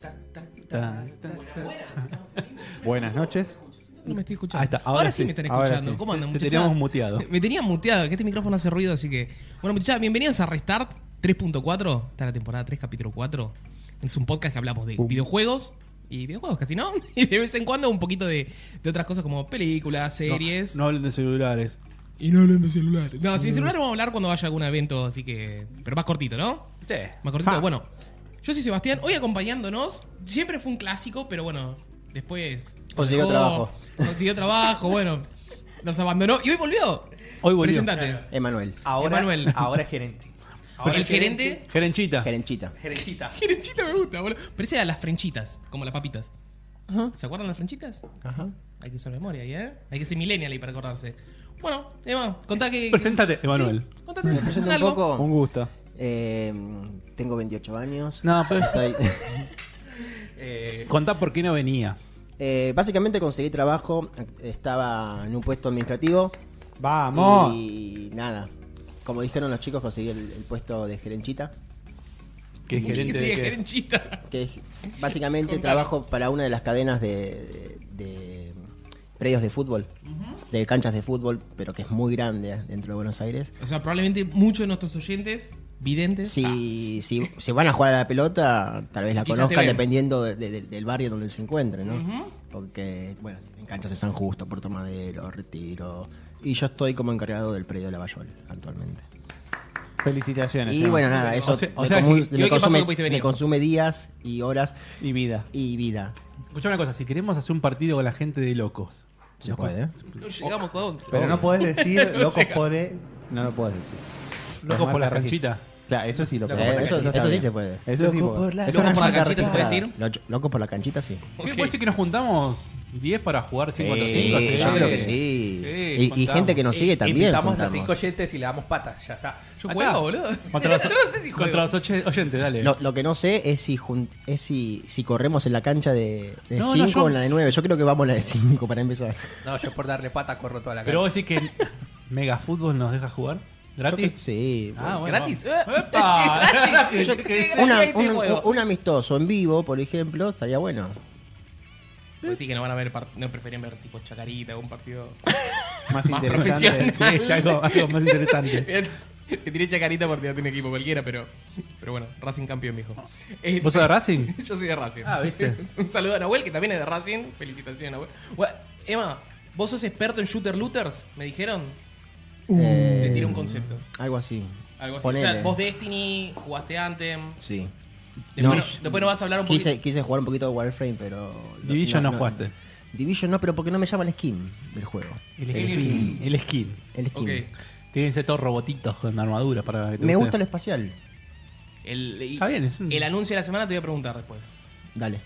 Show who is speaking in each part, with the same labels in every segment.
Speaker 1: Tan, tan, tan. Ah. Buenas noches.
Speaker 2: No me estoy escuchando.
Speaker 1: Ahí está, ahora
Speaker 2: ahora, sí.
Speaker 1: sí,
Speaker 2: me están
Speaker 1: ahora
Speaker 2: escuchando.
Speaker 1: sí.
Speaker 2: ¿Cómo andan,
Speaker 1: Te
Speaker 2: muchachos?
Speaker 1: teníamos muteado.
Speaker 2: Me tenían muteado, que este micrófono hace ruido, así que. Bueno, muchachos, bienvenidos a Restart 3.4. Está la temporada 3, capítulo 4. Es un podcast que hablamos de
Speaker 1: Pum.
Speaker 2: videojuegos y videojuegos casi, ¿no? Y de vez en cuando un poquito de, de otras cosas como películas, series.
Speaker 1: No, no hablen de celulares.
Speaker 2: Y no hablan de celulares. No, sin celular vamos a hablar cuando vaya a algún evento, así que. Pero más cortito, ¿no?
Speaker 1: Sí.
Speaker 2: Más cortito. Bueno, yo soy Sebastián, hoy acompañándonos. Siempre fue un clásico, pero bueno, después.
Speaker 3: Consiguió
Speaker 2: dejó,
Speaker 3: trabajo.
Speaker 2: Consiguió trabajo, bueno. Nos abandonó y hoy volvió.
Speaker 1: Hoy volvió.
Speaker 2: Presentate.
Speaker 3: Emanuel.
Speaker 2: Ah.
Speaker 4: Ahora,
Speaker 2: Emanuel.
Speaker 4: ahora es gerente. Ahora
Speaker 2: El
Speaker 4: es
Speaker 2: gerente.
Speaker 1: Gerenchita.
Speaker 3: Gerenchita.
Speaker 4: Gerenchita.
Speaker 2: Gerenchita me gusta, boludo. Parece a las frenchitas, como las papitas. ¿Se acuerdan las frenchitas? Ajá. Hay que usar memoria ahí, ¿eh? Hay que ser millennial ahí para acordarse. Bueno, Emma, contá que.
Speaker 1: Preséntate, Emanuel.
Speaker 2: Sí, contate.
Speaker 3: Me presento un
Speaker 2: algo.
Speaker 3: poco.
Speaker 1: Un gusto.
Speaker 3: Eh, tengo 28 años.
Speaker 1: No, pero-
Speaker 3: Estoy-
Speaker 4: Eh,
Speaker 1: Contá por qué no venías.
Speaker 3: Eh, básicamente conseguí trabajo. Estaba en un puesto administrativo. Y nada. Como dijeron los chicos, conseguí el, el puesto de gerenchita.
Speaker 1: Que es
Speaker 2: Sí,
Speaker 1: gerente
Speaker 2: sí,
Speaker 1: de qué?
Speaker 2: gerenchita.
Speaker 3: Que es- básicamente
Speaker 2: Con
Speaker 3: trabajo para una de las cadenas de, de predios de fútbol. De canchas de fútbol, pero que es muy grande eh, dentro de Buenos Aires.
Speaker 2: O sea, probablemente muchos de nuestros oyentes, videntes.
Speaker 3: Si, si, si van a jugar a la pelota, tal vez la
Speaker 2: Quizás te
Speaker 3: conozcan
Speaker 2: ven.
Speaker 3: dependiendo de- de- del barrio donde se encuentren, ¿no? Porque, bueno, en canchas de San Justo, Puerto Madero, Retiro. Y yo estoy como encargado del predio de Lavallol actualmente.
Speaker 5: Felicitaciones.
Speaker 3: Y
Speaker 5: Emma.
Speaker 3: bueno, nada, eso
Speaker 1: O sea- o
Speaker 3: me,
Speaker 1: sea,
Speaker 3: comu-
Speaker 1: ¿y hoy
Speaker 2: qué pasó
Speaker 3: me
Speaker 2: que
Speaker 3: consume,
Speaker 2: pudiste
Speaker 3: me
Speaker 2: venir?
Speaker 3: consume días y horas
Speaker 5: Y vida.
Speaker 3: y vida.
Speaker 1: Escuchá una cosa, si queremos hacer un partido con la gente de locos. Oh.
Speaker 3: Se puede. ¿eh?
Speaker 2: No llegamos a 11.
Speaker 5: Pero no podés decir locos por... el- No lo podés decir.
Speaker 1: Locos
Speaker 5: Los
Speaker 1: por la
Speaker 5: marcas que-
Speaker 1: ranchita.
Speaker 5: Claro, eso sí lo
Speaker 2: Locos
Speaker 5: podés
Speaker 2: por la
Speaker 5: decir.
Speaker 3: canchita.
Speaker 5: está
Speaker 3: Eso sí
Speaker 5: bien.
Speaker 3: se puede.
Speaker 5: Eso sí
Speaker 4: Locos por la-
Speaker 5: podés.
Speaker 2: Locos por la
Speaker 3: marca
Speaker 2: canchita, ¿se puede
Speaker 3: registrada.
Speaker 2: decir?
Speaker 3: Loch- Locos por la canchita, sí.
Speaker 1: ¿Qué
Speaker 2: Ok.
Speaker 1: puede ser que nos juntamos 10 para jugar 5 contra
Speaker 3: Sí,
Speaker 1: 5?
Speaker 3: yo creo que sí. Y- y gente que nos sigue también.
Speaker 4: Eh, Invitamos a
Speaker 3: juntamos.
Speaker 4: cinco oyentes y le damos patas. Ya está.
Speaker 2: Yo
Speaker 1: Acá.
Speaker 2: juego, boludo.
Speaker 1: Contra los,
Speaker 2: Yo no sé si juego.
Speaker 1: contra los oche- oyentes, dale.
Speaker 3: Lo, lo que no sé es si jun- es si, si corremos en la cancha de de
Speaker 1: No, no,
Speaker 3: 5
Speaker 1: yo-
Speaker 3: o en la de 9. Yo creo que vamos a la de 5 para empezar.
Speaker 4: No, yo por darle pata corro toda la
Speaker 1: Pero
Speaker 4: cancha.
Speaker 1: vos decís que Mega Fútbol nos deja jugar
Speaker 3: Yo
Speaker 1: gratis.
Speaker 3: que- Sí.
Speaker 1: Ah, bueno.
Speaker 2: Gratis.
Speaker 1: ¡Epa!
Speaker 2: Sí, gratis.
Speaker 1: Yo que-
Speaker 2: Sí, gratis.
Speaker 3: Una-
Speaker 2: ahí te
Speaker 3: un,
Speaker 2: juego.
Speaker 3: un- un amistoso en vivo, por ejemplo, estaría bueno.
Speaker 2: Pues sí que no van a ver, par- no preferían ver tipo Chacarita, un partido.
Speaker 5: Más
Speaker 2: Más
Speaker 5: interesante.
Speaker 2: profesional.
Speaker 1: Sí, ya algo, algo más interesante.
Speaker 2: Te tiré Chacarita porque ya tiene equipo cualquiera, pero, pero bueno, Racing campeón, mijo. Eh,
Speaker 1: ¿Vos sos de Racing?
Speaker 2: Yo soy de Racing.
Speaker 1: Ah, ¿viste?
Speaker 2: un saludo a Nahuel, que también es de Racing. Felicitaciones, Nahuel. Bueno, Emma, ¿vos sos experto en shooter looters? ¿Me dijeron?
Speaker 3: Eh,
Speaker 2: Uh. Te tiré un concepto.
Speaker 3: Algo así.
Speaker 2: Algo así. O
Speaker 3: Ponele.
Speaker 2: sea, vos Destiny, jugaste Anthem.
Speaker 3: Sí.
Speaker 2: Después,
Speaker 3: No.
Speaker 2: no- después nos vas a hablar un poquito.
Speaker 3: Quise, quise jugar un poquito de Warframe, pero.
Speaker 1: Division no jugaste.
Speaker 3: Division no, pero porque no me llama el skin del juego.
Speaker 1: El skin. El skin.
Speaker 3: El skin.
Speaker 2: Ok.
Speaker 1: Tienen que ser todos robotitos con armaduras para que te
Speaker 3: Me
Speaker 1: guste.
Speaker 3: gusta lo espacial.
Speaker 2: El, y-
Speaker 1: Está bien, es un-
Speaker 2: el anuncio de la semana te voy a preguntar después.
Speaker 3: Dale.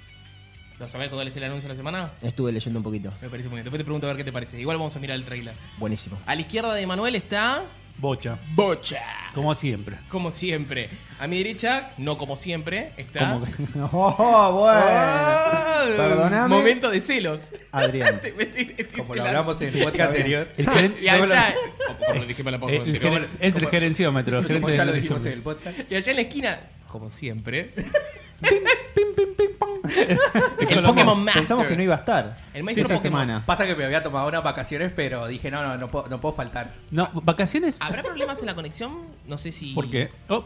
Speaker 2: ¿Lo sabés cuál es el anuncio de la semana?
Speaker 3: Estuve leyendo un poquito.
Speaker 2: Me parece muy bien. Después te pregunto a ver qué te parece. Igual vamos a mirar el trailer.
Speaker 3: Buenísimo.
Speaker 2: A la izquierda de Manuel está.
Speaker 1: Bocha.
Speaker 2: Bocha.
Speaker 1: Como siempre.
Speaker 2: Como siempre. A mi derecha, no como siempre, está.
Speaker 1: Como que-
Speaker 5: ¡Oh, bueno!
Speaker 2: ¡Ah!
Speaker 5: Perdóname.
Speaker 2: Momento de celos.
Speaker 5: Adrián.
Speaker 2: Te metí- te
Speaker 4: Como
Speaker 2: hice
Speaker 4: lo
Speaker 2: la-
Speaker 4: hablamos en el podcast
Speaker 5: está bien.
Speaker 4: anterior.
Speaker 1: El gerente.
Speaker 2: Y allá. Como- como lo dijimos la
Speaker 1: el-
Speaker 2: poco
Speaker 1: el
Speaker 2: anterior.
Speaker 1: geren- Eh, es el gerenciómetro. El
Speaker 4: Como
Speaker 1: gerente
Speaker 4: ya
Speaker 1: de
Speaker 4: lo dijimos en el
Speaker 1: gerenciómetro.
Speaker 4: podcast.
Speaker 2: Y allá en la esquina, como siempre,
Speaker 1: Pim, pim, pim, pam.
Speaker 2: el Pokémon Master.
Speaker 5: Pensamos que no iba a estar.
Speaker 2: El maestro
Speaker 5: esa
Speaker 2: Pokémon.
Speaker 5: semana.
Speaker 4: Pasa que me había tomado unas vacaciones, pero dije, no, no, no puedo, no puedo faltar.
Speaker 1: No, vacaciones.
Speaker 2: ¿Habrá problemas en la conexión? No sé si.
Speaker 1: ¿Por qué? Oh,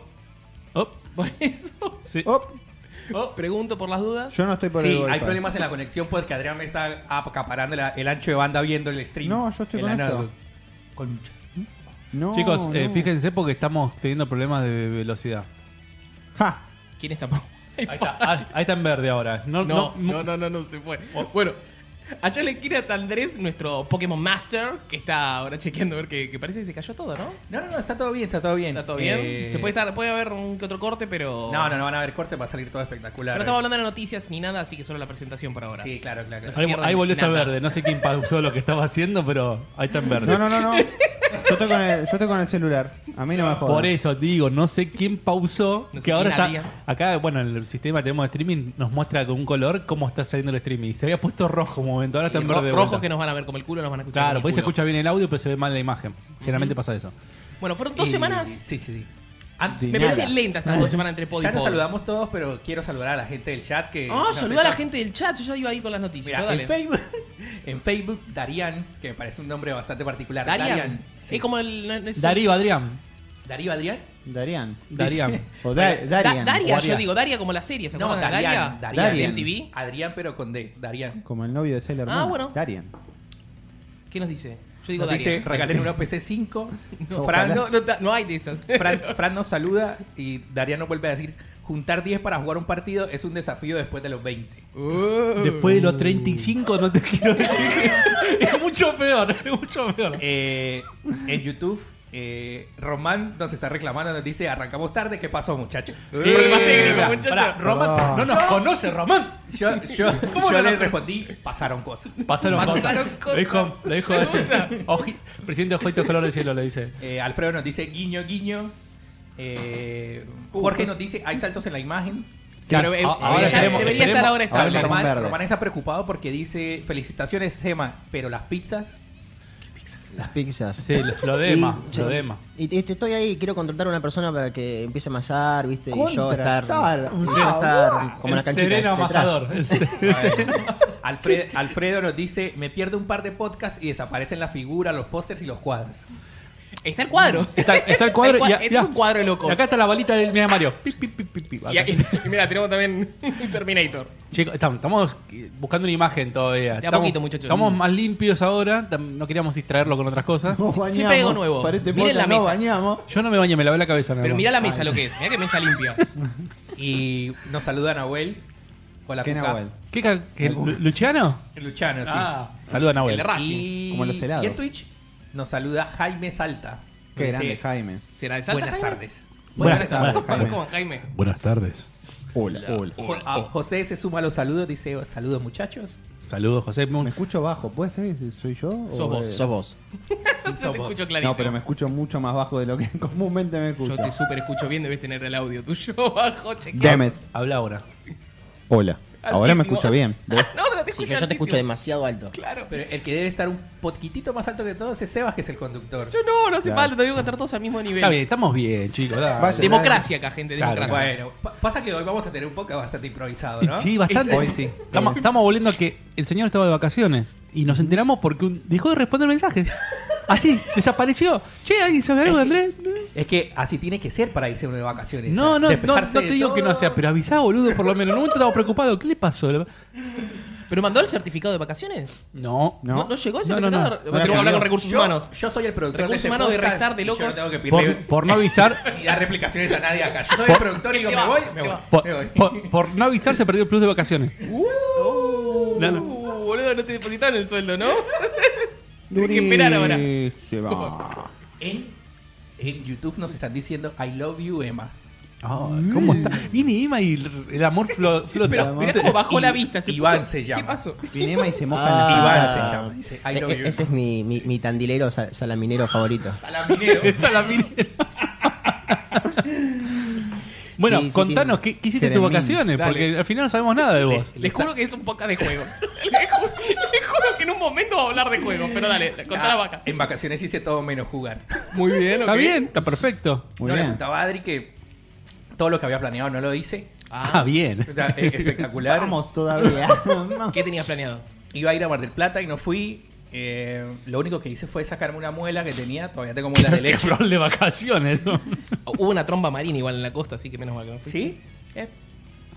Speaker 1: oh,
Speaker 2: Por eso.
Speaker 1: sí.
Speaker 5: Oh,
Speaker 2: Pregunto por las dudas.
Speaker 5: yo no estoy por el
Speaker 4: Sí,
Speaker 5: Wi-Fi.
Speaker 4: hay problemas en la conexión porque Adrián me está acaparando la- el ancho de banda viendo el stream.
Speaker 5: No, yo estoy
Speaker 4: En
Speaker 5: con
Speaker 4: la
Speaker 5: esto.
Speaker 4: notebook. Concha.
Speaker 5: No,
Speaker 1: Chicos, eh,
Speaker 5: no.
Speaker 1: fíjense porque estamos teniendo problemas de velocidad.
Speaker 5: Ja.
Speaker 2: ¿Quién está por-
Speaker 1: Ahí está, ah, ahí está en verde ahora. No,
Speaker 2: No,
Speaker 1: no,
Speaker 2: no, no, no, no, se fue.
Speaker 4: Oh.
Speaker 2: Bueno, allá en la esquina está Andrés, nuestro Pokémon Master, que está ahora chequeando a ver que, que parece que se cayó todo, ¿no?
Speaker 4: No, no, no, está todo bien, está todo bien.
Speaker 2: ¿Está todo bien?
Speaker 4: Eh,
Speaker 2: Se puede estar, puede haber un que otro corte, pero.
Speaker 4: No, no, no van a haber cortes, va a salir todo espectacular.
Speaker 2: Pero no estamos hablando de noticias ni nada, así que solo la presentación por ahora.
Speaker 4: Sí, claro, claro.
Speaker 2: No se
Speaker 1: Ahí,
Speaker 2: pierdan
Speaker 1: ahí volvió a estar
Speaker 2: nada.
Speaker 1: verde. No sé quién pausó lo que estaba haciendo, pero ahí está en verde.
Speaker 5: No, no, no, no. Yo estoy, con el, yo estoy con el celular. A mí no me jodas.
Speaker 1: Por eso digo, no sé quién pausó.
Speaker 2: No sé
Speaker 1: que ahora
Speaker 2: quién
Speaker 1: está.
Speaker 2: había.
Speaker 1: Acá, bueno, en el sistema que tenemos de streaming nos muestra con un color cómo está saliendo el streaming. Se había puesto rojo un momento, ahora
Speaker 2: Y
Speaker 1: está en
Speaker 2: ro-
Speaker 1: verde. de
Speaker 2: rojos
Speaker 1: vuelta.
Speaker 2: que nos van a ver como el culo, nos van a escuchar.
Speaker 1: Claro,
Speaker 2: como
Speaker 1: pues
Speaker 2: el
Speaker 1: se
Speaker 2: culo.
Speaker 1: escucha bien el audio, pero se ve mal la imagen. Generalmente pasa eso.
Speaker 2: Bueno, fueron dos
Speaker 4: Y-
Speaker 2: semanas
Speaker 4: Sí, sí, sí. Antes,
Speaker 2: Me parece lenta esta dos semanas entre pod y
Speaker 4: ya nos
Speaker 2: pod.
Speaker 4: saludamos todos, pero quiero saludar a la gente del chat que.
Speaker 2: Ah,
Speaker 4: nos
Speaker 2: saluda a la
Speaker 4: acepta.
Speaker 2: gente del chat. Yo ya iba ahí con las noticias.
Speaker 4: Mira,
Speaker 2: pero dale.
Speaker 4: en Facebook, en Facebook, Darían, que me parece un nombre bastante particular.
Speaker 2: Darían.
Speaker 4: Darían.
Speaker 2: Es como el. no- no es-
Speaker 1: Darío, Adrián.
Speaker 4: ¿Darío Adrián?
Speaker 5: Darian.
Speaker 1: Darían.
Speaker 5: O Da-
Speaker 2: Da-
Speaker 5: Darian.
Speaker 2: Daria,
Speaker 1: O
Speaker 2: yo
Speaker 1: Daria.
Speaker 2: digo, Daria como la serie, ¿se
Speaker 4: No,
Speaker 2: acuerdan de
Speaker 4: Darían.
Speaker 2: Daria?
Speaker 4: Darían.
Speaker 5: Darían.
Speaker 2: MTV.
Speaker 4: Adrián, pero con D. Darían.
Speaker 5: Como el novio de Sailor
Speaker 2: Ah,
Speaker 5: Moon.
Speaker 2: bueno.
Speaker 5: Darian.
Speaker 2: ¿Qué nos dice? Yo digo
Speaker 4: Nos
Speaker 2: Daria.
Speaker 4: dice, regalen una PC5.
Speaker 2: No,
Speaker 4: Fran,
Speaker 2: no, no, da- no hay de esas.
Speaker 4: Fran, Fran nos saluda y Darían nos vuelve a decir, juntar 10 para jugar un partido es un desafío después de los 20.
Speaker 1: Uh. Después de los 35 no te quiero decir. es mucho peor, es mucho peor.
Speaker 4: Eh, en YouTube, eh, Román nos está reclamando, nos dice, arrancamos tarde, ¿qué pasó Eh, muchachos?
Speaker 2: Problemas
Speaker 1: Eh,
Speaker 2: técnicos,
Speaker 4: pará,
Speaker 2: muchachos.
Speaker 4: pará, Román, no nos conoce, Román. Yo, yo,
Speaker 2: ¿Cómo
Speaker 4: yo
Speaker 2: no
Speaker 4: le
Speaker 2: nos-
Speaker 4: respondí, pasaron cosas.
Speaker 1: Pasaron,
Speaker 2: Pasaron
Speaker 1: Lo dijo,
Speaker 2: cosas.
Speaker 1: lo dijo
Speaker 2: Me
Speaker 1: H.
Speaker 2: gusta.
Speaker 1: Oji- Presidente Ojitos Color del Cielo le dice.
Speaker 4: Eh, Alfredo nos dice, guiño, guiño. Eh,
Speaker 5: Uh.
Speaker 4: Jorge nos dice, hay saltos en la imagen.
Speaker 2: Claro,
Speaker 1: Sí,
Speaker 2: eh,
Speaker 1: a- ahora
Speaker 2: ya
Speaker 1: estaremos-
Speaker 2: debería estar
Speaker 1: estaremos-
Speaker 2: ahora estable.
Speaker 5: ahora
Speaker 4: Román,
Speaker 5: verde.
Speaker 4: Román está preocupado porque dice, felicitaciones, Gema, pero las pizzas...
Speaker 3: Las pizzas.
Speaker 1: Sí, lo, lo dema,
Speaker 3: Y-
Speaker 1: lo dema.
Speaker 3: Y, y estoy ahí, quiero contratar a una persona para que empiece a amasar, ¿viste? Y yo estar.
Speaker 5: Contratar.
Speaker 3: y yo
Speaker 5: Ah,
Speaker 3: estar como la
Speaker 1: el
Speaker 3: canchita.
Speaker 1: sereno
Speaker 3: detrás.
Speaker 1: amasador. El se-
Speaker 4: Alfred- Alfredo nos dice, me pierdo un par de podcasts y desaparecen la figura, los pósters y los cuadros.
Speaker 2: Está el cuadro.
Speaker 1: Está, está el cuadro. y
Speaker 2: Está el cua-
Speaker 1: a-
Speaker 2: es
Speaker 1: y a-
Speaker 2: un cuadro de locos.
Speaker 1: y Acá está la balita del Mira Mario. Pip, pip, pip, pip, pip, acá.
Speaker 2: Y, aquí- y mira, tenemos también un Terminator.
Speaker 1: Chicos, estamos, estamos, eh, buscando una imagen todavía.
Speaker 2: De a
Speaker 1: estamos,
Speaker 2: poquito, muchachos.
Speaker 1: Estamos
Speaker 2: Mm.
Speaker 1: más limpios ahora. tam- No queríamos distraerlo con otras cosas.
Speaker 5: Nos bañamos.
Speaker 2: algo nuevo.
Speaker 5: Para este
Speaker 2: Miren la
Speaker 5: podcast no
Speaker 2: mesa.
Speaker 5: bañamos.
Speaker 1: Yo no me bañé, me lavé la cabeza. nada
Speaker 2: Pero
Speaker 1: más.
Speaker 2: mira la mesa lo que es. Mira qué mesa limpia.
Speaker 4: Y nos saluda Nahuel. Hola,
Speaker 5: ¿Qué
Speaker 4: Cuca.
Speaker 5: Nahuel?
Speaker 1: ¿Qué, ca- que- Lu- ¿Luciano?
Speaker 4: Luchano, sí.
Speaker 2: Ah,
Speaker 1: Saluda a
Speaker 2: El
Speaker 1: Nahuel.
Speaker 2: de Racing.
Speaker 4: Y...
Speaker 5: Ah, Como los helados.
Speaker 4: y en Twitch nos saluda Jaime Salta.
Speaker 5: Qué
Speaker 4: Nos
Speaker 5: grande,
Speaker 4: dice,
Speaker 5: Jaime.
Speaker 2: ¿Será de Salta,
Speaker 4: Buenas
Speaker 2: Jaime?
Speaker 4: tardes.
Speaker 1: Buenas
Speaker 2: Buenas
Speaker 1: tardes,
Speaker 2: tardes.
Speaker 5: Jaime.
Speaker 2: ¿Cómo, Jaime?
Speaker 1: Buenas tardes.
Speaker 5: Hola, hola.
Speaker 4: Jo- a- José se suma a los saludos, dice saludos muchachos.
Speaker 1: Saludos, José.
Speaker 5: Me escucho bajo. ¿Puede ser que soy yo? o-
Speaker 2: Sos vos,
Speaker 5: eh,
Speaker 3: Sos vos.
Speaker 2: Yo te escucho clarísimo.
Speaker 5: No, pero me escucho mucho más bajo de lo que comúnmente me escucho.
Speaker 2: Yo te super escucho bien, debes tener el audio tuyo bajo, chequeado.
Speaker 5: Damn it.
Speaker 1: Habla ahora.
Speaker 5: Hola. Ahora me
Speaker 2: Altísimo.
Speaker 5: escucho bien. ¿Ves?
Speaker 2: No, pero te
Speaker 3: Sí,
Speaker 2: escucho
Speaker 3: yo, yo te
Speaker 2: altísimo.
Speaker 3: escucho demasiado alto.
Speaker 2: Claro.
Speaker 4: Pero el que debe estar un poquitito más alto que todos es Sebas, que es el conductor.
Speaker 2: Yo no, no hace
Speaker 5: Claro.
Speaker 2: falta, tenemos que estar todos al mismo nivel.
Speaker 1: Está bien, estamos bien, chicos. dale.
Speaker 5: Vaya.
Speaker 2: Democracia acá, gente,
Speaker 1: Claro,
Speaker 2: democracia.
Speaker 4: Bueno, pa- pasa que hoy vamos a tener un poco bastante improvisado, ¿no?
Speaker 1: Sí, bastante.
Speaker 5: Hoy sí.
Speaker 1: Estamos, estamos volviendo a que el señor estaba de vacaciones y nos enteramos porque un- dejó de responder mensajes. Así, desapareció. Che, ¿alguien sabe algo de Andrés?
Speaker 4: Es que así tiene que ser para irse uno de vacaciones.
Speaker 1: No, no, no, no
Speaker 4: Despejarse
Speaker 1: te
Speaker 4: de
Speaker 1: digo
Speaker 4: todo.
Speaker 1: que no sea, pero avisá, boludo, por lo menos. En un momento estaba preocupado. ¿Qué le pasó?
Speaker 2: ¿Pero mandó el certificado de vacaciones?
Speaker 1: No.
Speaker 5: No.
Speaker 2: ¿No, no llegó el
Speaker 1: No, no,
Speaker 2: certificado?
Speaker 1: no.
Speaker 2: Tenemos que hablar con recursos
Speaker 4: Yo-
Speaker 2: humanos.
Speaker 4: Yo soy el productor
Speaker 2: Recursos
Speaker 4: de este
Speaker 2: humanos de
Speaker 4: podcast
Speaker 2: restar de
Speaker 4: y yo no
Speaker 2: locos.
Speaker 4: tengo que pedirle
Speaker 1: Por, por no avisar.
Speaker 4: y dar replicaciones a nadie acá. Yo soy el productor y digo,
Speaker 2: Se
Speaker 4: me
Speaker 2: va,
Speaker 4: voy,
Speaker 2: se
Speaker 4: me voy.
Speaker 2: va.
Speaker 1: Por,
Speaker 4: me voy.
Speaker 1: por- por no avisar se perdió el plus de vacaciones. No, no.
Speaker 2: Uh, boludo, no te depositaron el sueldo, ¿no? Tenés que esperar ahora.
Speaker 5: Durísima.
Speaker 4: En, en YouTube nos están diciendo I love you, Emma.
Speaker 1: Ah, ¿Cómo está? Viene Ima y el- el amor flo- flota.
Speaker 2: Pero mirá cómo bajó
Speaker 4: I-
Speaker 2: la vista. se
Speaker 4: Iván
Speaker 2: puso-
Speaker 4: se llama.
Speaker 2: ¿Qué pasó?
Speaker 5: Viene Emma y se moja en la
Speaker 4: Iván se
Speaker 3: Ah.
Speaker 4: llama, dice, I
Speaker 3: E-
Speaker 4: love
Speaker 3: e-
Speaker 4: you.
Speaker 3: ese es mi, mi, mi tandilero sal- salaminero favorito.
Speaker 4: Salaminero.
Speaker 1: bueno,
Speaker 3: Sí, sí,
Speaker 1: contanos, ¿qué, qué hiciste en tus
Speaker 5: Jeremín,
Speaker 1: vacaciones?
Speaker 2: dale.
Speaker 1: Porque al final no sabemos nada de vos.
Speaker 2: Les, les juro que es un poca de juegos. les, ju- les juro que en un momento va a hablar de juegos. Pero dale,
Speaker 1: Ah.
Speaker 2: contá la vaca.
Speaker 4: En vacaciones hice todo menos jugar.
Speaker 2: Muy bien,
Speaker 1: Está bien, está perfecto.
Speaker 5: Muy
Speaker 4: no le
Speaker 5: bien.
Speaker 4: contaba a Adri que todo lo que había planeado no lo hice.
Speaker 1: Ah, bien.
Speaker 4: Está, eh, Espectacular.
Speaker 5: Vamos todavía. Vamos.
Speaker 2: ¿Qué tenías planeado?
Speaker 4: Iba a ir a Mar del Plata y no fui. Eh, lo único que hice fue sacarme una muela que tenía. Todavía tengo muelas de
Speaker 1: Qué
Speaker 4: leche.
Speaker 1: flor de vacaciones. ¿no?
Speaker 2: Hubo una tromba marina igual en la costa, así que menos mal que no fui.
Speaker 4: ¿Sí? Mm.
Speaker 2: Eh,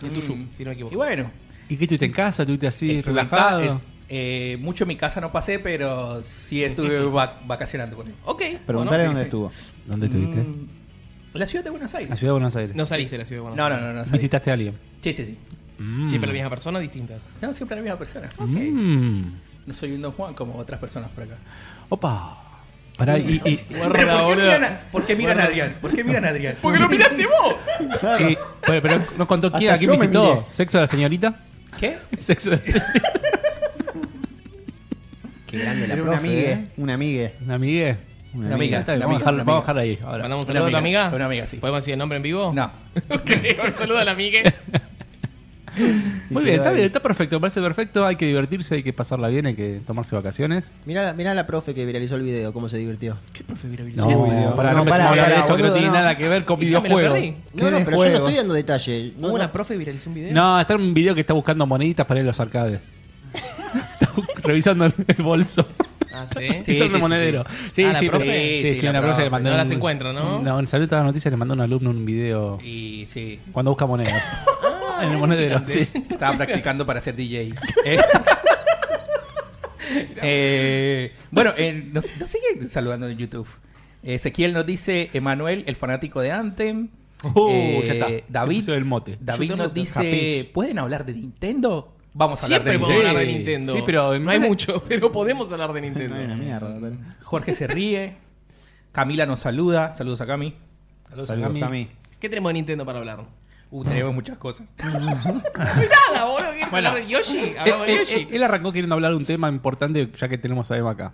Speaker 2: en Tuyum,
Speaker 1: Mm.
Speaker 2: si no me equivoco.
Speaker 4: Y bueno.
Speaker 1: ¿Y qué estuviste en casa? ¿Estuviste así,
Speaker 4: estuve en ca-
Speaker 1: relajado?
Speaker 4: es- eh, mucho en mi casa no pasé, pero sí estuve va- vacacionando con él.
Speaker 2: Ok.
Speaker 5: Preguntale
Speaker 2: bueno,
Speaker 5: dónde estuvo.
Speaker 1: ¿Dónde estuviste?
Speaker 4: Mm, La ciudad de Buenos
Speaker 1: La
Speaker 4: Aires.
Speaker 1: ciudad de Buenos Aires.
Speaker 2: No saliste de la ciudad de Buenos
Speaker 4: No, no, no, no. salí.
Speaker 1: ¿Visitaste a alguien?
Speaker 4: Sí, sí, sí.
Speaker 1: Mm.
Speaker 2: Siempre la misma persona, distintas.
Speaker 4: No, siempre la misma persona.
Speaker 1: Mm.
Speaker 4: No soy un Don Juan como otras personas por acá.
Speaker 1: Opa. Pará, y, y-
Speaker 2: Guarda,
Speaker 4: Pero ¿Por qué
Speaker 2: boludo.
Speaker 4: miran a- por qué miran a Adrián? ¿Por qué miran a Adrián?
Speaker 2: ¡Porque lo miraste vos!
Speaker 1: y- pero, pero nos contó quién,
Speaker 5: Hasta
Speaker 1: a quién
Speaker 5: yo me
Speaker 1: visitó.
Speaker 5: miré.
Speaker 1: ¿Sexo de la señorita?
Speaker 4: ¿Qué?
Speaker 1: Sexo de la señorita.
Speaker 3: Qué grande la
Speaker 5: Era una
Speaker 3: profe.
Speaker 5: amiga.
Speaker 3: eh.
Speaker 5: Una amiga.
Speaker 1: Una amiga.
Speaker 5: Una
Speaker 4: Una
Speaker 1: Ya
Speaker 4: amiga.
Speaker 1: está bien, vamos, a
Speaker 4: una
Speaker 1: dejarlo-
Speaker 4: amiga, una
Speaker 1: vamos a
Speaker 4: amiga.
Speaker 1: dejarla ahí ahora.
Speaker 2: ¿Mandamos un
Speaker 4: Una
Speaker 2: saludo a tu
Speaker 4: amiga,
Speaker 2: amiga?
Speaker 4: una amiga, sí.
Speaker 2: ¿Podemos decir el nombre en vivo?
Speaker 4: No.
Speaker 2: Ok, un saludo a la amiga.
Speaker 1: Muy bien, está bien, está perfecto, me parece perfecto. Hay que divertirse, hay que pasarla bien, hay que tomarse vacaciones.
Speaker 3: Mirá, mirá la profe que viralizó el video, cómo se divirtió.
Speaker 1: No,
Speaker 5: video.
Speaker 1: para, no,
Speaker 3: No,
Speaker 1: empecemos
Speaker 3: pará,
Speaker 1: a hablar de
Speaker 3: pará,
Speaker 1: eso, que no
Speaker 3: boludo,
Speaker 1: tiene
Speaker 3: no.
Speaker 1: nada que ver con
Speaker 2: Y ya me lo
Speaker 1: videojuegos.
Speaker 2: perdí.
Speaker 3: No, no,
Speaker 5: Qué
Speaker 3: pero yo no
Speaker 5: juego.
Speaker 3: estoy dando detalle. No,
Speaker 2: Una
Speaker 3: no.
Speaker 2: profe viralizó un video.
Speaker 1: No, está en un video que está buscando moneditas para ir a los arcades. está bu- revisando el el bolso.
Speaker 2: Ah, sí.
Speaker 1: Sí, es
Speaker 4: sí, sí,
Speaker 1: el monedero. Sí,
Speaker 2: Ah, la
Speaker 1: sí,
Speaker 2: profe.
Speaker 1: pero-
Speaker 4: Sí,
Speaker 1: sí,
Speaker 4: sí,
Speaker 1: sí,
Speaker 4: la
Speaker 1: la profe le
Speaker 4: profe.
Speaker 1: mandó
Speaker 2: No las
Speaker 1: un-
Speaker 2: encuentro, ¿no?
Speaker 1: No, en Salud de las Noticias le mandó un alumno un video
Speaker 4: Y sí.
Speaker 1: cuando busca monedas. en el monedero, sí.
Speaker 4: Estaba practicando para ser DJ. Eh, eh, bueno, eh, nos, nos siguen saludando en YouTube. Ezequiel nos dice Emanuel, el fanático de Anthem.
Speaker 1: Oh,
Speaker 4: Eh,
Speaker 1: ya está. Te
Speaker 4: David,
Speaker 1: puso el mote.
Speaker 4: David
Speaker 1: Yo te lo-
Speaker 4: nos dice,
Speaker 1: Capiche.
Speaker 4: ¿pueden hablar de Nintendo? Vamos a hablar
Speaker 2: Siempre
Speaker 4: de
Speaker 2: podemos
Speaker 4: Nintendo.
Speaker 2: hablar de
Speaker 1: Sí.
Speaker 2: Nintendo.
Speaker 1: Sí, pero-
Speaker 2: no hay mucho, pero podemos hablar de Nintendo.
Speaker 5: Una mierda. tal.
Speaker 4: Jorge se ríe. Camila nos saluda. Saludos a Cami.
Speaker 1: Saludos a
Speaker 5: Saludos
Speaker 1: Cami.
Speaker 5: a mí.
Speaker 2: ¿Qué tenemos de Nintendo para hablar?
Speaker 4: Uh, tenemos muchas cosas.
Speaker 2: Nada, boludo. ¿Quieres hablar de Yoshi?
Speaker 1: Él,
Speaker 2: Hablamos de
Speaker 1: él-
Speaker 2: Yoshi.
Speaker 1: él- él arrancó queriendo hablar de un tema importante ya que tenemos a Emma acá.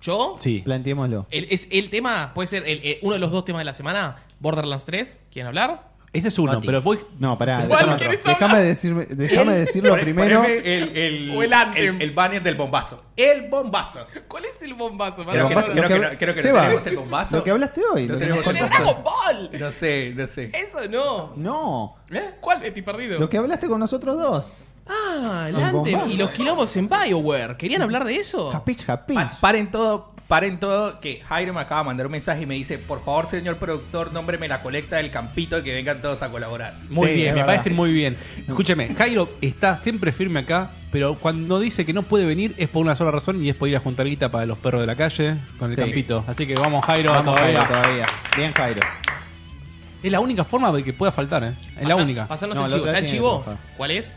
Speaker 2: ¿Yo?
Speaker 1: Sí.
Speaker 5: Planteémoslo.
Speaker 2: El, es el tema, puede ser el- eh, uno de los dos temas de la semana. Borderlands 3, ¿quieren hablar?
Speaker 1: Ese es uno,
Speaker 3: Mati.
Speaker 1: pero voy...
Speaker 5: No, pará.
Speaker 2: ¿Cuál
Speaker 5: déjame-
Speaker 2: querés
Speaker 5: Déjame
Speaker 2: hablar?
Speaker 5: decirme- déjame decirlo
Speaker 4: Poné-
Speaker 5: primero.
Speaker 4: poneme El, el,
Speaker 2: O el Anthem.
Speaker 4: el- el banner del bombazo. El bombazo.
Speaker 2: ¿Cuál es el bombazo? Para
Speaker 4: Creo que, no,
Speaker 5: bombazo,
Speaker 4: creo
Speaker 5: lo que
Speaker 4: que no-
Speaker 5: habl-
Speaker 4: creo que no
Speaker 5: Seba,
Speaker 4: tenemos el bombazo.
Speaker 5: Lo que hablaste hoy.
Speaker 4: No
Speaker 5: lo que
Speaker 4: tenemos
Speaker 5: nos
Speaker 2: ¡El
Speaker 5: contaste.
Speaker 2: Dragon Ball!
Speaker 4: No sé, no sé.
Speaker 2: Eso no.
Speaker 5: No.
Speaker 2: ¿Eh? ¿Cuál de ti perdido?
Speaker 5: Lo que hablaste con nosotros dos.
Speaker 2: Ah, el
Speaker 5: El
Speaker 2: Anthem
Speaker 5: bombazo.
Speaker 2: y los quilombos en Bioware. ¿Querían hablar de
Speaker 4: Oh.
Speaker 2: eso?
Speaker 5: Japich, japich.
Speaker 4: Pa- paren todo, paren todo, que Jairo me acaba de mandar un mensaje y me dice, por favor, señor productor, nómbreme la colecta del campito y que vengan todos a colaborar.
Speaker 1: Muy
Speaker 5: Sí, es
Speaker 1: bien, me
Speaker 5: verdad.
Speaker 1: parece muy bien. Escúcheme, Jairo está siempre firme acá, pero cuando dice que no puede venir es por una sola razón y es por ir a juntar guita para los perros de la calle con el
Speaker 5: Sí.
Speaker 1: campito. Así que vamos, Jairo,
Speaker 5: Vamos,
Speaker 1: todavía.
Speaker 5: Jairo, todavía. Bien, Jairo.
Speaker 1: Es la única forma de que pueda faltar, ¿eh? Es la
Speaker 2: Pasá-
Speaker 1: única.
Speaker 2: Pasanos
Speaker 5: No,
Speaker 2: el
Speaker 5: la
Speaker 2: chivo.
Speaker 5: otra
Speaker 2: ¿Está el
Speaker 5: tiene
Speaker 2: chivo?
Speaker 5: que pasar.
Speaker 2: ¿Cuál es?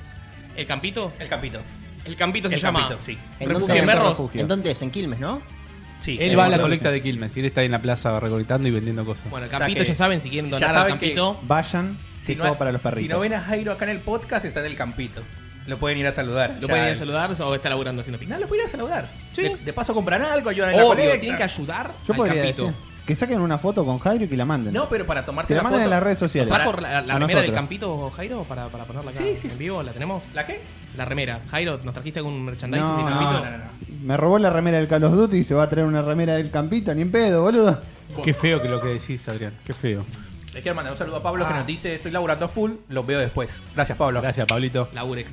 Speaker 2: ¿El campito?
Speaker 4: El campito.
Speaker 2: El campito se
Speaker 4: El
Speaker 2: llama.
Speaker 4: campito, sí.
Speaker 3: ¿En
Speaker 2: Refugio
Speaker 3: dónde-
Speaker 2: de Merros.
Speaker 5: refugio.
Speaker 3: ¿En dónde es? ¿En Quilmes, no?
Speaker 4: Sí.
Speaker 1: Él va a la colecta de Quilmes y él está ahí en la plaza recolectando y vendiendo cosas.
Speaker 2: Bueno, el
Speaker 4: O sea
Speaker 2: campito
Speaker 4: que-
Speaker 2: ya saben, si quieren
Speaker 4: ya
Speaker 2: donar al
Speaker 4: saben que-
Speaker 2: campito.
Speaker 5: Vayan.
Speaker 4: Si
Speaker 5: Si
Speaker 4: no,
Speaker 5: para los perritos.
Speaker 4: si no ven a Jairo acá en el podcast, está en el campito. Lo pueden ir a saludar.
Speaker 2: Lo
Speaker 4: Ya-
Speaker 2: pueden ir a saludar o está laburando haciendo
Speaker 4: No,
Speaker 2: pizza.
Speaker 4: lo pueden ir a saludar.
Speaker 2: Sí.
Speaker 4: De, de paso compran algo, ayudan en la
Speaker 2: Obvio,
Speaker 4: colecta.
Speaker 2: tienen que ayudar
Speaker 5: Yo
Speaker 2: al
Speaker 5: podría
Speaker 2: campito.
Speaker 5: decir que saquen una foto con Jairo y que la manden.
Speaker 4: No, pero para tomarse
Speaker 5: que la,
Speaker 4: la
Speaker 5: manden
Speaker 4: foto.
Speaker 5: en las redes sociales.
Speaker 2: ¿Trajo la, la
Speaker 5: A
Speaker 2: remera del
Speaker 5: nosotros.
Speaker 2: campito, Jairo, para, para ponerla acá
Speaker 4: Sí, sí,
Speaker 2: en
Speaker 4: sí.
Speaker 2: vivo? ¿La tenemos?
Speaker 4: ¿La qué?
Speaker 2: La remera. Jairo, ¿nos trajiste algún merchandising
Speaker 5: No,
Speaker 2: del
Speaker 5: no,
Speaker 2: campito?
Speaker 4: no, no, no.
Speaker 5: Me robó la remera del Call of Duty y se va a traer una remera del campito, ni en pedo, boludo.
Speaker 1: Qué feo que lo que decís, Adrián. Qué feo.
Speaker 4: Le quiero mandar un saludo a Pablo
Speaker 2: Ah.
Speaker 4: que nos dice, estoy laburando a full, los veo después. Gracias, Pablo.
Speaker 1: Gracias, Pablito.
Speaker 2: La UREC.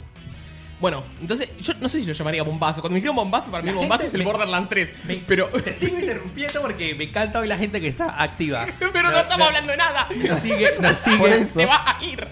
Speaker 2: Bueno, entonces, yo no sé si lo llamaría bombazo. Cuando me dijeron bombazo, para mí
Speaker 4: La
Speaker 2: el bombazo
Speaker 4: gente
Speaker 2: es el
Speaker 4: me-
Speaker 2: Borderlands 3.
Speaker 4: Me-
Speaker 2: Pero,
Speaker 4: Te sigo interrumpiendo porque me encanta hoy la gente que está activa.
Speaker 2: pero no estamos hablando de nada.
Speaker 4: Nos sigue, nos
Speaker 5: Por
Speaker 4: sigue,
Speaker 5: eso.
Speaker 2: Se va a ir.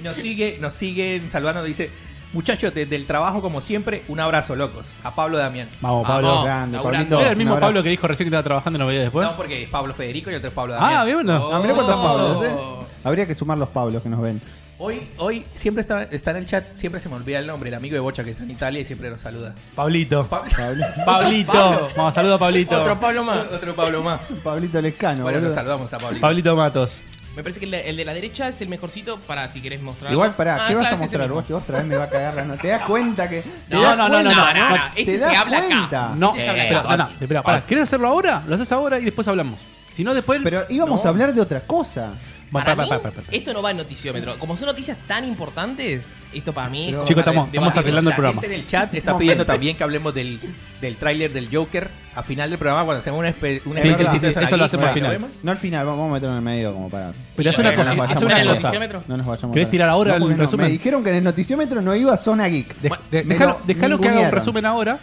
Speaker 4: nos sigue, nos siguen saludando. Dice, muchachos, desde el trabajo como siempre, un abrazo, locos. A Pablo Damián.
Speaker 1: Vamos,
Speaker 2: Vamos.
Speaker 1: Pablo.
Speaker 5: Grande,
Speaker 2: laburando.
Speaker 5: Pablito,
Speaker 1: ¿Era el mismo
Speaker 5: un abrazo.
Speaker 1: Pablo que dijo recién que estaba trabajando y no veía después?
Speaker 4: No, porque es Pablo Federico y otro es Pablo Damián.
Speaker 1: ah, bien, bueno.
Speaker 5: Ah, mirá cuántos
Speaker 2: Oh.
Speaker 5: Pablos, ¿eh? Habría que sumar los Pablos que nos ven.
Speaker 4: Hoy, hoy siempre está, está en el chat, siempre se me olvida el nombre, el amigo de Bocha que está en Italia y siempre nos saluda.
Speaker 1: Pablito.
Speaker 4: Pa-
Speaker 5: Pablo-
Speaker 1: Pablito.
Speaker 2: Pablo.
Speaker 1: Vamos, saludo a Pablito.
Speaker 2: Otro Pablo más.
Speaker 4: Otro Pablo más.
Speaker 5: Pablito Lescano,
Speaker 4: bueno, nos
Speaker 5: boludo.
Speaker 4: saludamos a Pablito.
Speaker 1: Pablito Matos.
Speaker 2: Me parece que el de, el de la derecha es el mejorcito para si querés mostrar.
Speaker 5: Igual,
Speaker 2: algo.
Speaker 5: pará,
Speaker 2: Ah,
Speaker 5: ¿qué vas
Speaker 2: claro,
Speaker 5: a
Speaker 2: es ese
Speaker 5: mostrar
Speaker 2: mismo.
Speaker 5: vos? Que otra vez me va a cagar la nota. ¿Te das cuenta que.? ¿Te
Speaker 2: No,
Speaker 5: das
Speaker 2: no, no, no, no,
Speaker 5: cuenta?
Speaker 2: no, no.
Speaker 5: ¿Te
Speaker 2: Este se
Speaker 5: das
Speaker 2: habla acá.
Speaker 5: cuenta?
Speaker 1: No,
Speaker 2: Sí, se habla
Speaker 1: espera,
Speaker 2: acá.
Speaker 1: no, espera, ah. pará. ¿Querés hacerlo ahora? Lo haces ahora y después hablamos. Si no, después.
Speaker 5: Pero íbamos a hablar de otra cosa.
Speaker 1: Bueno,
Speaker 2: Para
Speaker 1: pará,
Speaker 2: mí,
Speaker 1: pará, pará, pará.
Speaker 2: esto no va en noticiómetro. Como son noticias tan importantes, esto para mí. es como
Speaker 1: Chicos,
Speaker 2: para
Speaker 1: estamos- estamos
Speaker 2: debatirlo.
Speaker 1: arreglando el
Speaker 4: la
Speaker 1: programa.
Speaker 4: gente en el chat está pidiendo también que hablemos del, del tráiler del Joker a final del programa cuando hacemos una, espe- una
Speaker 1: Sí,
Speaker 5: sí, sí, sí,
Speaker 4: especial
Speaker 1: eso lo
Speaker 4: aquí.
Speaker 1: hacemos al
Speaker 4: Bueno,
Speaker 1: final.
Speaker 4: ¿lo vemos?
Speaker 5: No al final, vamos vamos a meterlo en el medio como para.
Speaker 1: Pero es una
Speaker 4: Bueno,
Speaker 1: cosa.
Speaker 4: no,
Speaker 1: Es una
Speaker 2: no, no,
Speaker 1: cosa.
Speaker 2: no, noticiómetro?
Speaker 5: No nos vayamos.
Speaker 1: ¿Querés
Speaker 5: a-
Speaker 1: tirar ahora
Speaker 5: No,
Speaker 1: el
Speaker 5: porque no,
Speaker 1: resumen?
Speaker 5: Me dijeron que en el noticiómetro no iba Zona Geek.
Speaker 1: De-
Speaker 2: Bueno,
Speaker 1: de-
Speaker 5: me
Speaker 1: dejalo- Dejalo
Speaker 5: lo
Speaker 1: que haga un
Speaker 5: ningunearon.
Speaker 1: resumen ahora.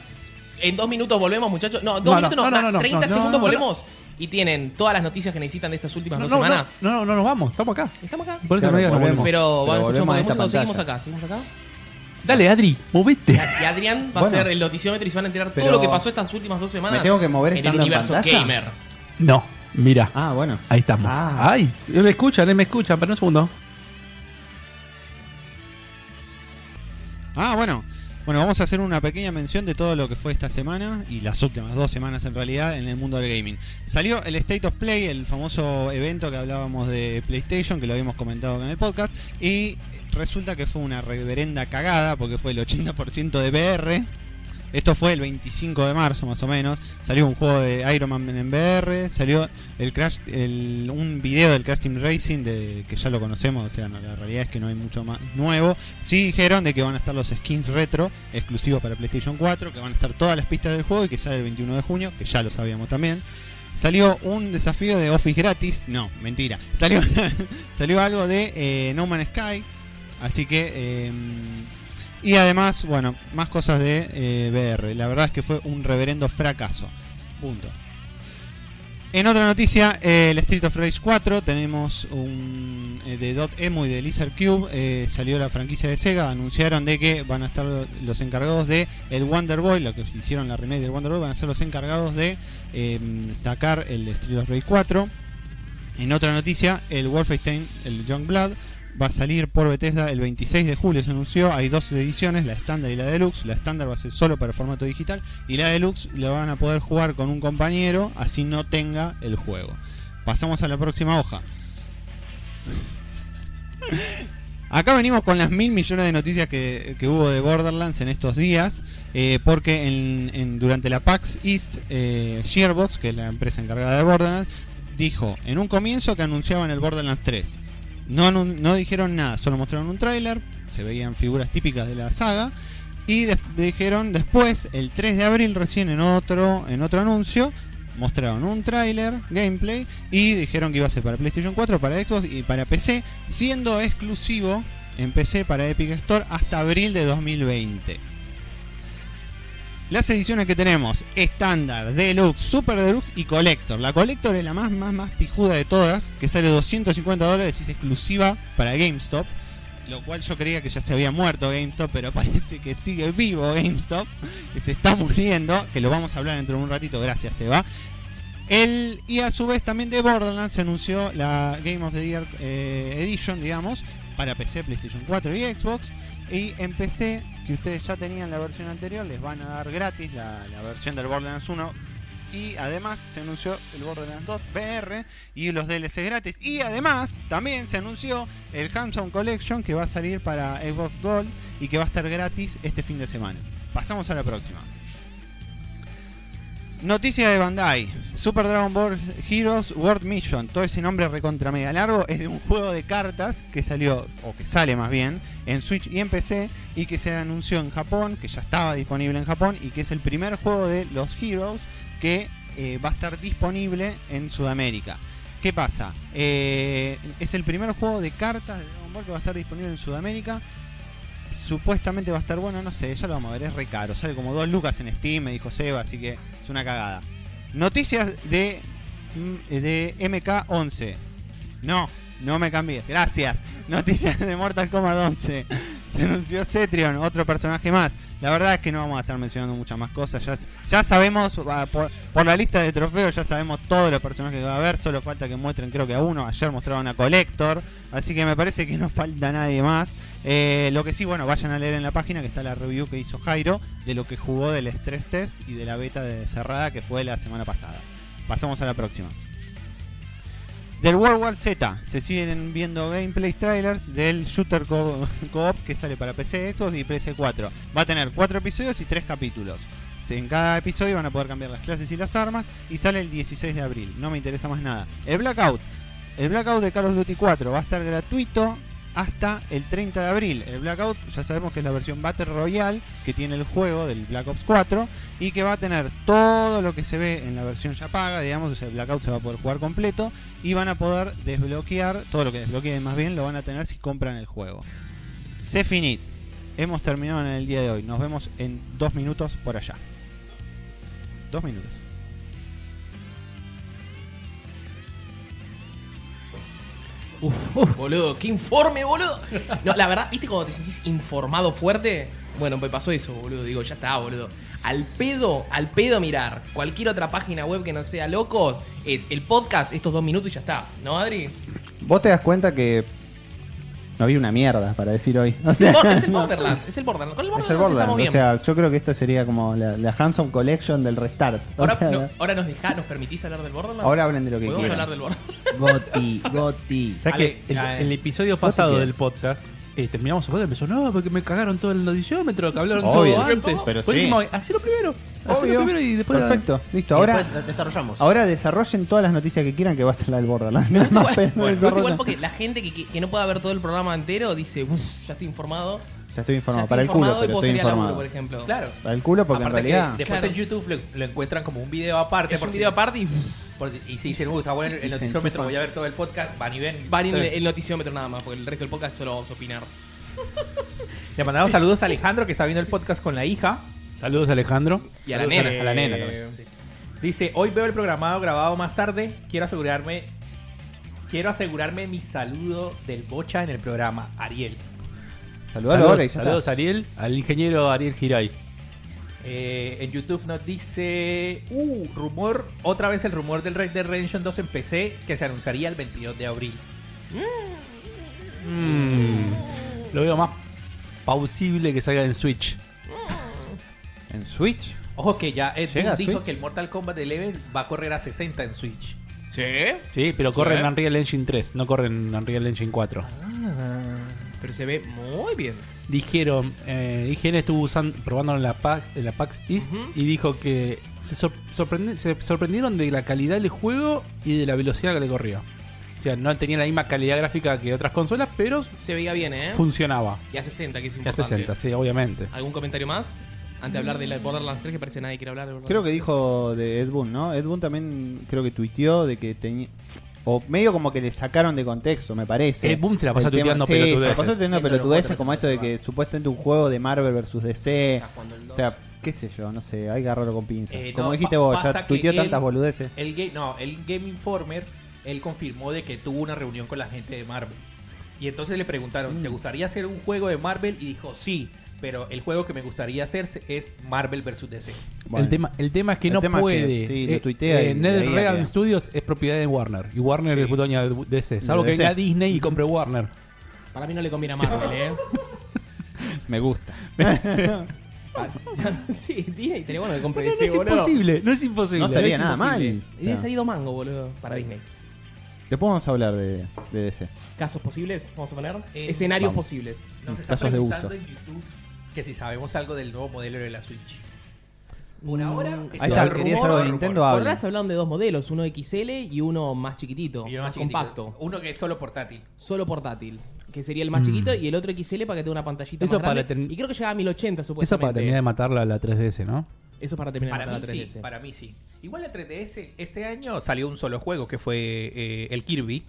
Speaker 2: En dos minutos volvemos, muchachos. No, dos
Speaker 1: No, no,
Speaker 2: minutos no,
Speaker 1: no, no, no, no,
Speaker 2: 30
Speaker 1: no,
Speaker 2: segundos
Speaker 1: no, no.
Speaker 2: volvemos y tienen todas las noticias que necesitan de estas últimas
Speaker 1: No,
Speaker 2: dos
Speaker 1: no, no,
Speaker 2: semanas.
Speaker 1: no, no, no nos vamos, estamos acá.
Speaker 2: Estamos acá.
Speaker 1: Por eso
Speaker 5: Claro,
Speaker 1: me digan, nos
Speaker 5: volvemos.
Speaker 1: volvemos.
Speaker 2: Pero van a
Speaker 5: Pero
Speaker 2: escuchar un poco de
Speaker 5: volvemos a
Speaker 2: música.
Speaker 5: esta
Speaker 2: Seguimos
Speaker 5: pantalla.
Speaker 2: acá, seguimos acá.
Speaker 1: Dale, Adri,
Speaker 2: Y
Speaker 1: movete.
Speaker 2: a- y Adrián va
Speaker 5: Bueno.
Speaker 2: a ser el noticiero y se van a enterar todo
Speaker 5: Pero-
Speaker 2: lo que pasó estas últimas dos semanas.
Speaker 5: ¿Me tengo que mover
Speaker 2: en el
Speaker 5: estando en
Speaker 2: universo
Speaker 5: pantalla?
Speaker 2: gamer.
Speaker 1: No, mira.
Speaker 5: Ah, bueno.
Speaker 1: Ahí estamos.
Speaker 5: Ah.
Speaker 1: Ay, me escuchan, eh, me escuchan, pero un segundo.
Speaker 6: Ah, bueno. Bueno, vamos a hacer una pequeña mención de todo lo que fue esta semana y las últimas dos semanas en realidad en el mundo del gaming. Salió el State of Play, el famoso evento que hablábamos de PlayStation, que lo habíamos comentado acá en el podcast, y resulta que fue una reverenda cagada porque fue el 80% de VR.
Speaker 5: Esto fue el 25 de marzo más o menos. Salió un juego de Iron Man en VR, salió el Crash, el- un video del Crash Team Racing de, que ya lo conocemos, o sea, no, la realidad es que no hay mucho más nuevo. Sí dijeron de que van a estar los skins retro exclusivos para PlayStation 4, que van a estar todas las pistas del juego y que sale el 21 de junio, que ya lo sabíamos también. Salió un desafío de Office gratis. No, mentira. Salió, salió algo de eh, No Man's Sky. Así que. eh, y además, bueno, más cosas de eh, VR. La verdad es que fue un reverendo fracaso. Punto. En otra noticia, eh, el Street of Rage 4, tenemos un eh, de Dot Emo y de Lizard Cube, eh, salió la franquicia de Sega, anunciaron de que van a estar los encargados de el Wonder Boy, lo que hicieron la remake del Wonder Boy, van a ser los encargados de eh, sacar el Street of Rage 4. En otra noticia, el Wolfenstein, el Youngblood, va a salir por Bethesda el 26 de julio, se anunció. Hay dos ediciones, la estándar y la deluxe. La estándar va a ser solo para formato digital y la deluxe la van a poder jugar con un compañero, así no tenga el juego. Pasamos a la próxima hoja. Acá venimos con las mil millones de noticias que, que hubo de Borderlands en estos días, eh, porque en- en- durante la PAX East, eh, Gearbox, que es la empresa encargada de Borderlands, dijo en un comienzo que anunciaban el Borderlands 3. No, anun- no dijeron nada, solo mostraron un tráiler, se veían figuras típicas de la saga, y des- dijeron después, el 3 de abril recién en otro, en otro anuncio, mostraron un tráiler, gameplay, y dijeron que iba a ser para PlayStation 4, para Xbox y para PC, siendo exclusivo en PC para Epic Store hasta abril de 2020. Las ediciones que tenemos, estándar, deluxe, super deluxe y collector. La collector es la más, más, más pijuda de todas, que sale 250 dólares y es exclusiva para GameStop. Lo cual yo creía que ya se había muerto GameStop, pero parece que sigue vivo GameStop. Que se está muriendo, que lo vamos a hablar dentro de un ratito, gracias Eva. El, y a su vez también de Borderlands se anunció la Game of the Year eh, Edition, digamos, para PC, PlayStation 4 y Xbox. Y en PC, si ustedes ya tenían la versión anterior, les van a dar gratis la, la versión del Borderlands 1. Y además se anunció el Borderlands 2 VR y los DLC gratis. Y además también se anunció el Handsome Collection que va a salir para Xbox Gold y que va a estar gratis este fin de semana. Pasamos a la próxima. Noticia de Bandai. Super Dragon Ball Heroes World Mission. Todo ese nombre recontra mega largo es de un juego de cartas que salió, o que sale más bien, en Switch y en PC y que se anunció en Japón, que ya estaba disponible en Japón y que es el primer juego de los Heroes que eh, va a estar disponible en Sudamérica. ¿Qué pasa? Eh, es el primer juego de cartas de Dragon Ball que va a estar disponible en Sudamérica supuestamente va a estar bueno, no sé, ya lo vamos a ver, es re caro. Sale como dos lucas en Steam, me dijo Seba, así que es una cagada. Noticias de, mm, de MK11. No, no me cambié, gracias. Noticias de Mortal Kombat 11. Se anunció Cetrion, otro personaje más. La verdad es que no vamos a estar mencionando muchas más cosas. Ya, s- ya sabemos, ah, por, por la lista de trofeos, ya sabemos todos los personajes que va a haber. Solo falta que muestren, creo que a uno. Ayer mostraron a Collector. Así que me parece que no falta nadie más. Eh, lo que sí, bueno, vayan a leer en la página que está la review que hizo Jairo de lo que jugó del stress test y de la beta de cerrada que fue la semana pasada. Pasamos a la próxima. Del World War Z se siguen viendo gameplay trailers del shooter co- co-op que sale para PC, Xbox y PS4. Va a tener 4 episodios y 3 capítulos. En cada episodio van a poder cambiar las clases y las armas y sale el 16 de abril. No me interesa más nada. El Blackout. El Blackout de Call of Duty 4 va a estar gratuito hasta el 30 de abril. El Blackout ya sabemos que es la versión Battle Royale que tiene el juego del Black Ops 4 y que va a tener todo lo que se ve en la versión ya paga, digamos, o sea, el Blackout se va a poder jugar completo y van a poder desbloquear, todo lo que desbloqueen más bien lo van a tener si compran el juego. Se finit. Hemos terminado en el día de hoy. Nos vemos en dos minutos por allá. Dos minutos.
Speaker 2: Uf, uf, boludo, qué informe, boludo. No, la verdad, ¿viste cuando te sentís informado fuerte? Bueno, me pasó eso, boludo. Digo, ya está, boludo. Al pedo, al pedo mirar cualquier otra página web que no sea locos, es el podcast, estos dos minutos y ya está. ¿No, Adri?
Speaker 7: Vos te das cuenta que no había una mierda para decir hoy. O
Speaker 2: Es el
Speaker 7: sea,
Speaker 2: Bor- es el
Speaker 7: no.
Speaker 2: Borderlands, es el Borderlands. Con el
Speaker 7: Es el
Speaker 2: Borderlands, estamos
Speaker 7: Borderlands.
Speaker 2: bien.
Speaker 7: O sea, yo creo que esto sería como la, la Handsome Collection del Restart. O
Speaker 2: ahora,
Speaker 7: sea,
Speaker 2: no, ahora nos deja, nos permitís hablar del Borderlands.
Speaker 7: ahora hablen de lo que
Speaker 2: Podemos
Speaker 7: quieran.
Speaker 2: hablar del Borderlands.
Speaker 3: Goti, Goti.
Speaker 1: O sea que
Speaker 4: Ale,
Speaker 1: el,
Speaker 4: ya, eh.
Speaker 1: el episodio pasado
Speaker 7: quieres?
Speaker 1: del podcast eh, terminamos el podcast, empezó, no, porque me cagaron todo el noticiómetro, que hablaron
Speaker 5: Obvio,
Speaker 1: todo antes.
Speaker 5: pero
Speaker 1: Por
Speaker 5: sí.
Speaker 1: eso dijimos, hacelo primero, hacelo
Speaker 5: Obvio.
Speaker 1: primero y después...
Speaker 5: Perfecto, listo. Ahora,
Speaker 3: Después desarrollamos.
Speaker 5: ahora desarrollen todas las noticias que quieran que va a ser la del Borderlands. Me da más pena
Speaker 2: Bueno, igual-
Speaker 5: del
Speaker 2: igual
Speaker 5: Borderlands.
Speaker 2: porque la gente que, que- que no pueda ver todo el programa entero dice, "Uf, ya estoy informado.
Speaker 5: Ya estoy
Speaker 2: Ya
Speaker 5: informado,
Speaker 2: estoy
Speaker 5: para el culo,
Speaker 2: informado y
Speaker 5: pero
Speaker 2: puedo
Speaker 5: estoy
Speaker 2: seguir al laburo,
Speaker 5: informado.
Speaker 2: por ejemplo.
Speaker 4: Claro.
Speaker 5: Para el culo porque
Speaker 4: Aparte
Speaker 5: en
Speaker 4: que
Speaker 5: realidad...
Speaker 4: después
Speaker 2: Claro.
Speaker 4: en YouTube lo, lo encuentran como un video aparte.
Speaker 2: Es
Speaker 4: por
Speaker 2: un
Speaker 4: si-
Speaker 2: video aparte y uf,
Speaker 4: por si- y si dicen, uh, está bueno el noticiómetro, voy a ver todo el podcast, van y ven.
Speaker 2: van en el,
Speaker 4: Entonces,
Speaker 2: el noticiómetro nada más, porque el resto del podcast solo vamos a opinar.
Speaker 4: Le mandamos saludos a Alejandro que está viendo el podcast con la hija.
Speaker 1: Saludos Alejandro.
Speaker 2: Y a la
Speaker 1: Saludos
Speaker 2: nena.
Speaker 1: A la nena
Speaker 4: Eh,
Speaker 1: también.
Speaker 4: Dice, hoy veo el programado grabado más tarde. Quiero asegurarme. Quiero asegurarme mi saludo del bocha en el programa, Ariel.
Speaker 5: Saludalo ahora y
Speaker 1: Saludos,
Speaker 5: ya
Speaker 1: saludos a Ariel, al ingeniero Ariel Giray.
Speaker 4: Eh, en YouTube nos dice, uh, rumor, otra vez el rumor del Red Dead Redemption 2 en PC que se anunciaría el 22 de abril.
Speaker 1: Mm, lo veo más pausible que salga en Switch.
Speaker 5: está. ¿En Switch?
Speaker 4: Ojo que ya Ed
Speaker 5: ¿Llega
Speaker 4: Boon
Speaker 5: a
Speaker 4: dijo
Speaker 5: Switch?
Speaker 4: que el Mortal Kombat 11 va a correr a 60 en Switch.
Speaker 2: ¿Sí?
Speaker 1: Sí, pero corre
Speaker 2: Sí. ¿eh?
Speaker 1: en Unreal Engine 3, no corre en Unreal Engine 4.
Speaker 2: Pero se ve muy bien.
Speaker 1: Dijeron, eh, IGN estuvo usando, probando en la, PA- en la PAX East
Speaker 2: Ujú.
Speaker 1: y dijo que se, sor- sorprende- se sorprendieron de la calidad del juego y de la velocidad que le corría. O sea, no tenía la misma calidad gráfica que otras consolas, pero
Speaker 2: Se veía bien, ¿eh?
Speaker 1: funcionaba.
Speaker 2: Y a 60, que es
Speaker 1: Ya
Speaker 2: importante. Ah,
Speaker 1: 60, sí, obviamente.
Speaker 2: ¿Algún comentario más? Antes de hablar de la Borderlands 3, que parece que nadie quiere hablar de
Speaker 5: Creo
Speaker 2: Borderlands.
Speaker 5: que dijo de Ed Boon, ¿no? Ed Boon también creo que tuiteó de que tenía... O medio como que le sacaron de contexto, me parece.
Speaker 1: Ed Boon se la pasa
Speaker 5: El tema-
Speaker 1: tuiteando
Speaker 5: sí,
Speaker 1: pelotudeces.
Speaker 5: Se la pasa tuiteando
Speaker 3: Dentro de los
Speaker 5: pelotudeces
Speaker 3: cuatro
Speaker 5: como
Speaker 3: se
Speaker 5: esto de que supuestamente un juego de Marvel versus DC.
Speaker 3: Ah, cuando el
Speaker 5: O
Speaker 3: dos-
Speaker 5: sea, qué sé yo, no sé, hay que agarrarlo con pinzas.
Speaker 4: Eh,
Speaker 5: como
Speaker 4: no,
Speaker 5: dijiste
Speaker 4: pa-
Speaker 5: vos,
Speaker 4: pasa
Speaker 5: ya
Speaker 4: que
Speaker 5: tuiteó
Speaker 4: él-
Speaker 5: tantas boludeces.
Speaker 4: El game, no, el Game Informer, él confirmó de que tuvo una reunión con la gente de Marvel. Y entonces le preguntaron,
Speaker 5: Mm.
Speaker 4: ¿te gustaría hacer un juego de Marvel? Y dijo, sí, pero el juego que me gustaría hacer es Marvel vs. DC.
Speaker 5: Bueno.
Speaker 1: El, tema, el tema es que
Speaker 5: El
Speaker 1: no
Speaker 5: tema es que,
Speaker 1: puede. eh,
Speaker 5: sí, lo tuitea y de ahí ya
Speaker 1: NetherRealm
Speaker 5: queda.
Speaker 1: Studios es propiedad de Warner. Y Warner
Speaker 4: Sí.
Speaker 1: es dueña de DC.
Speaker 5: De
Speaker 1: Salvo que
Speaker 5: DC.
Speaker 1: venga Disney y compre Warner.
Speaker 2: Para mí no le conviene a Marvel, ¿eh?
Speaker 5: Me gusta.
Speaker 2: O sea, sí, Disney estaría bueno que compre
Speaker 1: No, no
Speaker 2: DC,
Speaker 1: es
Speaker 2: boludo.
Speaker 1: imposible, no es imposible.
Speaker 5: No estaría
Speaker 1: Es
Speaker 5: nada mal.
Speaker 1: imposible.
Speaker 5: O
Speaker 2: Y hubiera
Speaker 5: sea,
Speaker 2: salido mango, boludo, para Disney.
Speaker 5: Después vamos a hablar de, de DC.
Speaker 2: Casos posibles, vamos a poner.
Speaker 4: Eh,
Speaker 2: Escenarios
Speaker 5: vamos.
Speaker 2: posibles.
Speaker 4: Nos está
Speaker 5: Mm, Casos de
Speaker 4: preguntando
Speaker 5: uso.
Speaker 4: en YouTube que si sabemos algo del nuevo modelo de la Switch.
Speaker 2: Por ahora,
Speaker 5: Ahí está,
Speaker 4: el
Speaker 5: querías
Speaker 4: rumor,
Speaker 5: algo de
Speaker 4: el rumor.
Speaker 5: Nintendo,
Speaker 2: Por
Speaker 5: habla.
Speaker 2: ahora se hablaron de dos modelos, uno XL y uno más chiquitito,
Speaker 4: Y uno
Speaker 2: más,
Speaker 4: más chiquitico.
Speaker 2: compacto,
Speaker 4: Uno que es solo portátil.
Speaker 2: solo portátil, que sería el más chiquito, y el otro XL para que tenga una pantallita
Speaker 1: Mm. Eso
Speaker 2: más grande.
Speaker 1: para ten-
Speaker 2: Y creo que llegaba a 1080
Speaker 1: Eso
Speaker 2: supuestamente.
Speaker 1: para terminar de matarla a la 3DS, ¿no?
Speaker 2: Eso para terminar
Speaker 4: Para
Speaker 2: la
Speaker 4: mí, sí,
Speaker 2: 3DS.
Speaker 4: para mí sí. Igual la 3DS, este año salió un solo juego que fue eh, el Kirby.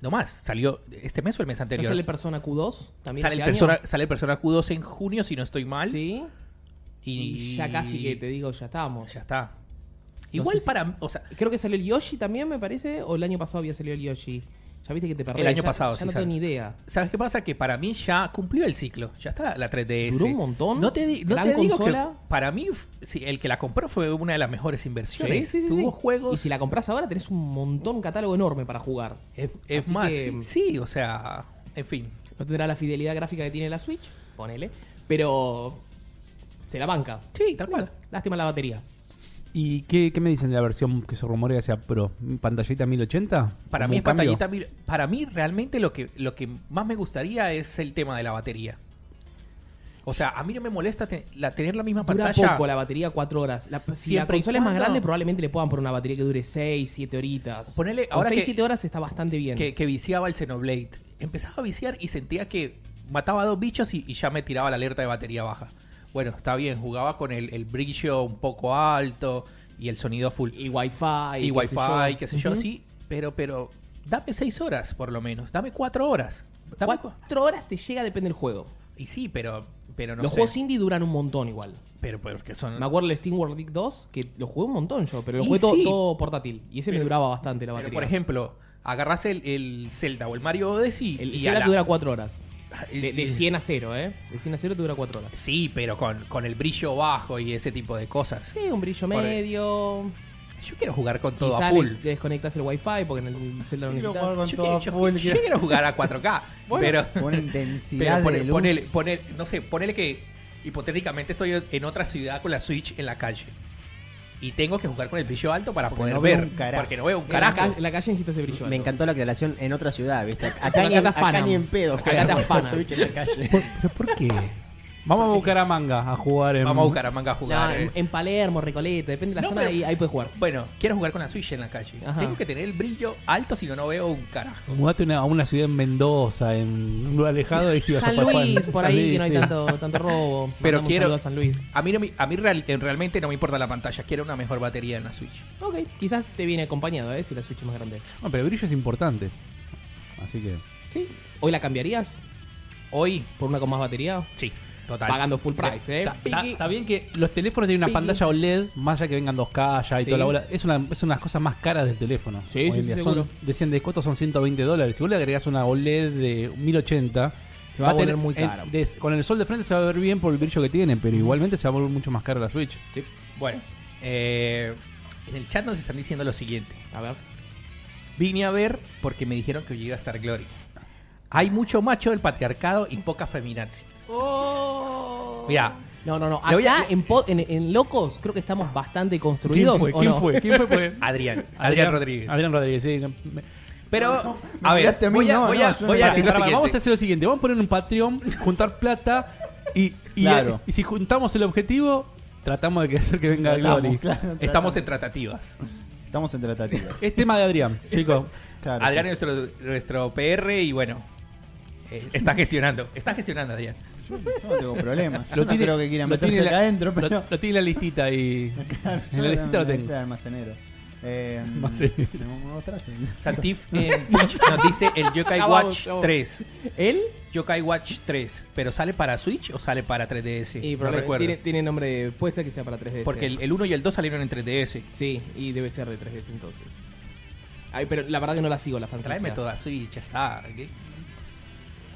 Speaker 4: No más, salió este mes o el mes
Speaker 2: ¿No
Speaker 4: anterior.
Speaker 2: sale Persona Q2? ¿También
Speaker 4: Sale el,
Speaker 2: este
Speaker 4: persona,
Speaker 2: año?
Speaker 4: sale el Persona Q2 en junio, si no estoy mal.
Speaker 2: Sí.
Speaker 4: Y,
Speaker 2: Y ya casi que te digo, ya estamos.
Speaker 4: Ya está. Igual
Speaker 2: sé si-
Speaker 4: para. O sea,
Speaker 2: Creo que salió el Yoshi también, me parece, o el año pasado había salido el Yoshi. Ya viste que te perdí.
Speaker 4: El
Speaker 2: ya-
Speaker 4: año pasado,
Speaker 2: ya
Speaker 4: sí
Speaker 2: no
Speaker 4: sale.
Speaker 2: tengo ni idea.
Speaker 4: ¿sabes qué pasa? Que para mí ya cumplió el ciclo. Ya está la 3DS.
Speaker 2: Duró un montón.
Speaker 4: No te, di- no
Speaker 2: Gran
Speaker 4: te digo
Speaker 2: consola.
Speaker 4: que. Para mí, f- sí, el que la compró fue una de las mejores inversiones.
Speaker 2: Sí, sí, sí,
Speaker 4: Tuvo
Speaker 2: sí.
Speaker 4: juegos.
Speaker 2: Y si la compras ahora tenés un montón catálogo enorme para jugar.
Speaker 4: Es, es
Speaker 2: Así
Speaker 4: más,
Speaker 2: que-
Speaker 4: sí, sí, o sea. En fin.
Speaker 2: No tendrá la fidelidad gráfica que tiene la Switch, ponele, pero se la banca.
Speaker 4: Sí, tal cual.
Speaker 2: Lástima la batería.
Speaker 1: ¿Y qué, qué me dicen de la versión que se rumorea que sea Pro? ¿Pantallita 1080?
Speaker 4: Para
Speaker 1: ¿Como
Speaker 4: mí
Speaker 1: un
Speaker 4: es
Speaker 1: cambio?
Speaker 4: pantallita. mil- Para mí, realmente lo que, lo que más me gustaría es el tema de la batería. O sea, a mí no me molesta te- la, tener la misma
Speaker 2: Dura
Speaker 4: pantalla.
Speaker 2: poco la batería, 4 horas. La- si la
Speaker 4: Siempre y
Speaker 2: consola es más
Speaker 4: cuando-
Speaker 2: grande, probablemente le puedan poner una batería que dure 6, 7 horitas.
Speaker 4: Ponele,
Speaker 2: Con
Speaker 4: ahora
Speaker 2: 6,
Speaker 4: que-
Speaker 2: 7 horas está bastante bien.
Speaker 4: que, que viciaba el Xenoblade. Empezaba a viciar y sentía que mataba a dos bichos y, y ya me tiraba la alerta de batería baja. Bueno, está bien, jugaba con el, el brillo un poco alto y el sonido full.
Speaker 2: Y Wi-Fi.
Speaker 4: Y,
Speaker 2: qué sé
Speaker 4: wifi,
Speaker 2: yo.
Speaker 4: qué sé yo,
Speaker 2: Ujú.
Speaker 4: sí. Pero, pero, dame seis horas por lo menos. Dame cuatro horas. Dame
Speaker 2: Cuatro
Speaker 4: cua-
Speaker 2: horas te llega, depende del juego.
Speaker 4: Y sí, pero, pero no
Speaker 2: los
Speaker 4: sé.
Speaker 2: juegos indie duran un montón igual.
Speaker 4: Pero, pero que son...
Speaker 2: Me acuerdo del Steam World League 2, que lo jugué un montón yo, pero lo
Speaker 4: Y
Speaker 2: jugué todo,
Speaker 4: sí.
Speaker 2: todo portátil. Y ese me
Speaker 4: Pero-
Speaker 2: duraba bastante la
Speaker 4: pero,
Speaker 2: batería.
Speaker 4: por ejemplo, agarras el, el Zelda o el Mario Odyssey
Speaker 2: el
Speaker 4: y
Speaker 2: Zelda
Speaker 4: a la-
Speaker 2: te dura 4 horas.
Speaker 4: y-
Speaker 2: De, de
Speaker 4: y-
Speaker 2: 100 a 0, ¿eh? De 100 a 0 te dura 4 horas.
Speaker 4: Sí, pero con, con el brillo bajo y ese tipo de cosas.
Speaker 2: Sí, un brillo
Speaker 4: Por-
Speaker 2: medio.
Speaker 4: Yo quiero jugar con todo
Speaker 2: quizá
Speaker 4: a full.
Speaker 2: le- le desconectas el wifi porque en el celular no necesitas.
Speaker 5: Quiero jugar
Speaker 4: Yo,
Speaker 5: Con todo
Speaker 4: yo-
Speaker 5: a full,
Speaker 4: yo
Speaker 5: quiero-
Speaker 4: quiero jugar a 4K,
Speaker 2: Bueno.
Speaker 4: pero,
Speaker 5: Con
Speaker 4: pero
Speaker 5: intensidad
Speaker 4: pone-
Speaker 5: de luz.
Speaker 4: ponele, ponele- no sé, ponele que hipotéticamente estoy en otra ciudad con la Switch en la calle y tengo que jugar con el brillo alto para
Speaker 5: Porque
Speaker 4: poder
Speaker 5: no veo
Speaker 4: ver.
Speaker 5: un carajo.
Speaker 4: Porque no veo un
Speaker 2: En la,
Speaker 4: carajo.
Speaker 2: ca- en la calle necesita ese brillo.
Speaker 3: Me encantó la aclaración en otra ciudad, ¿viste? Acá,
Speaker 2: Acá
Speaker 3: ni,
Speaker 2: te
Speaker 3: acá
Speaker 2: afanan.
Speaker 3: ni en pedo.
Speaker 2: Acá
Speaker 3: juegan
Speaker 2: te
Speaker 3: con
Speaker 2: afanan.
Speaker 3: Switch en la calle.
Speaker 1: ¿Por, pero por qué? Vamos a buscar a manga a jugar en.
Speaker 4: Vamos a buscar a manga a
Speaker 2: No,
Speaker 4: jugar. eh.
Speaker 2: en, en Palermo, Recoleta, depende de la
Speaker 4: No,
Speaker 2: zona,
Speaker 4: pero-
Speaker 2: ahí, ahí puedes jugar.
Speaker 4: Bueno, quiero jugar con la Switch en la calle.
Speaker 2: Ajá.
Speaker 4: Tengo que tener el brillo alto si no, no veo un carajo.
Speaker 1: Mudate una- a una ciudad en Mendoza, en un lugar alejado. Y si vas
Speaker 2: San
Speaker 1: a Pascual.
Speaker 2: Luis, por ahí
Speaker 1: San Luis,
Speaker 2: que no hay
Speaker 1: sí.
Speaker 2: tanto, tanto robo.
Speaker 4: Pero
Speaker 2: Mandamos un
Speaker 4: quiero-
Speaker 2: saludo a San Luis.
Speaker 4: A mí, no me- a mí real- eh, realmente no me importa la pantalla. Quiero una mejor batería en la Switch.
Speaker 2: Ok, quizás te viene acompañado, ¿eh? Si la Switch es más grande.
Speaker 1: No, pero brillo es importante. Así que.
Speaker 2: Sí. ¿Hoy la cambiarías
Speaker 4: Hoy,
Speaker 2: por una con más batería?
Speaker 4: sí, total.
Speaker 2: Pagando full price, ¿eh?
Speaker 1: Está, está- está bien que los teléfonos tienen una pantalla OLED, más allá que vengan 2K ya y
Speaker 2: Sí.
Speaker 1: toda la bola. Es una, es una de las cosas más caras del teléfono.
Speaker 2: Sí,
Speaker 1: hoy en
Speaker 2: sí, sí,
Speaker 1: día.
Speaker 2: seguro.
Speaker 1: Son, decían de costo son 120 dólares. Si vos le agregás una OLED de 1080,
Speaker 2: Se va a
Speaker 1: tener-
Speaker 2: volver muy
Speaker 1: en-
Speaker 2: caro.
Speaker 1: des- con el sol de frente se va a ver bien por el brillo que tiene, pero igualmente se va a volver mucho más cara la Switch.
Speaker 4: Bueno, eh, en el chat nos están diciendo lo siguiente.
Speaker 2: A ver.
Speaker 4: Vine a ver porque me dijeron que hoy iba a estar Glory. Hay mucho macho del patriarcado y poca feminazi. Mira,
Speaker 2: No, no, no.
Speaker 4: Le
Speaker 2: Acá
Speaker 4: voy a-
Speaker 2: en, po- en, en Locos creo que estamos bastante construidos. ¿o no?
Speaker 1: ¿Quién fue? Fue
Speaker 4: Adrián, Adrián
Speaker 1: Adrián
Speaker 4: Rodríguez.
Speaker 1: Adrián Rodríguez, sí. no, me-
Speaker 4: Pero, a ver,
Speaker 5: miraste a mí,
Speaker 4: voy a,
Speaker 5: no,
Speaker 4: voy
Speaker 5: no,
Speaker 4: a-
Speaker 5: yo no
Speaker 4: voy a
Speaker 5: me-
Speaker 4: decir lo
Speaker 1: Pará, pará,
Speaker 4: siguiente.
Speaker 1: vamos a hacer lo siguiente, vamos a poner un Patreon, juntar plata y, y,
Speaker 5: Claro.
Speaker 1: y si juntamos el objetivo, tratamos de que, hacer que venga Glory.
Speaker 5: Tratamos, claro,
Speaker 4: Estamos en tratativas.
Speaker 5: Estamos en tratativa.
Speaker 1: Es tema de Adrián, chicos.
Speaker 5: Claro.
Speaker 4: Adrián es nuestro, nuestro PR y bueno, eh, está gestionando. Está gestionando, Adrián.
Speaker 5: Yo no tengo problema. Yo
Speaker 1: Lo
Speaker 5: no
Speaker 1: tiene-
Speaker 5: creo que quieran
Speaker 1: lo
Speaker 5: meterse
Speaker 1: tiene
Speaker 5: acá
Speaker 1: la-
Speaker 5: adentro,
Speaker 1: lo-
Speaker 5: pero.
Speaker 1: Lo, tiene en la listita y...
Speaker 5: Claro,
Speaker 1: en
Speaker 5: yo
Speaker 1: la listita lo
Speaker 5: una
Speaker 1: tengo.
Speaker 5: lista de almacenero. Eh,
Speaker 1: Almacenero.
Speaker 5: ¿me mostrás?
Speaker 4: Santif en Twitch nos dice el Yokai
Speaker 2: Ya vamos,
Speaker 4: Watch
Speaker 2: ya vamos.
Speaker 4: 3.
Speaker 2: ¿Él?
Speaker 4: Yokai Watch 3. ¿Pero sale para Switch o sale para 3DS?
Speaker 2: Y
Speaker 4: no
Speaker 2: probable-
Speaker 4: recuerdo.
Speaker 2: tiene, tiene nombre de- Puede ser que sea para 3DS.
Speaker 4: Porque el, el 1 y el 2 salieron en 3DS.
Speaker 2: Sí, y debe ser de 3DS entonces. Ay, pero la verdad que no la sigo la fantasía.
Speaker 4: Tráeme todo a Switch, ya está. ¿ok?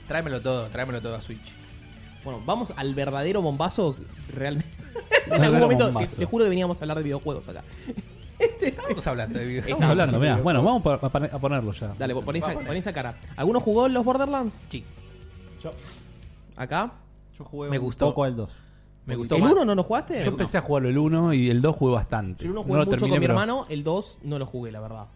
Speaker 4: Tráemelo todo, tráemelo todo a Switch.
Speaker 2: Bueno, vamos al verdadero bombazo realmente. en algún
Speaker 1: Verdadero
Speaker 2: momento, te,
Speaker 1: bombazo.
Speaker 2: te juro que veníamos a hablar de videojuegos acá.
Speaker 4: Estamos hablando de videojuegos.
Speaker 1: Estamos hablando, mirá. Bueno, vamos pa- pa- a ponerlo ya.
Speaker 2: Dale, pon esa,
Speaker 4: Vamos.
Speaker 2: pon esa cara. ¿Alguno jugó los Borderlands?
Speaker 4: Sí.
Speaker 2: ¿Acá?
Speaker 5: Yo jugué
Speaker 4: Me
Speaker 5: un
Speaker 4: gustó.
Speaker 5: poco al 2.
Speaker 4: Me gustó
Speaker 2: ¿El
Speaker 4: más.
Speaker 2: 1 no lo jugaste?
Speaker 1: Yo empecé a jugarlo el 1 y el 2 jugué bastante.
Speaker 2: El 1
Speaker 1: No
Speaker 2: jugué
Speaker 1: lo
Speaker 2: mucho
Speaker 1: terminé,
Speaker 2: con mi
Speaker 1: pero-
Speaker 2: hermano, el 2 no lo jugué, la verdad.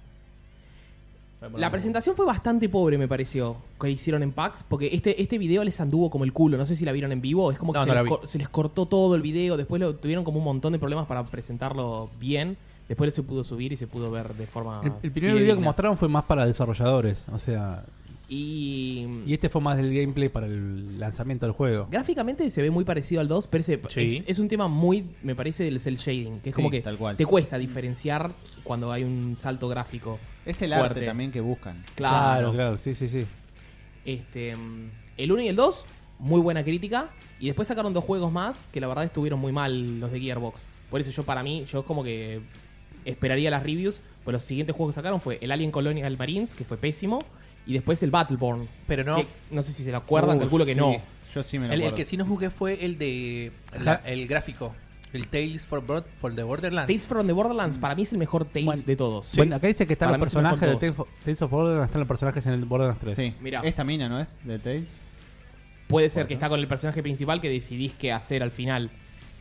Speaker 2: La presentación fue bastante pobre, me pareció, que hicieron en PAX, porque este, este video les anduvo como el culo, no sé si la vieron en vivo, es como que
Speaker 4: No,
Speaker 2: se,
Speaker 4: no la
Speaker 2: les
Speaker 4: vi.
Speaker 2: cor- se les cortó todo el video, después lo, tuvieron como un montón de problemas para presentarlo bien, después se pudo subir y se pudo ver de forma...
Speaker 1: El, el primer
Speaker 2: fidedigna.
Speaker 1: video que mostraron fue más para desarrolladores, o sea...
Speaker 2: Y... mm,
Speaker 1: Y este fue más del gameplay para el lanzamiento del juego.
Speaker 2: Gráficamente se ve muy parecido al 2, pero ese-
Speaker 4: Sí.
Speaker 2: es, es un tema muy, me parece, del cel shading, que es
Speaker 5: Sí,
Speaker 2: como que
Speaker 5: tal cual.
Speaker 2: te cuesta diferenciar cuando hay un salto gráfico.
Speaker 5: Es el
Speaker 2: fuerte.
Speaker 5: arte también que buscan.
Speaker 1: Claro, claro, sí, sí, sí.
Speaker 2: Este, mm, el 1 y el 2, muy buena crítica. Y después sacaron dos juegos más que la verdad estuvieron muy mal los de Gearbox. Por eso yo para mí, yo como que esperaría las reviews. Pues los siguientes juegos que sacaron fue el Alien Colonial Marines, que fue pésimo. Y después el Battleborn.
Speaker 4: Pero no.
Speaker 2: que no sé si se lo acuerdan,
Speaker 5: Uh,
Speaker 2: calculo que
Speaker 5: sí,
Speaker 2: no.
Speaker 5: Yo sí me lo
Speaker 4: El, el
Speaker 5: acuerdo.
Speaker 4: que sí no jugué fue el de. la- el gráfico. El Tales for, Broad- for the Borderlands.
Speaker 2: Tales from the Borderlands para mí es el mejor Tales
Speaker 1: Bueno.
Speaker 2: de todos.
Speaker 1: Bueno, acá dice que están
Speaker 2: Para
Speaker 1: los
Speaker 2: mí se me
Speaker 1: personajes de
Speaker 2: fue en
Speaker 1: Tales of- Tales of Borderlands, están los personajes en el Borderlands 3.
Speaker 5: Sí.
Speaker 2: Mirá.
Speaker 5: Esta mina, ¿no es? De Tails.
Speaker 2: Puede ser que está con el personaje principal que decidís qué hacer al final.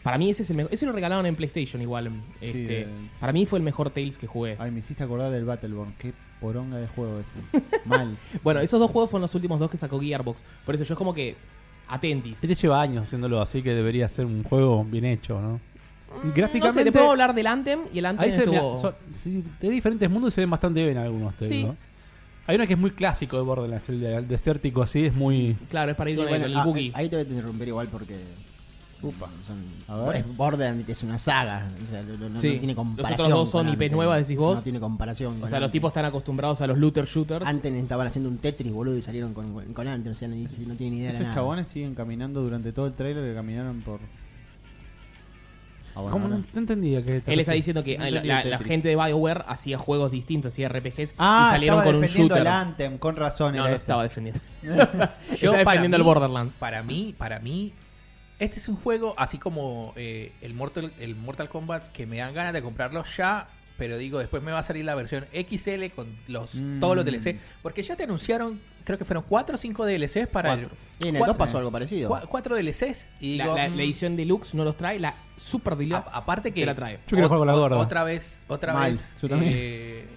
Speaker 2: Para mí ese es el mejor. Ese lo regalaron en PlayStation igual. Este,
Speaker 5: de-
Speaker 2: Para mí fue el mejor Tales que jugué.
Speaker 5: Ay, me hiciste acordar del Battleborn. Qué poronga de juego ese. Mal.
Speaker 2: Bueno, esos dos juegos fueron los últimos dos que sacó Gearbox. Por eso yo es como que atentis.
Speaker 1: Se le lleva años haciéndolo, así que debería ser un juego bien hecho, ¿no?
Speaker 2: Mm, No sé,
Speaker 1: Gráficamente,
Speaker 2: te puedo hablar del Anthem y el Anthem
Speaker 1: ahí se
Speaker 2: estuvo...
Speaker 1: mirá, son- sí, de diferentes mundos se ven bastante bien algunos, te
Speaker 2: Sí.
Speaker 1: digo. Hay uno que es muy clásico de Borderlands, el, de- el desértico así, es muy...
Speaker 2: Claro, es para ir
Speaker 3: Sí,
Speaker 2: con
Speaker 3: bueno,
Speaker 2: el,
Speaker 3: ah,
Speaker 2: el boogie.
Speaker 3: ahí te voy a interrumpir igual porque. Son,
Speaker 5: A ver.
Speaker 3: es Borderlands es una saga. o sea, no, no- no
Speaker 2: Sí.
Speaker 3: tiene
Speaker 2: Los otros
Speaker 3: comparación.
Speaker 2: dos son
Speaker 3: con
Speaker 2: IPs
Speaker 3: Anthem.
Speaker 2: nuevas, decís vos.
Speaker 3: No tiene comparación.
Speaker 2: o
Speaker 3: con
Speaker 2: sea, los
Speaker 3: Anthem.
Speaker 2: tipos están acostumbrados a los looter shooters.
Speaker 3: Antes estaban haciendo un Tetris, boludo, y salieron con, con Anthem. O sea, no, no tienen ni idea de
Speaker 5: Esos
Speaker 3: nada.
Speaker 5: chabones siguen caminando durante todo el trailer que caminaron por. Ah, bueno,
Speaker 1: ¿Cómo?
Speaker 5: ahora.
Speaker 1: No, no entendía que...
Speaker 2: Él está diciendo que ah, la, la- la gente de BioWare hacía juegos distintos, hacía RPGs
Speaker 5: Ah,
Speaker 2: y salieron
Speaker 5: estaba
Speaker 2: con un
Speaker 5: defendiendo
Speaker 2: shooter.
Speaker 5: el Anthem, con razón.
Speaker 2: No,
Speaker 5: era
Speaker 2: no
Speaker 5: ese.
Speaker 2: estaba defendiendo.
Speaker 4: Yo,
Speaker 2: estaba defendiendo el
Speaker 4: mí-
Speaker 2: Borderlands.
Speaker 4: Para mí, para mí, este es un juego así como eh, el, Mortal, el Mortal Kombat que me dan ganas de comprarlo ya pero digo, después me va a salir la versión XL con los todos los DLC. Porque ya te anunciaron, creo que fueron 4 o 5 DLCs para
Speaker 2: Cuatro.
Speaker 4: el.
Speaker 3: Y en el
Speaker 4: cuatro-
Speaker 3: 2 pasó algo parecido.
Speaker 4: cua- Cuatro DLCs y
Speaker 2: La,
Speaker 4: digo,
Speaker 2: la-
Speaker 4: mm,
Speaker 2: la edición deluxe no los trae, la super
Speaker 4: a-
Speaker 2: deluxe.
Speaker 4: aparte que
Speaker 2: te la trae.
Speaker 1: Yo quiero
Speaker 4: o-
Speaker 1: jugar con la
Speaker 4: o-
Speaker 1: gorda.
Speaker 4: Otra vez, otra
Speaker 5: Mal,
Speaker 4: vez.
Speaker 5: yo también.
Speaker 4: eh,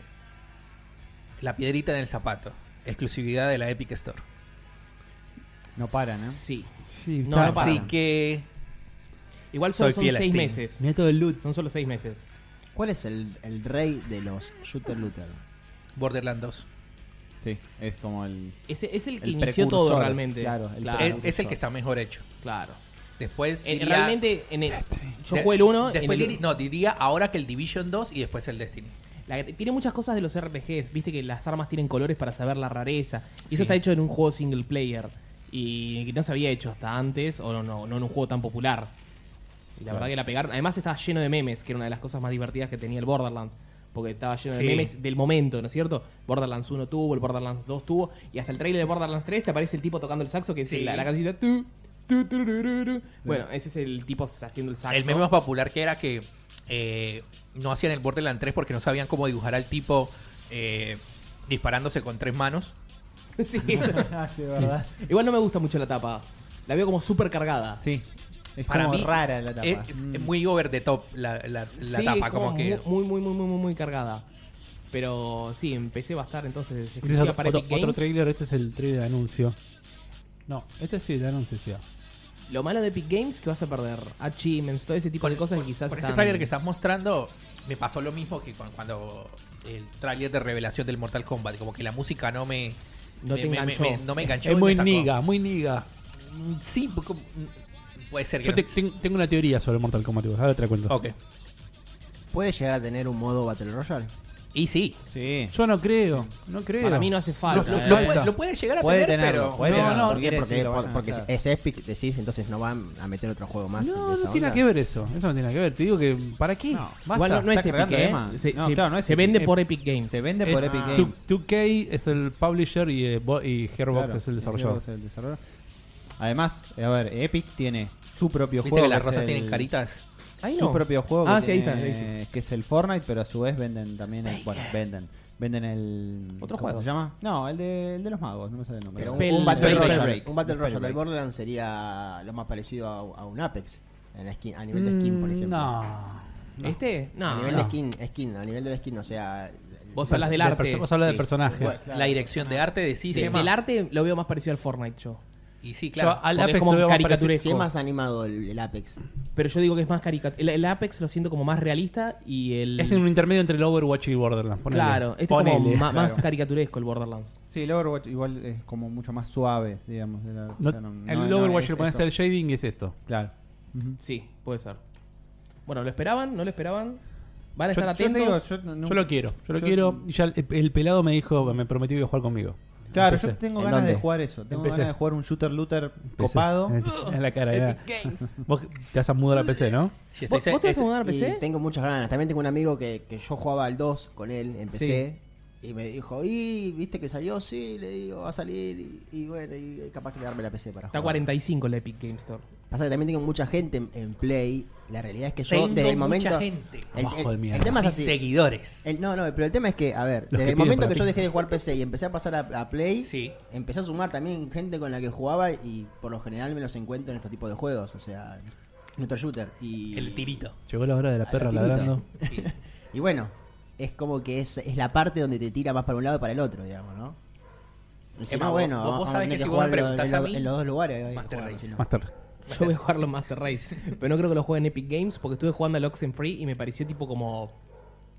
Speaker 4: la piedrita en el zapato. Exclusividad de la Epic Store.
Speaker 5: No paran, ¿eh?
Speaker 2: Sí.
Speaker 1: Sí,
Speaker 2: No, no
Speaker 4: Así
Speaker 2: paran.
Speaker 4: que
Speaker 2: Igual solo
Speaker 4: Soy
Speaker 2: son
Speaker 4: fiel a
Speaker 2: seis
Speaker 4: Steam.
Speaker 2: meses.
Speaker 1: Mira todo el loot.
Speaker 2: Son solo seis meses.
Speaker 3: ¿Cuál es el, el rey de los shooter looter?
Speaker 4: Borderlands 2.
Speaker 5: Sí, es como el.
Speaker 2: Ese es el que
Speaker 5: El
Speaker 2: inició todo
Speaker 5: precursor,
Speaker 2: realmente.
Speaker 5: claro, el
Speaker 2: claro.
Speaker 4: Es, es el que está mejor hecho.
Speaker 2: claro.
Speaker 4: Después
Speaker 2: Eh,
Speaker 4: diría-
Speaker 2: realmente, en el- yo
Speaker 4: Este, de-
Speaker 2: jugué el 1.
Speaker 4: después diri- no, diría ahora que el Division 2 y después el Destiny.
Speaker 2: La- tiene muchas cosas de los RPGs, viste que las armas tienen colores para saber la rareza. Y
Speaker 4: Sí.
Speaker 2: eso está hecho en un juego single player. Y que no se había hecho hasta antes, o no, no, no en un juego tan popular. Y la verdad que la pegaron. Además estaba lleno de memes, que era una de las cosas más divertidas que tenía el Borderlands. Porque estaba lleno
Speaker 4: Sí.
Speaker 2: de memes del momento, ¿no es cierto? Borderlands 1 tuvo, el Borderlands 2 tuvo. Y hasta el trailer de Borderlands 3 te aparece el tipo tocando el saxo, que es
Speaker 4: Sí.
Speaker 2: la, la canción. tu, tu, tu, ru, ru, ru. Bueno, ese es el tipo haciendo el saxo.
Speaker 4: El meme más popular que era que eh, no hacían el Borderlands 3 porque no sabían cómo dibujar al tipo eh, disparándose con tres manos.
Speaker 2: Sí, eso.
Speaker 5: Ah, sí, verdad.
Speaker 2: Igual no me gusta mucho la tapa. La veo como súper cargada.
Speaker 5: Sí. Es
Speaker 4: Para
Speaker 5: como
Speaker 4: mí
Speaker 5: rara la tapa.
Speaker 4: Es, es
Speaker 5: Mm.
Speaker 4: muy over the top la, la- la
Speaker 2: Sí,
Speaker 4: tapa,
Speaker 2: es
Speaker 4: como, que...
Speaker 2: Muy, muy, muy, muy, muy, muy cargada. Pero sí, empecé a estar entonces.
Speaker 1: Este es
Speaker 2: exclusiva
Speaker 1: otro,
Speaker 2: para
Speaker 1: otro-
Speaker 2: Epic Games.
Speaker 1: otro trailer, este es el trailer de anuncio. No, este sí es de anuncio, sí.
Speaker 2: Lo malo de Epic Games que vas a perder achievements, todo ese tipo de cosas
Speaker 4: Por-
Speaker 2: que quizás.
Speaker 4: por
Speaker 2: están-
Speaker 4: este tráiler que estás mostrando, me pasó lo mismo que con- cuando el tráiler de revelación del Mortal Kombat, como que la música no me...
Speaker 2: No
Speaker 4: me-
Speaker 2: te
Speaker 4: me-
Speaker 2: enganchó.
Speaker 4: me- no me enganchó. y
Speaker 1: Es
Speaker 4: me
Speaker 1: muy
Speaker 4: sacó.
Speaker 1: niga, muy niga.
Speaker 4: Mm, Sí, porque- mm, puede ser que...
Speaker 1: Yo
Speaker 4: no-
Speaker 1: te- ten- tengo una teoría sobre Mortal Kombat, igual, ahora te la cuento.
Speaker 4: Ok.
Speaker 3: ¿Puede llegar a tener un modo Battle Royale?
Speaker 4: Y sí.
Speaker 5: Sí.
Speaker 1: Yo no creo, no creo.
Speaker 2: Para mí no hace falta.
Speaker 1: Lo-
Speaker 2: eh.
Speaker 4: Lo, puede- lo puede llegar a
Speaker 5: Puede
Speaker 4: tener,
Speaker 5: tenerlo,
Speaker 4: pero...
Speaker 5: puede
Speaker 1: No,
Speaker 5: tenerlo.
Speaker 1: no,
Speaker 5: No
Speaker 3: ¿Por qué?
Speaker 5: quiere
Speaker 3: Porque,
Speaker 5: decir lo van a
Speaker 3: porque
Speaker 5: hacer.
Speaker 3: es Epic, decís, entonces no van a meter otro juego más.
Speaker 1: No,
Speaker 3: de esa
Speaker 1: no tiene
Speaker 3: onda.
Speaker 1: nada que ver eso. Eso no tiene nada que ver. Te digo que, ¿para qué?
Speaker 5: No.
Speaker 1: Basta.
Speaker 2: Igual no, no es
Speaker 5: está
Speaker 2: Epic,
Speaker 5: cargando
Speaker 2: ¿eh?
Speaker 5: tema.
Speaker 2: Se,
Speaker 5: No,
Speaker 2: se-
Speaker 5: claro, no es
Speaker 2: se
Speaker 5: Epic.
Speaker 2: vende
Speaker 5: Eh,
Speaker 2: por Epic Games.
Speaker 5: Se vende
Speaker 1: Es
Speaker 5: por Epic
Speaker 1: tu-
Speaker 5: Games.
Speaker 1: 2K es el publisher y, eh, Bo- y Gearbox
Speaker 5: Claro,
Speaker 1: es el desarrollador.
Speaker 5: Xbox es el desarrollador. Además, eh, a ver, Epic tiene su propio
Speaker 4: Viste
Speaker 5: juego.
Speaker 4: que las
Speaker 5: que es
Speaker 4: rosas
Speaker 5: el-
Speaker 4: tienen caritas.
Speaker 2: Ahí
Speaker 5: Su
Speaker 2: no.
Speaker 5: propio juego.
Speaker 2: Ah,
Speaker 5: que,
Speaker 2: sí, ahí
Speaker 5: tiene-
Speaker 2: está, ahí
Speaker 5: que es el Fortnite, pero a su vez venden también el. Bueno, venden. Venden el.
Speaker 2: Otro
Speaker 5: ¿cómo
Speaker 2: juego.
Speaker 5: se llama? No, el de, el de los magos, no me sale el nombre.
Speaker 3: Pero un,
Speaker 2: Spell-
Speaker 3: un Battle
Speaker 2: Spell
Speaker 3: Royale,
Speaker 5: Break.
Speaker 3: un Battle
Speaker 5: Spell
Speaker 3: Royale del
Speaker 5: Break.
Speaker 3: Borderlands sería lo más parecido a, a un Apex. En la skin, a nivel de skin, por
Speaker 1: Mm,
Speaker 3: ejemplo.
Speaker 1: No.
Speaker 2: ¿Este?
Speaker 3: A
Speaker 2: No.
Speaker 3: nivel de
Speaker 2: no.
Speaker 3: skin, skin, a nivel de la skin, o sea. el-
Speaker 2: Vos hablas del
Speaker 1: De
Speaker 2: arte.
Speaker 1: perso- Vos hablas de
Speaker 2: Sí.
Speaker 1: personajes.
Speaker 3: Bueno,
Speaker 4: La dirección de arte de sí,
Speaker 2: Sí,
Speaker 4: Gemma.
Speaker 2: del arte lo veo más parecido al Fortnite yo. ah,
Speaker 4: Y sí,
Speaker 1: Yo
Speaker 4: claro.
Speaker 1: al
Speaker 2: Porque es
Speaker 1: Apex
Speaker 2: como
Speaker 1: lo veo más
Speaker 2: caricatura.
Speaker 1: parecido-
Speaker 3: Si es más animado el, el Apex.
Speaker 2: Pero yo digo que es más caricatura. El, el Apex lo siento como más realista y el.
Speaker 1: Es en un intermedio entre el Overwatch y Borderlands. ponele.
Speaker 2: Claro, este es como
Speaker 1: Ponele.
Speaker 2: ma- más
Speaker 5: claro.
Speaker 2: caricaturesco el Borderlands.
Speaker 5: Sí, el Overwatch igual es como mucho más suave, digamos. de la- o
Speaker 1: No-
Speaker 5: sea, no- no-
Speaker 1: el
Speaker 5: no
Speaker 1: Overwatch
Speaker 5: es
Speaker 1: le pones
Speaker 5: esto.
Speaker 1: el shading y es esto.
Speaker 5: Claro. Ujú.
Speaker 2: Sí, puede ser. Bueno, ¿lo esperaban? ¿No lo esperaban? ¿Van a
Speaker 5: Yo-
Speaker 2: estar
Speaker 5: yo te
Speaker 2: atentos?
Speaker 5: digo, yo no-
Speaker 1: Yo lo quiero, yo lo
Speaker 5: Yo-
Speaker 1: quiero. Y ya el, el pelado me dijo, me prometió que iba a jugar conmigo.
Speaker 5: Claro,
Speaker 1: Empecé.
Speaker 5: yo tengo
Speaker 3: ¿En
Speaker 5: ganas de
Speaker 3: dónde?
Speaker 5: jugar eso. Tengo
Speaker 1: Empecé.
Speaker 5: ganas de jugar un shooter looter
Speaker 1: PC.
Speaker 5: copado.
Speaker 1: En la cara, ya.
Speaker 2: Epic Games.
Speaker 1: Vos te has mudado la PC, ¿no?
Speaker 4: Si
Speaker 2: ¿Vos,
Speaker 4: estáis-
Speaker 2: vos te vas a
Speaker 4: est-
Speaker 1: este
Speaker 2: mudar a
Speaker 3: Y
Speaker 2: PC?
Speaker 3: tengo muchas ganas. También tengo un amigo que, que yo jugaba al 2 con él, empecé. Y me dijo, ¿y viste que salió? Sí, le digo, va a salir. Y, y bueno, y capaz que le darme la PC para
Speaker 2: Está
Speaker 3: jugar.
Speaker 2: 45 la Epic Game Store.
Speaker 3: Pasa que también tengo mucha gente en, en Play. La realidad es que yo,
Speaker 4: Tengo
Speaker 3: desde el
Speaker 4: mucha
Speaker 3: momento.
Speaker 4: gente.
Speaker 3: El,
Speaker 1: Abajo de
Speaker 3: el-
Speaker 1: mierda.
Speaker 3: el tema es
Speaker 4: mis
Speaker 3: así.
Speaker 4: seguidores.
Speaker 3: El- no, no, pero el tema es que, a ver,
Speaker 1: que
Speaker 3: desde el
Speaker 1: piden
Speaker 3: momento
Speaker 1: para
Speaker 3: que yo
Speaker 1: ti.
Speaker 3: dejé de jugar PC y empecé a pasar a, a Play,
Speaker 4: Sí.
Speaker 3: empecé a sumar también gente con la que jugaba y por lo general me los encuentro en estos tipos de juegos, o sea, en otro shooter. Y,
Speaker 4: El tirito.
Speaker 1: Llegó la hora de la
Speaker 3: A
Speaker 1: perra
Speaker 3: la tirita.
Speaker 1: ladrando.
Speaker 4: Sí.
Speaker 3: y bueno, es como que es, es la parte donde te tira más para un lado y para el otro, digamos, ¿no? Y si
Speaker 4: Emma,
Speaker 3: no,
Speaker 4: vos-
Speaker 3: bueno,
Speaker 4: vos- vos
Speaker 3: vamos a
Speaker 4: sabés
Speaker 3: tener
Speaker 4: que si vos me
Speaker 3: jugar en, los-
Speaker 4: preguntás
Speaker 3: en los-
Speaker 4: a mí,
Speaker 3: en los dos lugares. ahí
Speaker 4: Master
Speaker 3: jugamos,
Speaker 4: Race.
Speaker 3: si no.
Speaker 1: Más tarde.
Speaker 2: Yo voy a jugarlo en Master Race, pero no creo que lo juegue en Epic Games porque estuve jugando al Oxenfree y me pareció tipo como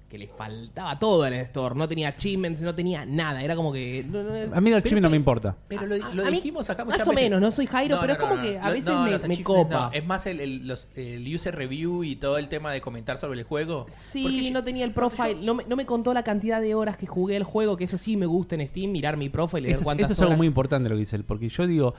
Speaker 2: que le faltaba todo al store. No tenía achievements, no tenía nada. Era como que. no, no,
Speaker 1: A mí el
Speaker 2: pero-
Speaker 1: chimi no me importa.
Speaker 4: Pero lo, lo
Speaker 2: a mí,
Speaker 4: dijimos acá
Speaker 2: Más
Speaker 4: muchas
Speaker 2: o
Speaker 4: veces.
Speaker 2: menos, no soy Jairo,
Speaker 4: No,
Speaker 2: pero
Speaker 4: no,
Speaker 2: es como
Speaker 4: no,
Speaker 2: que
Speaker 4: no.
Speaker 2: a veces
Speaker 4: No,
Speaker 2: me,
Speaker 4: los
Speaker 2: me
Speaker 4: achievements,
Speaker 2: copa.
Speaker 4: no. Es más el, el- los, el user review y todo el tema de comentar sobre el juego. Porque
Speaker 2: Sí,
Speaker 4: yo-
Speaker 2: no tenía el profile. No me, no me contó la cantidad de horas que jugué el juego, que eso sí me gusta en Steam, mirar mi profile y leer
Speaker 1: Eso, es-
Speaker 2: cuántas
Speaker 1: eso es
Speaker 2: horas.
Speaker 1: algo muy importante lo que dice él, porque yo digo,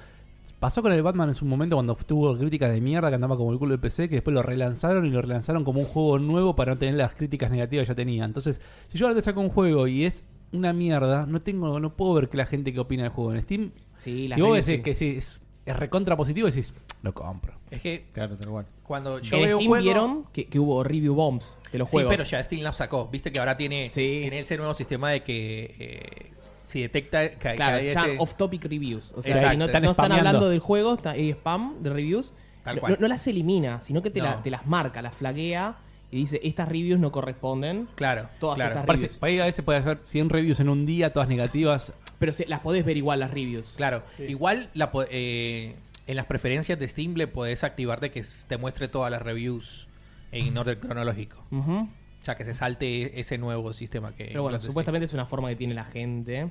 Speaker 1: pasó con el Batman en su momento cuando tuvo críticas de mierda que andaba como el culo del PC, que después lo relanzaron y lo relanzaron como un juego nuevo para no tener las críticas negativas que ya tenía. Entonces, si yo ahora te saco un juego y es una mierda, no tengo, no puedo ver que la gente que opina del juego en Steam.
Speaker 2: Sí, las
Speaker 1: si vos
Speaker 2: reviews,
Speaker 1: decís
Speaker 2: sí.
Speaker 1: que sí, es es recontra positivo y decís, lo compro.
Speaker 4: Es que
Speaker 5: Claro, tal cual.
Speaker 4: cuando yo
Speaker 2: en
Speaker 4: veo
Speaker 2: Steam
Speaker 4: juegos...
Speaker 2: vieron que, que hubo review bombs de los
Speaker 4: Sí,
Speaker 2: juegos.
Speaker 4: pero ya Steam la sacó. Viste que ahora tiene,
Speaker 2: Sí.
Speaker 4: tiene ese nuevo sistema de que eh, si detecta que, que
Speaker 2: Claro,
Speaker 4: hay
Speaker 2: ya
Speaker 4: ese-
Speaker 2: off topic reviews. O sea,
Speaker 4: Exacto.
Speaker 2: si no,
Speaker 4: Están
Speaker 2: no están
Speaker 1: spameando.
Speaker 2: hablando del juego, está, hay spam de reviews.
Speaker 4: Tal
Speaker 2: no,
Speaker 4: cual.
Speaker 2: no- no las elimina, sino que te, la-
Speaker 4: No.
Speaker 2: te las marca, las flaguea y dice, estas reviews no corresponden.
Speaker 4: Claro,
Speaker 2: Todas
Speaker 4: claro.
Speaker 2: estas
Speaker 1: Parece,
Speaker 2: reviews.
Speaker 1: para ahí a veces puede hacer 100 reviews en un día, todas negativas.
Speaker 2: Pero se- las podés ver igual las reviews.
Speaker 4: Claro, igual la, po- eh, en las preferencias de Steam le podés activar de que s- te muestre todas las reviews en orden cronológico.
Speaker 2: Ujú.
Speaker 4: O sea, que se salte ese nuevo sistema que...
Speaker 2: Pero bueno,
Speaker 4: que
Speaker 2: supuestamente es una forma que tiene la gente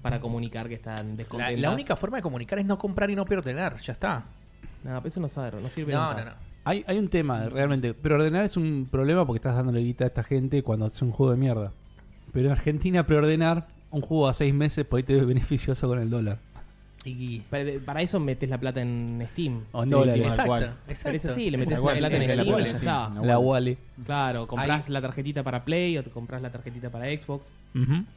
Speaker 2: para comunicar que están
Speaker 4: Steam. La,
Speaker 2: descontentas.
Speaker 4: la única forma de comunicar es no comprar y no perdonar, ya está.
Speaker 2: No, pero eso no sabe, no sirve
Speaker 4: No,
Speaker 2: nada.
Speaker 4: no, no.
Speaker 1: Hay, hay un tema, realmente. Preordenar es un problema porque estás dándole guita a esta gente cuando es un juego de mierda. Pero en Argentina, preordenar un juego a 6 meses por ahí te es beneficioso con el dólar.
Speaker 4: Y...
Speaker 2: Para, para eso metes la plata en Steam.
Speaker 1: O en
Speaker 5: Sí,
Speaker 1: dólares.
Speaker 5: igual,
Speaker 4: Exacto,
Speaker 5: igual.
Speaker 4: exacto.
Speaker 2: Pero es así, le metes
Speaker 5: Igual,
Speaker 2: la plata en
Speaker 5: es que la
Speaker 2: Steam y ya
Speaker 5: plata en
Speaker 2: está.
Speaker 5: Steam,
Speaker 1: La Wally.
Speaker 2: Claro, compras
Speaker 4: Ahí-
Speaker 2: la tarjetita para Play o te compras la tarjetita para Xbox.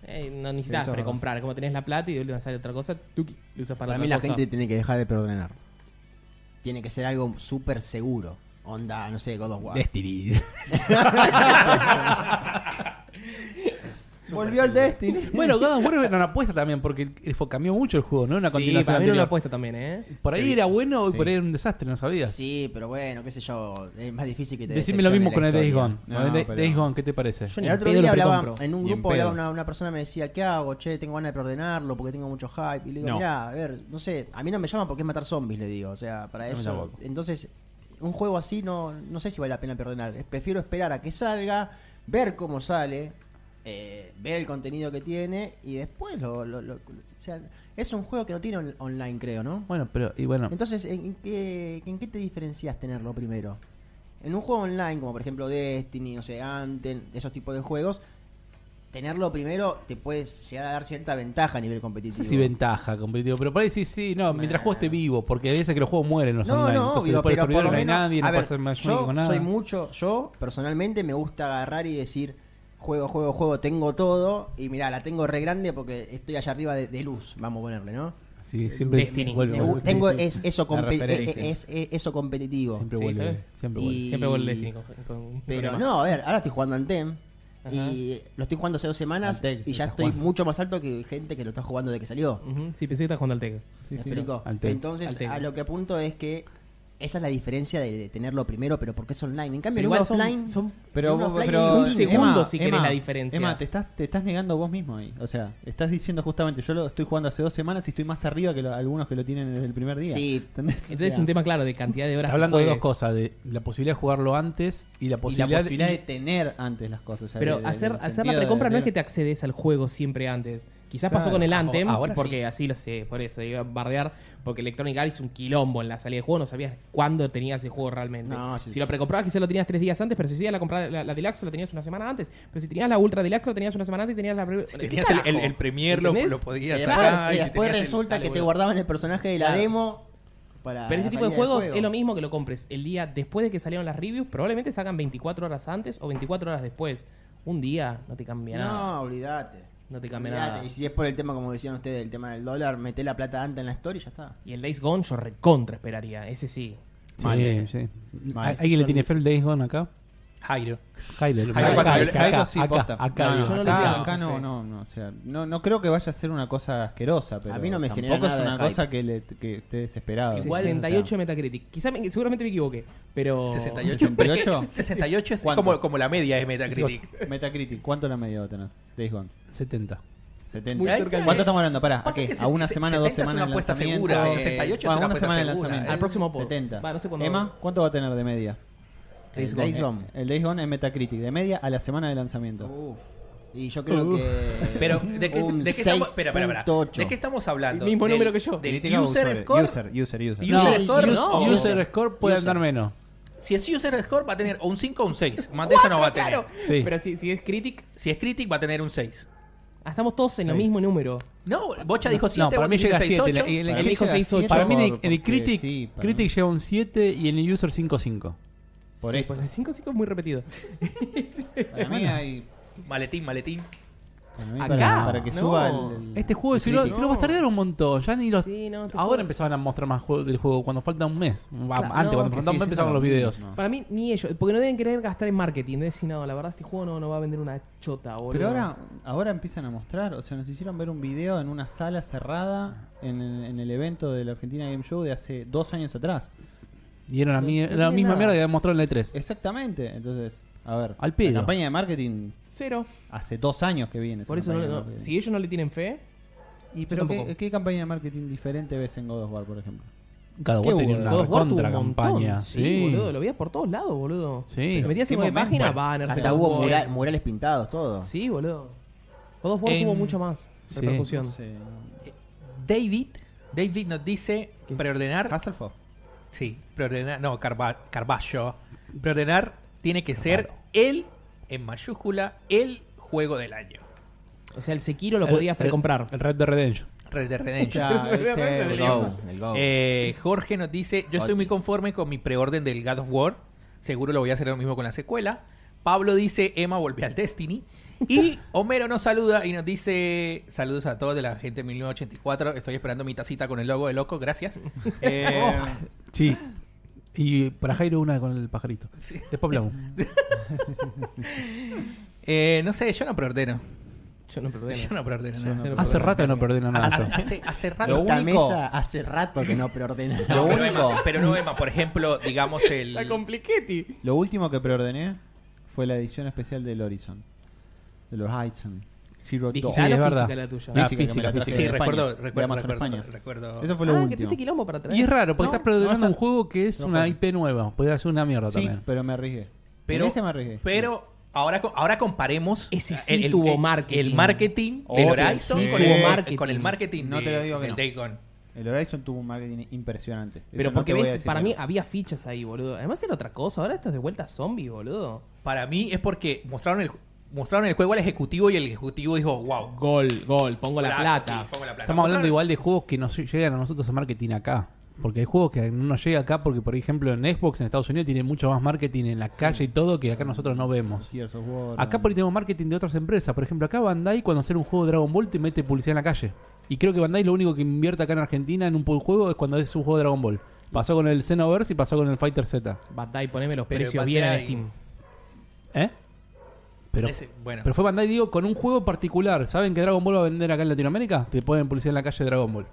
Speaker 2: Eh, no necesitas
Speaker 5: Eso es
Speaker 2: precomprar. Como tenés la plata y de última sale otra cosa, tú lo usas para
Speaker 3: Para
Speaker 2: otra
Speaker 3: mí la
Speaker 2: cosa.
Speaker 3: gente tiene que dejar de perdonar. Tiene que ser algo súper seguro. Onda, no sé, God of War.
Speaker 1: Destiny.
Speaker 3: Volvió al Destiny.
Speaker 1: bueno, God of War era una apuesta también porque el- fue- cambió mucho el juego, ¿no? Una
Speaker 2: sí,
Speaker 1: continuación
Speaker 2: para mí era una
Speaker 1: anterior.
Speaker 2: apuesta también, ¿eh?
Speaker 1: Por ahí
Speaker 5: Sí.
Speaker 1: era bueno y por
Speaker 5: Sí.
Speaker 1: ahí era un desastre, no sabías.
Speaker 3: Sí, pero bueno, qué sé yo. Es más difícil que te
Speaker 1: Decime lo mismo con el Days Gone.
Speaker 5: No,
Speaker 1: A ver, Day-
Speaker 5: pero-
Speaker 1: Days Gone, ¿qué te parece?
Speaker 2: Yo ni
Speaker 3: El
Speaker 2: en
Speaker 3: otro
Speaker 2: pedo
Speaker 3: día
Speaker 2: lo
Speaker 3: hablaba,
Speaker 2: precompro.
Speaker 3: en un
Speaker 5: Ni en
Speaker 3: grupo hablaba
Speaker 5: pedo.
Speaker 3: una, una persona me decía, ¿qué hago? Che, tengo ganas de ordenarlo porque tengo mucho hype. Y le digo,
Speaker 5: No.
Speaker 3: mirá, a ver, no sé, a mí no me llaman porque es matar zombies, le digo. O sea, para eso.
Speaker 1: tampoco.
Speaker 3: Entonces, un juego así no, no sé si vale la pena perdonar. Prefiero esperar a que salga, ver cómo sale, eh, ver el contenido que tiene y después lo, lo- lo- O sea, es un juego que no tiene on- online, creo, ¿no?
Speaker 1: Bueno, pero, y bueno.
Speaker 3: Entonces, ¿en en qué, en qué te diferencias tenerlo primero? En un juego online, como por ejemplo Destiny, no sé, Anten, esos tipos de juegos, tenerlo primero te puede llegar a dar cierta ventaja a nivel
Speaker 1: No
Speaker 3: competitivo.
Speaker 1: sé si ventaja competitivo, pero por ahí sí, sí, no, mientras juego esté vivo, porque a veces que los juegos mueren los
Speaker 3: no,
Speaker 1: online,
Speaker 3: no,
Speaker 1: entonces
Speaker 3: obvio,
Speaker 1: después de
Speaker 3: pero por
Speaker 1: servidores
Speaker 3: lo
Speaker 1: no hay
Speaker 3: menos,
Speaker 1: nadie, no
Speaker 3: a
Speaker 1: puede
Speaker 3: ver,
Speaker 1: hacer matchmaking
Speaker 3: yo
Speaker 1: con nada.
Speaker 3: soy mucho, yo personalmente me gusta agarrar y decir, juego, juego, juego, tengo todo, y mirá, la tengo re grande porque estoy allá arriba de, de luz, vamos a ponerle, ¿no?
Speaker 1: Sí, siempre
Speaker 2: Destiny.
Speaker 1: vuelve,
Speaker 3: Me
Speaker 1: vuelve,
Speaker 3: gu-
Speaker 1: sí,
Speaker 3: tengo
Speaker 1: sí,
Speaker 3: es, eso,
Speaker 5: La
Speaker 3: compe-
Speaker 5: referencia.
Speaker 3: es- es- eso competitivo.
Speaker 1: siempre
Speaker 2: Sí,
Speaker 1: vuelve,
Speaker 2: está bien.
Speaker 1: siempre
Speaker 3: Y-
Speaker 1: vuelve.
Speaker 2: Siempre vuelve el Destiny con, con-
Speaker 3: Pero
Speaker 2: con-
Speaker 3: no, a ver, ahora estoy jugando Anthem.
Speaker 2: Ajá. E
Speaker 3: Y lo estoy jugando hace dos semanas
Speaker 5: Anthem,
Speaker 3: y ya
Speaker 5: estás
Speaker 3: estoy
Speaker 5: jugando.
Speaker 3: mucho más alto que gente que lo está jugando desde que salió.
Speaker 2: Ujú, Sí, pensé que estás jugando al Tekken.
Speaker 3: ¿Me explico?
Speaker 2: E
Speaker 1: Anthem.
Speaker 3: Entonces,
Speaker 2: Anthem.
Speaker 3: a lo que apunto es que esa es la diferencia de, de tenerlo primero, pero porque es online. En
Speaker 2: Pero
Speaker 3: cambio, en un
Speaker 2: igual son-
Speaker 3: offline.
Speaker 2: son-
Speaker 5: Pero,
Speaker 3: en un offline
Speaker 5: pero
Speaker 2: un
Speaker 3: es
Speaker 2: segundo
Speaker 3: Emma,
Speaker 2: si querés la diferencia.
Speaker 5: Emma, te estás, te estás negando vos mismo ahí. O sea, estás diciendo justamente, yo lo estoy jugando hace dos semanas y estoy más arriba que lo- algunos que lo tienen desde el primer día.
Speaker 3: Sí.
Speaker 5: ¿Entendés? O
Speaker 2: Entonces es
Speaker 5: sea,
Speaker 2: un tema claro de cantidad de horas.
Speaker 1: Está
Speaker 2: que
Speaker 1: hablando de dos
Speaker 2: juegues.
Speaker 1: cosas, de la posibilidad de jugarlo antes y la
Speaker 5: y la
Speaker 1: posibilidad,
Speaker 5: posibilidad de tener antes las cosas. o sea,
Speaker 2: Pero
Speaker 5: de- de-
Speaker 2: hacer,
Speaker 5: del
Speaker 2: hacer
Speaker 5: sentido
Speaker 2: la
Speaker 5: de-
Speaker 2: precompra no es
Speaker 5: de-
Speaker 2: que te accedes al juego siempre antes. Quizás pasó
Speaker 5: Claro.
Speaker 2: con el
Speaker 4: Ahora-
Speaker 2: Anthem,
Speaker 4: ah, ahora
Speaker 2: porque
Speaker 4: sí.
Speaker 2: así lo sé, por eso iba a bardear, porque Electronic Arts hizo un quilombo en la salida del juego, no sabías cuándo tenías el juego realmente.
Speaker 3: No, sí,
Speaker 2: si
Speaker 3: sí.
Speaker 2: lo precomprabas quizás lo tenías tres días antes, pero si hacías la, compra- la, la Deluxe la tenías una semana antes, pero si tenías la Ultra Deluxe la tenías una semana antes y tenías la... pre-
Speaker 4: Si
Speaker 2: ¿Qué
Speaker 4: tenías el, el,
Speaker 2: carajo?
Speaker 4: el Premier lo,
Speaker 2: ¿Entendés?
Speaker 4: lo podías
Speaker 3: Claro,
Speaker 4: sacar.
Speaker 3: eh, y
Speaker 4: si
Speaker 3: después
Speaker 4: tenías el-
Speaker 3: resulta
Speaker 2: dale,
Speaker 3: que te
Speaker 2: boludo.
Speaker 3: guardaban el personaje de la
Speaker 2: Claro.
Speaker 3: demo para.
Speaker 2: Pero
Speaker 3: la
Speaker 4: Ah,
Speaker 2: este tipo de
Speaker 3: salida del
Speaker 2: juegos
Speaker 3: juego.
Speaker 2: es lo mismo que lo compres el día después de que salieron las reviews, probablemente sacan 24 horas antes o 24 horas después. Un día no te cambia nada.
Speaker 3: No, olvídate.
Speaker 2: No te cambia
Speaker 3: Olvídate.
Speaker 2: nada.
Speaker 3: Y si es por el tema, como decían ustedes, el tema del dólar, meté la plata antes en la story y ya está.
Speaker 2: Y el Days Gone yo recontra esperaría, ese sí.
Speaker 1: Sí,
Speaker 5: Mal.
Speaker 1: sí.
Speaker 5: Mal.
Speaker 1: ¿Hay- ¿Alguien le tiene fe al Days Gone acá?
Speaker 4: Jairo.
Speaker 1: Jairo, lo-
Speaker 5: Jairo,
Speaker 1: acá,
Speaker 5: Jairo,
Speaker 1: acá,
Speaker 5: Jairo sí,
Speaker 1: acá,
Speaker 5: posta.
Speaker 1: acá,
Speaker 5: No,
Speaker 1: digo,
Speaker 5: no,
Speaker 2: yo no le
Speaker 1: acá.
Speaker 5: acá-
Speaker 2: tengo
Speaker 5: acá
Speaker 2: mucha
Speaker 5: no,
Speaker 2: fe.
Speaker 5: no, no, o sea, no, no creo que vaya a ser una cosa asquerosa, pero
Speaker 3: A mí no me genera
Speaker 5: tampoco es
Speaker 3: nada de
Speaker 5: una
Speaker 3: hype.
Speaker 5: cosa que, le, que esté desesperado.
Speaker 2: Igual
Speaker 5: Sí, sí, o sea,
Speaker 2: 68 de Metacritic. Quizá me- seguramente me equivoqué,
Speaker 5: Oh.
Speaker 2: pero
Speaker 4: 68.
Speaker 5: 68.
Speaker 4: 68 es
Speaker 5: ¿Cuánto?
Speaker 4: como, como la media de Metacritic.
Speaker 5: Metacritic, ¿cuánto la media va a tener? Days Gone.
Speaker 1: 70.
Speaker 5: 70.
Speaker 4: Muy cerca.
Speaker 5: ¿Cuánto estamos hablando? Pará, ¿a
Speaker 4: Pasa
Speaker 5: qué?
Speaker 4: que se-
Speaker 5: ¿A una
Speaker 4: se-
Speaker 5: semana, dos
Speaker 4: 70 es una
Speaker 5: semanas de
Speaker 4: apuesta
Speaker 5: lanzamiento?
Speaker 4: segura,
Speaker 5: Eh,
Speaker 4: 68
Speaker 5: bueno,
Speaker 4: es una
Speaker 5: una semana de
Speaker 4: apuesta
Speaker 5: lanzamiento.
Speaker 4: segura.
Speaker 2: Al próximo por-
Speaker 5: 70.
Speaker 2: Va, no sé cuándo-
Speaker 5: Emma, ¿cuánto va a tener de media?
Speaker 3: Days
Speaker 5: El
Speaker 3: Gone.
Speaker 5: Days
Speaker 2: eh,
Speaker 5: Gone. El Days Gone en Metacritic, de media a la semana de lanzamiento.
Speaker 3: Uf. Y yo creo que.
Speaker 4: Pero, ¿de qué,
Speaker 3: un
Speaker 4: de qué estamos, espera, espera, espera.
Speaker 3: 6.8.
Speaker 4: ¿De qué estamos hablando?
Speaker 2: El mismo
Speaker 4: Del-
Speaker 2: número que yo.
Speaker 4: Del
Speaker 5: Crítica
Speaker 4: user,
Speaker 5: usuario.
Speaker 4: score.
Speaker 5: User, user, user.
Speaker 4: User
Speaker 1: No,
Speaker 4: score,
Speaker 1: user,
Speaker 4: no.
Speaker 1: user score puede andar menos.
Speaker 4: Si es user score, va a tener o un 5 o un 6. Más de eso no va a tener.
Speaker 2: Claro,
Speaker 1: Sí.
Speaker 2: pero si, si es Critic,
Speaker 4: Si es critic, va a tener un 6.
Speaker 2: ah, estamos todos en el mismo número.
Speaker 4: No, Bocha dijo 7.
Speaker 1: No, para mí llega a 7. la- y el-
Speaker 5: Para
Speaker 1: el-
Speaker 5: mí
Speaker 2: dijo
Speaker 5: llega
Speaker 2: 6,
Speaker 5: a
Speaker 2: 8.
Speaker 1: Para
Speaker 5: siete
Speaker 1: mí en el,
Speaker 5: por-
Speaker 1: en el
Speaker 5: porque
Speaker 1: Critic,
Speaker 5: sí, para
Speaker 1: Critic
Speaker 5: mí.
Speaker 1: lleva un 7 y en el User 5.5.
Speaker 5: Por
Speaker 2: pues,
Speaker 5: esto.
Speaker 2: 5 5 es muy repetido.
Speaker 5: Para mí hay
Speaker 4: Maletín, maletín.
Speaker 5: Para mí,
Speaker 2: Acá,
Speaker 5: Para, para que
Speaker 2: no.
Speaker 5: suba el, el-
Speaker 1: Este juego
Speaker 5: el
Speaker 1: si lo,
Speaker 5: crítico.
Speaker 1: si lo bastardearon un montón. Ya ni los.
Speaker 2: Sí, no, este
Speaker 1: Ahora
Speaker 2: juego-
Speaker 1: empezaban a mostrar más juego- del juego cuando falta un mes. Va, antes,
Speaker 2: Claro, no,
Speaker 1: cuando
Speaker 5: Que
Speaker 1: falta un mes
Speaker 5: sigue siendo
Speaker 1: empezaban
Speaker 5: lo
Speaker 1: los videos.
Speaker 5: mismo.
Speaker 2: Para mí, ni ellos. Porque no deben querer gastar en marketing. Deben decir, no, la verdad, este juego no, no va a vender una chota, boludo.
Speaker 5: Pero ahora, ahora empiezan a mostrar, o sea, nos hicieron ver un video en una sala cerrada en el, en el evento de la Argentina Game Show de hace dos años atrás.
Speaker 1: Y era, una
Speaker 2: No-
Speaker 1: mier-
Speaker 2: no
Speaker 1: era la
Speaker 2: tiene
Speaker 1: misma
Speaker 2: nada.
Speaker 1: mierda que habían mostrado en E la E3.
Speaker 5: Exactamente, entonces, a ver,
Speaker 1: Al pedo.
Speaker 5: la campaña de marketing
Speaker 2: Cero.
Speaker 5: hace dos años que viene. esa
Speaker 2: Por eso, no,
Speaker 5: campaña de
Speaker 2: no-
Speaker 5: marketing.
Speaker 2: si ellos no le tienen fe,
Speaker 5: ¿Y pero
Speaker 1: tampoco.
Speaker 5: ¿qué, qué campaña de marketing diferente ves en God of War, por ejemplo?
Speaker 1: Cada
Speaker 5: Qué
Speaker 1: uno tenía
Speaker 5: bueno.
Speaker 1: una
Speaker 2: God of War tuvo un
Speaker 1: contra campaña.
Speaker 2: montón. Sí, boludo, lo veías por todos lados, boludo.
Speaker 1: Sí.
Speaker 2: Te metías en
Speaker 5: Qué
Speaker 2: cualquier
Speaker 5: momento.
Speaker 2: página,
Speaker 5: Bueno,
Speaker 2: banners.
Speaker 3: Hasta
Speaker 2: de
Speaker 3: hubo
Speaker 2: God
Speaker 4: Eh,
Speaker 2: of War.
Speaker 3: mural- murales pintados, todo.
Speaker 2: Sí, boludo. God of War
Speaker 4: En-
Speaker 2: tuvo mucha más
Speaker 1: Sí.
Speaker 2: repercusión.
Speaker 5: Sí.
Speaker 4: David, David nos dice preordenar.
Speaker 5: Hasselhoff.
Speaker 4: Sí, preordenar. No, Carva- Carballo. Preordenar tiene que ser el, en mayúscula, el juego del año.
Speaker 2: O sea, el Sekiro lo
Speaker 1: El-
Speaker 2: podías
Speaker 1: el-
Speaker 2: precomprar.
Speaker 1: El Red Dead Redemption.
Speaker 4: Red Dead Redemption.
Speaker 5: Ya, este, ese-
Speaker 3: El Go, el Go.
Speaker 4: Eh, Jorge nos dice, yo estoy muy conforme con mi preorden del God of War. Seguro lo voy a hacer lo mismo con la secuela. Pablo dice, Emma volvió al Destiny. Y Homero nos saluda y nos dice, saludos a todos de la gente de 1984. Estoy esperando mi tacita con el logo de loco, gracias. Eh,
Speaker 1: Sí. Y para Jairo una con el pajarito. Después hablamos.
Speaker 4: eh, no sé, yo no preordeno.
Speaker 2: Yo no perdí.
Speaker 4: Yo no preordeno. nada.
Speaker 2: no
Speaker 1: Hace rato que no perdí
Speaker 2: Ah,
Speaker 1: nada.
Speaker 4: Hace, hace- hace
Speaker 3: Esta
Speaker 4: rato.
Speaker 5: único-
Speaker 3: mesa hace rato que no preordena.
Speaker 4: No, pero, Emma- pero no, Emma, por ejemplo, digamos el...
Speaker 2: La compliquetti.
Speaker 5: Lo último que preordené fue la edición especial del Horizon. Del Horizon. Zero Dawn.
Speaker 1: Sí,
Speaker 2: Ya
Speaker 1: es
Speaker 2: la
Speaker 1: verdad.
Speaker 2: física la tuya.
Speaker 5: La
Speaker 1: Ah,
Speaker 5: física, me la
Speaker 1: física,
Speaker 5: traje
Speaker 1: física.
Speaker 5: de
Speaker 4: Sí,
Speaker 5: España,
Speaker 4: recuerdo,
Speaker 5: de
Speaker 4: recuerdo,
Speaker 5: Amazon
Speaker 4: recuerdo,
Speaker 5: España.
Speaker 4: recuerdo.
Speaker 5: Eso fue lo
Speaker 2: Ah, que
Speaker 5: último.
Speaker 2: tuviste quilombo para traer.
Speaker 1: Y es raro, porque
Speaker 5: No,
Speaker 1: estás preordenando
Speaker 5: no,
Speaker 1: un juego que es
Speaker 5: no,
Speaker 1: una
Speaker 5: no.
Speaker 1: IP nueva. Podría ser una mierda
Speaker 5: Sí,
Speaker 1: también.
Speaker 5: pero me arriesgué.
Speaker 4: Pero,
Speaker 5: En ese me arriesgué.
Speaker 4: pero ahora, co- ahora comparemos
Speaker 2: Ese sí tuvo marketing.
Speaker 4: el marketing del
Speaker 5: Ese
Speaker 4: Horizon
Speaker 5: sí
Speaker 4: con,
Speaker 5: tuvo
Speaker 4: el,
Speaker 2: marketing.
Speaker 4: con el marketing
Speaker 5: No
Speaker 4: de-
Speaker 5: te lo digo que
Speaker 4: del
Speaker 5: no.
Speaker 4: Days Gone.
Speaker 5: El Horizon tuvo un marketing impresionante. Eso
Speaker 2: Pero
Speaker 5: no
Speaker 2: porque
Speaker 5: te voy a
Speaker 2: ves,
Speaker 5: decir
Speaker 2: para
Speaker 5: que
Speaker 2: mí
Speaker 5: no.
Speaker 2: había fichas ahí, boludo. Además era otra cosa. Ahora estás de vuelta zombie, boludo.
Speaker 4: Para mí es porque mostraron el, mostraron el juego al ejecutivo y el ejecutivo dijo, wow.
Speaker 2: Gol, gol. Pongo la
Speaker 4: golazo,
Speaker 2: plata.
Speaker 4: sí, pongo la plata.
Speaker 1: Estamos hablando
Speaker 4: Mostraron-
Speaker 1: igual de juegos que nos llegan a nosotros a marketing acá. Porque hay juegos que no llega acá porque, por ejemplo, en Xbox en Estados Unidos tiene mucho más marketing en la calle y todo que acá nosotros no vemos.
Speaker 5: Gears of War, um,
Speaker 1: Acá por ahí tenemos marketing de otras empresas. Por ejemplo, acá Bandai cuando hace un juego de Dragon Ball te mete publicidad en la calle. Y creo que Bandai lo único que invierte acá en Argentina en un pu- juego es cuando es un juego de Dragon Ball. Pasó con el Xenoverse y pasó con el Fighter Z.
Speaker 2: Bandai, poneme los
Speaker 4: Pero
Speaker 2: precios bien en
Speaker 4: Bandai-
Speaker 2: Steam.
Speaker 1: ¿Eh? Pero,
Speaker 4: Ese- bueno,
Speaker 1: pero fue Bandai, digo, con un juego particular. ¿Saben que Dragon Ball va a vender acá en Latinoamérica? Te ponen publicidad en la calle de Dragon Ball.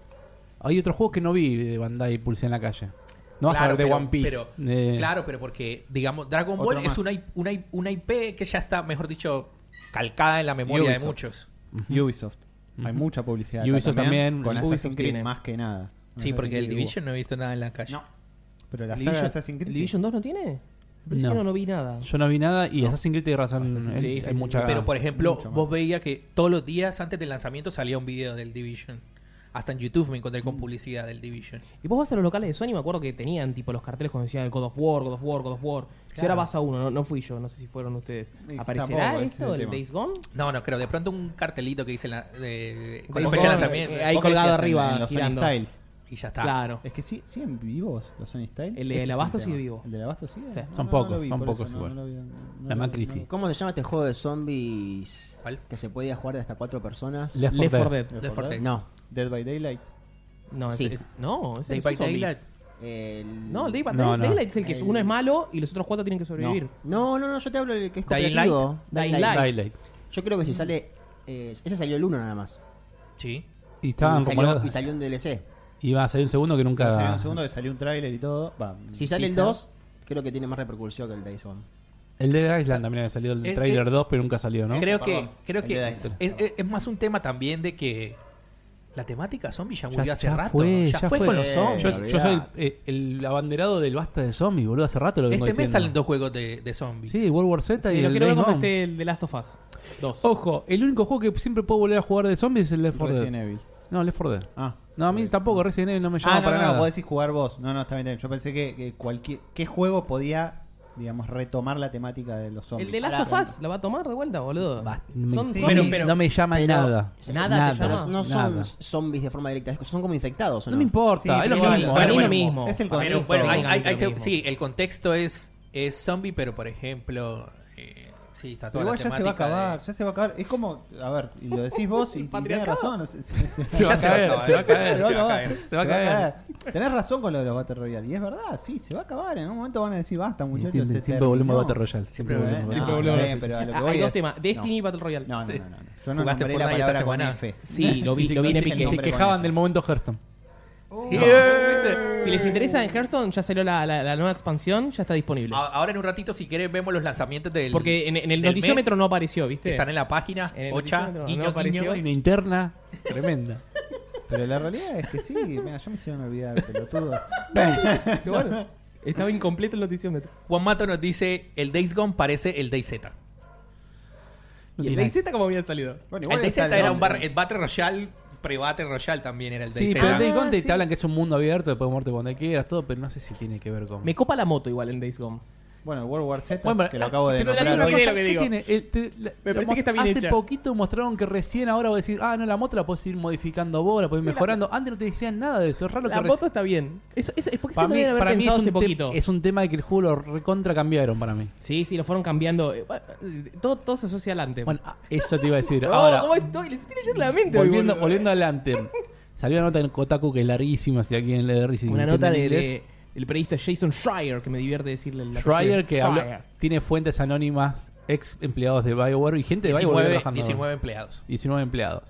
Speaker 1: Hay otros juegos que no vi de Bandai publicidad en la calle. No vas a ver de
Speaker 4: pero-
Speaker 1: One Piece. Eh,
Speaker 4: pero-
Speaker 1: de-
Speaker 4: Claro, pero porque, digamos, Dragon
Speaker 5: Otro
Speaker 4: Ball
Speaker 5: más.
Speaker 4: es una, I- una, I- una IP que ya está, mejor dicho, calcada en la memoria de
Speaker 5: Ubisoft. Ah,
Speaker 4: muchos.
Speaker 5: Ubisoft. Hay mucha publicidad. acá
Speaker 1: Ubisoft también,
Speaker 5: Con
Speaker 2: Ubisoft
Speaker 5: Assassin's Creed
Speaker 2: tiene.
Speaker 5: más que
Speaker 4: Sí,
Speaker 5: nada. Assassin's
Speaker 4: porque el
Speaker 5: Creed
Speaker 4: Division no he visto nada en la calle.
Speaker 5: No. hubo. Pero la saga de
Speaker 2: Division,
Speaker 5: Assassin's Creed. sí.
Speaker 2: Division 2 no tiene? Parece
Speaker 1: No.
Speaker 2: que No, no vi nada.
Speaker 1: Yo no vi nada y Assassin's Creed tiene razón.
Speaker 2: Assassin's-
Speaker 1: él-
Speaker 2: sí, sí,
Speaker 1: hay
Speaker 2: sí,
Speaker 1: mucha...
Speaker 4: Pero por ejemplo,
Speaker 5: Mucho más.
Speaker 4: vos veías que todos los días antes del lanzamiento salía un video del Division. Hasta en YouTube me encontré con publicidad del Division.
Speaker 2: Y vos vas a los locales de Sony, me acuerdo que tenían tipo los carteles cuando decían God of War, God of War, God of War. Si ahora vas a uno, no, no fui yo, no sé si fueron ustedes.
Speaker 5: Y
Speaker 2: ¿Aparecerá
Speaker 5: tampoco, ese es
Speaker 2: esto
Speaker 5: el
Speaker 2: del
Speaker 5: tema.
Speaker 2: Days Gone?
Speaker 4: No, no creo. De pronto un cartelito que dice la, de- con
Speaker 2: Days
Speaker 4: la fecha de
Speaker 2: Gone,
Speaker 4: lanzamiento.
Speaker 2: eh, ahí
Speaker 5: Vos
Speaker 2: colgado
Speaker 5: decías en-
Speaker 2: arriba,
Speaker 5: en los Sony
Speaker 2: girando.
Speaker 5: Styles.
Speaker 4: y ya está.
Speaker 2: Claro.
Speaker 5: Es que sí, siguen vivos los Sony Styles.
Speaker 2: El de
Speaker 5: Ese es
Speaker 2: Abasto
Speaker 5: tema.
Speaker 2: sigue vivo.
Speaker 5: El de Abasto sigue.
Speaker 2: Sí.
Speaker 1: Son
Speaker 5: lo
Speaker 1: pocos,
Speaker 5: vi,
Speaker 1: son
Speaker 5: por eso
Speaker 1: pocos
Speaker 5: no-
Speaker 1: igual.
Speaker 5: no lo vi, no lo
Speaker 1: La
Speaker 5: vi,
Speaker 1: Macri
Speaker 5: no
Speaker 1: sí.
Speaker 5: lo vi.
Speaker 3: ¿Cómo se llama este juego de zombies
Speaker 4: ¿Cuál?
Speaker 3: que se podía jugar de hasta cuatro personas?
Speaker 1: Left
Speaker 2: Left 4
Speaker 1: 4
Speaker 2: Dead.
Speaker 4: Left 4 Dead.
Speaker 3: No,
Speaker 5: Dead by Daylight.
Speaker 2: No, ese
Speaker 3: Sí.
Speaker 2: es, no, ese
Speaker 4: Day
Speaker 2: no son
Speaker 4: by Daylight.
Speaker 2: zombies.
Speaker 3: el...
Speaker 2: No, el Day by
Speaker 1: No,
Speaker 2: Daylight
Speaker 1: no.
Speaker 2: Daylight es el que es- uno es malo y los otros cuatro tienen que sobrevivir.
Speaker 3: No, no, no, yo te hablo del que es
Speaker 4: Dying
Speaker 3: cooperativo.
Speaker 2: Dying
Speaker 3: Dying
Speaker 2: Light.
Speaker 1: Daylight.
Speaker 3: Yo creo que si sale... eh, ese salió el uno nada más.
Speaker 4: Sí.
Speaker 1: Y estaban
Speaker 3: y, salió,
Speaker 1: rumorados.
Speaker 3: y salió un DLC.
Speaker 1: Iba a salir un segundo que nunca.
Speaker 5: Salió un segundo que salió un tráiler y todo. Va,
Speaker 3: Si sale el
Speaker 5: teaser.
Speaker 3: 2, creo que tiene más repercusión que el Days Gone.
Speaker 1: El de Island también había salido el
Speaker 4: Es-
Speaker 1: trailer
Speaker 4: es-
Speaker 1: 2, pero nunca salió, ¿no?
Speaker 4: Creo que,
Speaker 5: Perdón,
Speaker 4: creo
Speaker 5: el
Speaker 4: que
Speaker 5: de
Speaker 4: es,
Speaker 5: Dyson.
Speaker 4: es- es más un tema también de que la temática zombie ya murió
Speaker 1: Ya-
Speaker 4: hace
Speaker 1: ya
Speaker 4: rato.
Speaker 1: fue,
Speaker 4: ya,
Speaker 1: ya
Speaker 4: fue
Speaker 1: fue.
Speaker 4: con los zombies.
Speaker 1: Yo,
Speaker 3: Eh,
Speaker 1: yo soy el, eh, el abanderado del basta de zombies, boludo. Hace rato lo vengo
Speaker 4: este mes
Speaker 1: diciendo.
Speaker 4: salen dos juegos de, de zombies.
Speaker 1: Sí, World War Z
Speaker 2: Sí,
Speaker 1: y
Speaker 2: lo
Speaker 1: el
Speaker 2: quiero ver
Speaker 1: Days
Speaker 2: cuando
Speaker 1: Gone.
Speaker 2: esté el de Last of Us 2.
Speaker 1: Ojo, el único juego que siempre puedo volver a jugar de zombies es el Left 4
Speaker 5: Resident
Speaker 1: Dead.
Speaker 5: Evil.
Speaker 1: No, Left 4 Dead.
Speaker 5: Ah.
Speaker 1: No, a mí
Speaker 5: ok.
Speaker 1: tampoco, Resident Evil no me llama
Speaker 5: Ah, no,
Speaker 1: para
Speaker 5: no,
Speaker 1: nada.
Speaker 5: no, podés ir jugar vos. No, no, está bien, está bien. Yo pensé que, que cualquier qué juego podía, digamos, retomar la temática de los zombies.
Speaker 2: El de Last of Us la va a tomar de vuelta, boludo.
Speaker 1: Va, me-
Speaker 2: Son
Speaker 1: sí,
Speaker 2: zombies.
Speaker 4: pero-
Speaker 1: no me llama
Speaker 3: Pero-
Speaker 1: nada.
Speaker 3: se-
Speaker 2: Nada se
Speaker 3: pero
Speaker 2: llama.
Speaker 3: no son
Speaker 1: Nada.
Speaker 3: zombies de forma directa, son como infectados, ¿o
Speaker 1: No
Speaker 3: ¿no?
Speaker 1: me importa,
Speaker 5: Sí,
Speaker 1: es lo
Speaker 5: pero
Speaker 1: mismo.
Speaker 2: para
Speaker 4: bueno,
Speaker 2: mí es lo
Speaker 4: bueno.
Speaker 2: mismo.
Speaker 5: Es el
Speaker 2: Para mí
Speaker 4: Pero
Speaker 5: contexto.
Speaker 2: es
Speaker 4: bueno, hay- hay-
Speaker 2: técnicamente lo
Speaker 4: hay-
Speaker 2: mismo.
Speaker 4: sí, el contexto es, es zombie, pero por ejemplo, eh, Sí, está toda
Speaker 5: Pero igual
Speaker 4: la
Speaker 5: ya se va a
Speaker 4: temática
Speaker 5: acabar,
Speaker 4: de-
Speaker 5: ya se va a acabar. Es como, a ver, y lo decís vos y, y tenés
Speaker 2: Patriarcado.
Speaker 5: razón. o sea, se- se-
Speaker 1: Se va a
Speaker 4: Ya se va a
Speaker 1: caer,
Speaker 4: acabar,
Speaker 1: se va a
Speaker 4: se va a
Speaker 1: caer.
Speaker 4: acabar.
Speaker 1: se va a caer.
Speaker 5: Tenés razón con lo de los Battle Royale. Y es verdad, sí, se va a acabar. En un momento van a decir, basta, muchachos. este,
Speaker 1: Siempre,
Speaker 5: se
Speaker 1: siempre volvemos a
Speaker 5: terminó".
Speaker 1: Battle Royale. Siempre
Speaker 5: Eh,
Speaker 1: volvemos. a
Speaker 5: no,
Speaker 1: Battle
Speaker 5: está
Speaker 1: Royale.
Speaker 2: volvemos a
Speaker 5: bien, pero a lo que
Speaker 2: Ah,
Speaker 5: voy
Speaker 2: hay dos
Speaker 5: es-
Speaker 2: temas: Destiny y
Speaker 5: no.
Speaker 2: Battle Royale.
Speaker 5: No, no,
Speaker 1: Sí.
Speaker 5: no, no, no. Yo no
Speaker 4: Jugaste
Speaker 5: nombré la
Speaker 4: Fortnite
Speaker 5: palabra
Speaker 4: esta
Speaker 5: con
Speaker 4: semana.
Speaker 5: F.
Speaker 2: Sí, lo vi,
Speaker 5: Ni
Speaker 2: lo vi en
Speaker 5: siquiera
Speaker 2: Epic
Speaker 5: dije el
Speaker 1: Se
Speaker 5: nombre con
Speaker 1: quejaban
Speaker 5: F.
Speaker 1: del momento Hearthstone.
Speaker 2: Si les interesa en Hearthstone, ya salió la, la- la nueva expansión, ya está disponible.
Speaker 4: A- Ahora en un ratito, si quieren, vemos los lanzamientos del.
Speaker 2: Porque en, en el
Speaker 4: del
Speaker 2: noticiómetro
Speaker 4: mes.
Speaker 2: no apareció, ¿viste?
Speaker 4: Están en la página.
Speaker 2: En el
Speaker 4: Ocha,
Speaker 2: noticiómetro no
Speaker 4: guiño,
Speaker 2: apareció.
Speaker 4: guiño.
Speaker 1: Hay una interna tremenda.
Speaker 5: Pero la realidad es que sí, mira, ya me hicieron olvidar, pelotudo.
Speaker 2: Claro. Estaba incompleto el noticiómetro.
Speaker 4: Juan Mato nos dice: el Days Gone parece el Day Z.
Speaker 1: No
Speaker 2: ¿Y el
Speaker 1: tiene nada.
Speaker 2: DayZ cómo había salido?
Speaker 5: Bueno,
Speaker 4: El Day
Speaker 5: está
Speaker 4: Z era un bar-
Speaker 5: nombre.
Speaker 4: el Battle Royale, pre-Battle Royale también era el Day
Speaker 1: Sí, pero
Speaker 4: Z.
Speaker 1: en Days Gone te,
Speaker 2: sí.
Speaker 1: te hablan que es un mundo abierto, después muerte cuando quieras, todo, pero no sé si tiene que ver con.
Speaker 2: Me copa la moto igual en Days Gone.
Speaker 5: Bueno, World War Z,
Speaker 1: Bueno, pero-
Speaker 5: que lo acabo de
Speaker 2: pero la
Speaker 5: nombrar
Speaker 2: misma
Speaker 5: hoy.
Speaker 2: cosa- lo que
Speaker 1: ¿qué
Speaker 2: digo.
Speaker 1: tiene? El- te- la-
Speaker 2: Me
Speaker 1: la
Speaker 2: parece que está bien
Speaker 1: Hace
Speaker 2: hecha.
Speaker 1: poquito mostraron que recién ahora voy a decir, ah, no, la moto la puedes ir modificando vos, la puedes ir mejorando. Antes no te decían nada de eso, es raro
Speaker 2: La
Speaker 1: que reci-
Speaker 2: moto está bien. Eso, eso- es porque
Speaker 1: Para
Speaker 2: se me
Speaker 1: mí,
Speaker 2: deben haber
Speaker 1: para mí es,
Speaker 2: pensado
Speaker 1: un
Speaker 2: hace
Speaker 1: te-
Speaker 2: poquito.
Speaker 1: es un tema de que el juego lo recontra cambiaron para mí.
Speaker 2: Sí, sí, lo fueron cambiando. Eh, bueno, eh, Todo, todo se asocia al Anthem.
Speaker 1: Bueno, ah, eso te iba a decir.
Speaker 2: No,
Speaker 1: Ahora,
Speaker 2: Oh, ¿cómo estoy? Les estoy leyendo la mente. hoy,
Speaker 1: volviendo,
Speaker 2: boludo.
Speaker 1: volviendo al Anthem. Salió una nota en Kotaku que es larguísima, si aquí en leer si
Speaker 2: Una
Speaker 1: tienen
Speaker 2: nota de,
Speaker 1: inglés.
Speaker 2: de- del periodista Jason Schreier, que me divierte decirle la
Speaker 1: Schreier que habló- tiene fuentes anónimas, ex empleados de Bioware y gente de Bioware
Speaker 4: 19,
Speaker 1: trabajando.
Speaker 4: 19 empleados.
Speaker 1: 19 empleados.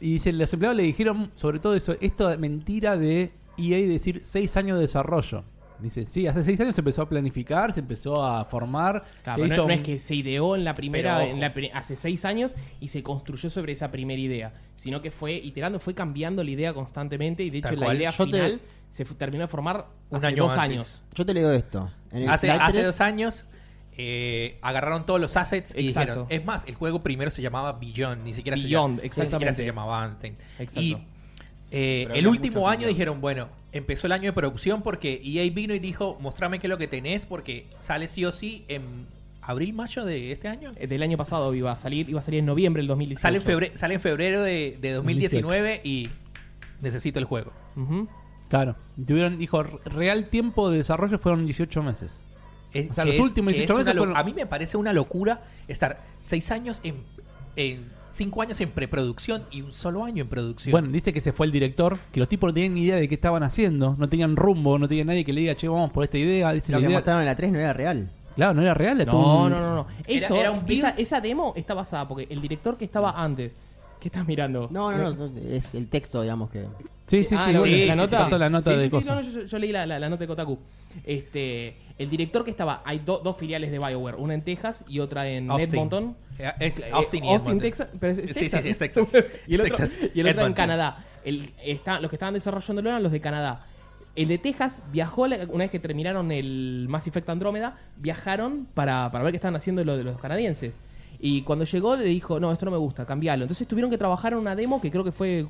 Speaker 1: Y dicen, los empleados le dijeron, sobre todo eso, esto es mentira de EA decir 6 años de desarrollo. Dice, sí, hace 6 años se empezó a planificar, se empezó a formar. se
Speaker 2: Claro, no,
Speaker 1: hizo
Speaker 2: no
Speaker 1: un-
Speaker 2: es que se ideó en la primera,
Speaker 4: Pero ojo.
Speaker 2: en la pri- hace seis años y se construyó sobre esa primera idea, sino que fue iterando, fue cambiando la idea constantemente y de hecho
Speaker 4: Tal
Speaker 2: la
Speaker 4: cual.
Speaker 2: idea
Speaker 4: Yo te-
Speaker 2: final se fu- terminó de formar
Speaker 4: Un
Speaker 2: hace
Speaker 4: año
Speaker 2: dos
Speaker 4: antes.
Speaker 2: años.
Speaker 3: Yo te leo esto. En el
Speaker 4: Hace,
Speaker 3: Play
Speaker 4: hace
Speaker 3: 3,
Speaker 4: dos años eh, agarraron todos los assets y
Speaker 2: Exacto.
Speaker 4: dijeron. Es más, el juego primero se llamaba Beyond, ni siquiera,
Speaker 2: Beyond,
Speaker 4: se, llamaba, ni siquiera se
Speaker 2: exactamente.
Speaker 4: llamaba Anthem.
Speaker 2: Exacto.
Speaker 4: Y eh,
Speaker 5: Pero
Speaker 4: el
Speaker 5: había
Speaker 4: último
Speaker 5: muchos
Speaker 4: año
Speaker 5: Beyond.
Speaker 4: dijeron, bueno, empezó el año de producción porque EA vino y dijo, mostrame qué es lo que tenés porque sale sí o sí en abril, mayo de este año.
Speaker 2: Eh, Del año pasado iba a salir, iba a salir en noviembre del 2018.
Speaker 4: Sale en febrero, sale en febrero de, de 2019 y necesito el juego.
Speaker 2: Ujú.
Speaker 1: Claro, tuvieron, dijo, real tiempo de desarrollo fueron 18 meses.
Speaker 4: Es-
Speaker 1: O sea,
Speaker 4: que
Speaker 1: los
Speaker 4: es-
Speaker 1: últimos
Speaker 4: que es
Speaker 1: 18
Speaker 4: una
Speaker 1: meses
Speaker 4: lo-
Speaker 1: fueron-
Speaker 4: A mí me parece una locura estar seis años en, en cinco años en preproducción y un solo año en producción.
Speaker 1: Bueno, dice que se fue el director, que los tipos no tenían ni idea de qué estaban haciendo, no tenían rumbo, no tenían nadie que le diga, che, vamos por esta idea. Dice,
Speaker 3: Lo
Speaker 1: la
Speaker 3: que
Speaker 1: idea-
Speaker 3: mostraron en la 3 no era real.
Speaker 1: Claro, no era real. era todo
Speaker 2: No,
Speaker 1: un-
Speaker 2: no, no, no.
Speaker 4: Era-
Speaker 2: Eso,
Speaker 4: era un build.
Speaker 2: esa, esa demo está basada porque el director que estaba antes, ¿qué estás mirando?
Speaker 3: No, no, no. Es el texto, digamos que.
Speaker 1: Sí, sí,
Speaker 2: Ah,
Speaker 1: sí,
Speaker 2: la,
Speaker 1: bueno,
Speaker 2: la nota.
Speaker 1: tanto la nota
Speaker 2: Sí, sí,
Speaker 1: de
Speaker 2: sí,
Speaker 1: cosas.
Speaker 2: no, no, yo, yo leí la, la- la nota de Kotaku. Este, el director que estaba, hay do- dos filiales de Bioware, una en Texas y otra en
Speaker 4: Austin.
Speaker 2: Edmonton.
Speaker 4: Eh, es
Speaker 2: Eh,
Speaker 4: Austin, y Edmonton.
Speaker 2: Texas, pero es, es
Speaker 4: Sí, sí,
Speaker 2: Texas.
Speaker 4: sí, es Texas.
Speaker 2: y el
Speaker 4: Es
Speaker 2: otro,
Speaker 4: Texas.
Speaker 2: y el otro en
Speaker 4: Edmonton.
Speaker 2: Canadá. El- está- los que estaban desarrollándolo eran los de Canadá. El de Texas viajó, a la- una vez que terminaron el Mass Effect Andrómeda, viajaron para, para ver qué estaban haciendo lo de los canadienses. Y cuando llegó le dijo, no, esto no me gusta, cambialo. Entonces tuvieron que trabajar en una demo que creo que fue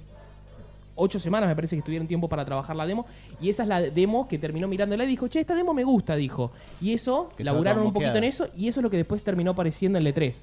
Speaker 2: ocho semanas, me parece que estuvieron tiempo para trabajar la demo. Y esa es la demo que terminó mirándola y dijo, che, esta demo me gusta, dijo. Y eso,
Speaker 5: Que estaba
Speaker 2: laburaron
Speaker 5: toda
Speaker 2: un poquito en
Speaker 5: moqueada.
Speaker 2: eso y eso es lo que después terminó apareciendo en el E E3.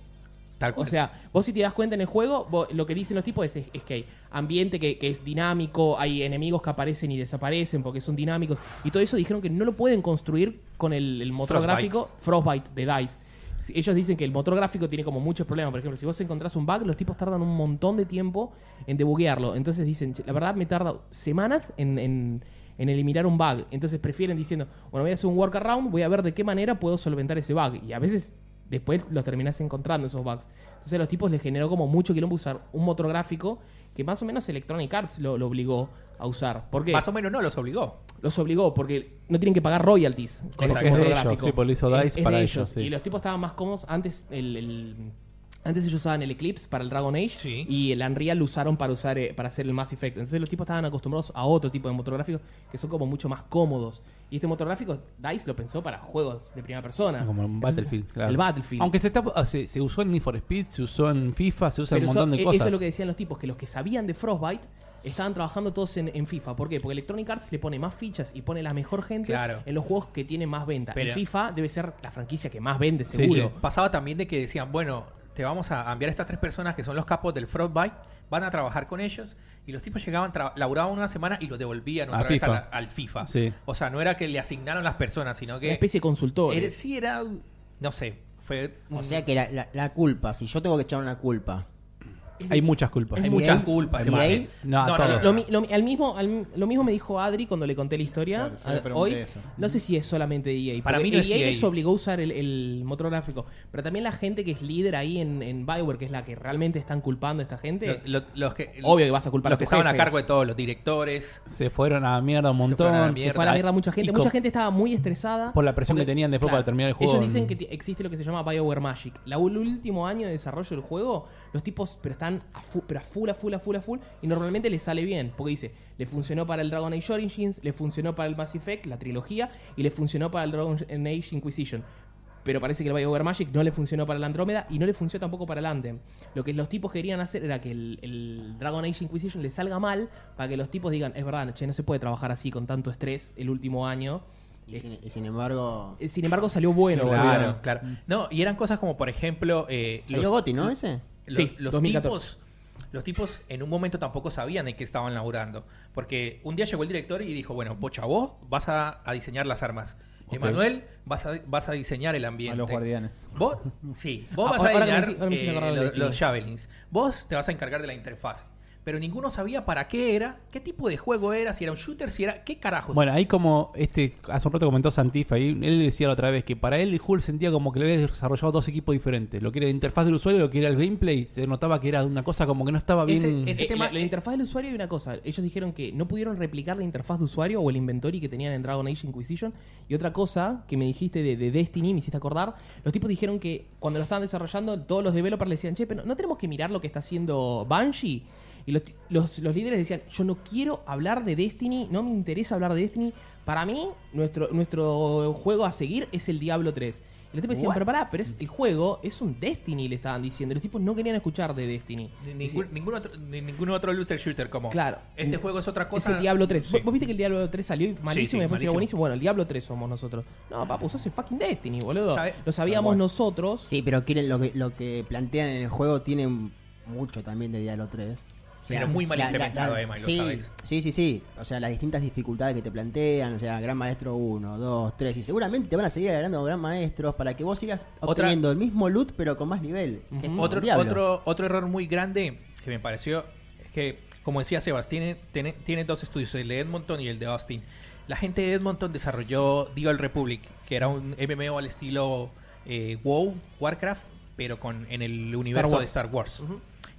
Speaker 4: Tal cual.
Speaker 2: O sea, vos si te das cuenta en el juego, vos- lo que dicen los tipos es, es- es que hay ambiente que, que es dinámico, hay enemigos que aparecen y desaparecen porque son dinámicos. Y todo eso dijeron que no lo pueden construir con el, el motor
Speaker 4: Frostbite.
Speaker 2: gráfico Frostbite de DICE. Si- Ellos dicen que el motor gráfico tiene como muchos problemas. Por ejemplo, si vos encontrás un bug, los tipos tardan un montón de tiempo en debuguearlo. Entonces dicen, "Che, la verdad me tarda semanas en, en- en eliminar un bug. Entonces prefieren diciendo, bueno, voy a hacer un workaround, voy a ver de qué manera puedo solventar ese bug. Y a veces después los terminás encontrando esos bugs. Entonces a los tipos les generó como mucho quilombo usar un motor gráfico que más o menos Electronic Arts lo, lo obligó a usar. ¿Por qué?
Speaker 4: Más o menos no, los obligó.
Speaker 2: los obligó porque no tienen que pagar royalties con
Speaker 4: Exacto.
Speaker 2: ese
Speaker 4: Es
Speaker 2: motor
Speaker 4: de
Speaker 1: ellos,
Speaker 2: gráfico.
Speaker 1: sí, porque lo hizo
Speaker 2: Es-
Speaker 1: DICE
Speaker 2: es
Speaker 1: para
Speaker 2: de
Speaker 1: ellos, sí.
Speaker 2: Y los tipos estaban más cómodos. Antes el, el- antes ellos usaban el Eclipse para el Dragon Age
Speaker 4: Sí.
Speaker 2: y el Unreal lo usaron para usar eh, para hacer el Mass Effect. Entonces los tipos estaban acostumbrados a otro tipo de motor gráfico que son como mucho más cómodos. Y este motor gráfico DICE lo pensó para juegos de primera persona.
Speaker 1: Como en
Speaker 2: Entonces,
Speaker 1: Battlefield, claro.
Speaker 2: El Battlefield.
Speaker 1: Aunque se, está, ah, se, se usó en Need for Speed, se usó en FIFA, se usa en un
Speaker 2: Pero eso-
Speaker 1: montón
Speaker 2: e-
Speaker 1: de cosas.
Speaker 2: Eso es lo que decían los tipos, que los que sabían de Frostbite estaban trabajando todos en, en FIFA. ¿Por qué? Porque Electronic Arts le pone más fichas y pone la mejor gente
Speaker 4: Claro.
Speaker 2: en los juegos que tienen más venta.
Speaker 4: Pero-
Speaker 2: el FIFA debe ser la franquicia que más vende,
Speaker 1: Sí,
Speaker 2: seguro.
Speaker 4: Pasaba también de que decían, bueno, te vamos a enviar a estas tres personas que son los capos del Frostbite, van a trabajar con ellos. Y los tipos llegaban, tra- laburaban una semana y los devolvían
Speaker 1: A
Speaker 4: otra vez a
Speaker 1: FIFA.
Speaker 4: la- al FIFA.
Speaker 1: Sí.
Speaker 4: O sea, no era que le asignaron las personas, sino que...
Speaker 2: Una especie de consultor.
Speaker 4: Era- sí, era. No sé. fue
Speaker 3: O
Speaker 4: un-
Speaker 3: sea que la, la- la culpa, si yo tengo que echar una culpa.
Speaker 1: Hay muchas culpas.
Speaker 4: hay
Speaker 3: ¿Y
Speaker 4: muchas
Speaker 3: ahí?
Speaker 4: culpas.
Speaker 3: ¿Y
Speaker 4: Marvel.
Speaker 3: ahí?
Speaker 1: No,
Speaker 4: No, no,
Speaker 1: todo.
Speaker 4: no,
Speaker 2: Lo, mi- lo mi- al mismo, al- lo mismo me dijo Adri cuando le conté la historia
Speaker 5: Claro, yo le
Speaker 2: a-
Speaker 5: pregunté
Speaker 2: hoy.
Speaker 5: eso.
Speaker 2: No sé si es solamente EA.
Speaker 4: Para
Speaker 2: porque
Speaker 4: mí no es E
Speaker 2: EA
Speaker 4: EA.
Speaker 2: les obligó a usar el, el motor gráfico. Pero también la gente que es líder ahí en, en Bioware, que es la que realmente están culpando a esta gente.
Speaker 4: Lo- lo- los que,
Speaker 2: Obvio que vas a culpar a
Speaker 4: Los
Speaker 2: tu
Speaker 4: que estaban
Speaker 2: jefe.
Speaker 4: a cargo de todos, los directores.
Speaker 1: Se fueron a la mierda un
Speaker 4: Se fueron a la
Speaker 1: montón.
Speaker 4: mierda.
Speaker 2: se fue a la mierda mucha gente.
Speaker 1: Y
Speaker 2: Mucha
Speaker 1: con-
Speaker 2: gente estaba muy estresada.
Speaker 1: Por la presión que tenían después para terminar el juego
Speaker 2: Ellos dicen
Speaker 1: en-
Speaker 2: que ti- existe lo que se llama Bioware Magic. La, el último año de desarrollo del juego, los tipos pero están a fu- pero a full, a full, a full, a full. Y normalmente les sale bien. Porque dice, le funcionó para el Dragon Age Origins, le funcionó para el Mass Effect, la trilogía, y le funcionó para el Dragon Age Inquisition. Pero parece que el Bioware Magic no le funcionó para el Andrómeda y no le funcionó tampoco para el Anthem. Lo que los tipos querían hacer era que el, el Dragon Age Inquisition le salga mal para que los tipos digan, es verdad, che, no se puede trabajar así con tanto estrés el último año.
Speaker 3: Y sin, y sin embargo.
Speaker 2: Eh, Sin embargo, salió bueno. boludo.
Speaker 4: Claro, claro. No, y eran cosas como, por ejemplo. eh,
Speaker 3: Salió
Speaker 4: los-
Speaker 3: Gotti, ¿no? Ese.
Speaker 4: Los,
Speaker 2: Sí,
Speaker 4: los
Speaker 2: 2014.
Speaker 4: tipos los tipos en un momento tampoco sabían de qué estaban laburando. Porque un día llegó el director y dijo, bueno, Pocha, vos vas a, a diseñar las armas. Emanuel, vas a, vas a diseñar el ambiente.
Speaker 5: A los guardianes.
Speaker 4: Vos, sí, vos
Speaker 2: Ah,
Speaker 4: vas a
Speaker 2: ahora- ahora que me
Speaker 4: diseñar
Speaker 2: hici- ahora me hiciste
Speaker 4: eh,
Speaker 2: acordar del
Speaker 4: lo-
Speaker 2: destino.
Speaker 4: los javelins. Vos te vas a encargar de la interfaz. Pero ninguno sabía para qué era, qué tipo de juego era, si era un shooter, si era... ¿Qué carajo?
Speaker 1: Bueno, ahí como este hace un rato comentó Santifa, ahí él decía la otra vez que para él el Hulk sentía como que le había desarrollado dos equipos diferentes. Lo que era la interfaz del usuario y lo que era el gameplay. Se notaba que era una cosa como que no estaba
Speaker 4: Ese-
Speaker 1: bien. este,
Speaker 4: ese-
Speaker 2: Eh,
Speaker 4: tema-
Speaker 2: la, la interfaz del usuario hay una cosa. Ellos dijeron que no pudieron replicar la interfaz de usuario o el inventory que tenían en Dragon Age Inquisition. Y otra cosa que me dijiste de, de Destiny, me hiciste acordar. Los tipos dijeron que cuando lo estaban desarrollando, todos los developers le decían, che, pero no tenemos que mirar lo que está haciendo Bungie. Y los, ti- los- los líderes decían, yo no quiero hablar de Destiny, no me interesa hablar de Destiny. Para mí, nuestro, nuestro juego a seguir es el Diablo 3. Y los tipos decían, pero pará, pero es, el juego es un Destiny, le estaban diciendo. Los tipos no querían escuchar de Destiny.
Speaker 4: Ni- Ningún, ningún otro, ni- ningún otro looter shooter como...
Speaker 2: Claro.
Speaker 4: Este juego es otra cosa.
Speaker 2: Es el Diablo 3.
Speaker 4: Sí.
Speaker 2: ¿Vos viste que el Diablo 3 salió y malísimo
Speaker 4: Sí, sí,
Speaker 2: y después salió
Speaker 4: malísimo.
Speaker 2: buenísimo? Bueno, el Diablo 3 somos nosotros. No, papu, sos el fucking Destiny, boludo.
Speaker 4: Sabe-
Speaker 2: Lo sabíamos nosotros.
Speaker 3: Sí, pero quieren lo que, lo que plantean en el juego tiene mucho también de Diablo 3. O
Speaker 4: Pero muy mal implementado, Emma, y lo
Speaker 3: sí,
Speaker 4: sabes.
Speaker 3: sí, sí, sí. O sea, las distintas dificultades que te plantean, o sea, Gran Maestro 1, 2, 3, y seguramente te van a seguir agregando Gran Maestros para que vos sigas
Speaker 4: Otra-
Speaker 3: obteniendo el mismo loot pero con más nivel. que es como
Speaker 4: Otro,
Speaker 3: Diablo.
Speaker 4: otro, otro error muy grande que me pareció es que, como decía Sebas, tiene, tiene, tiene dos estudios, el de Edmonton y el de Austin. La gente de Edmonton desarrolló Dial Republic, que era un MMO al estilo eh, WoW, Warcraft, pero con, en el universo
Speaker 2: Wars.
Speaker 4: de Star Wars.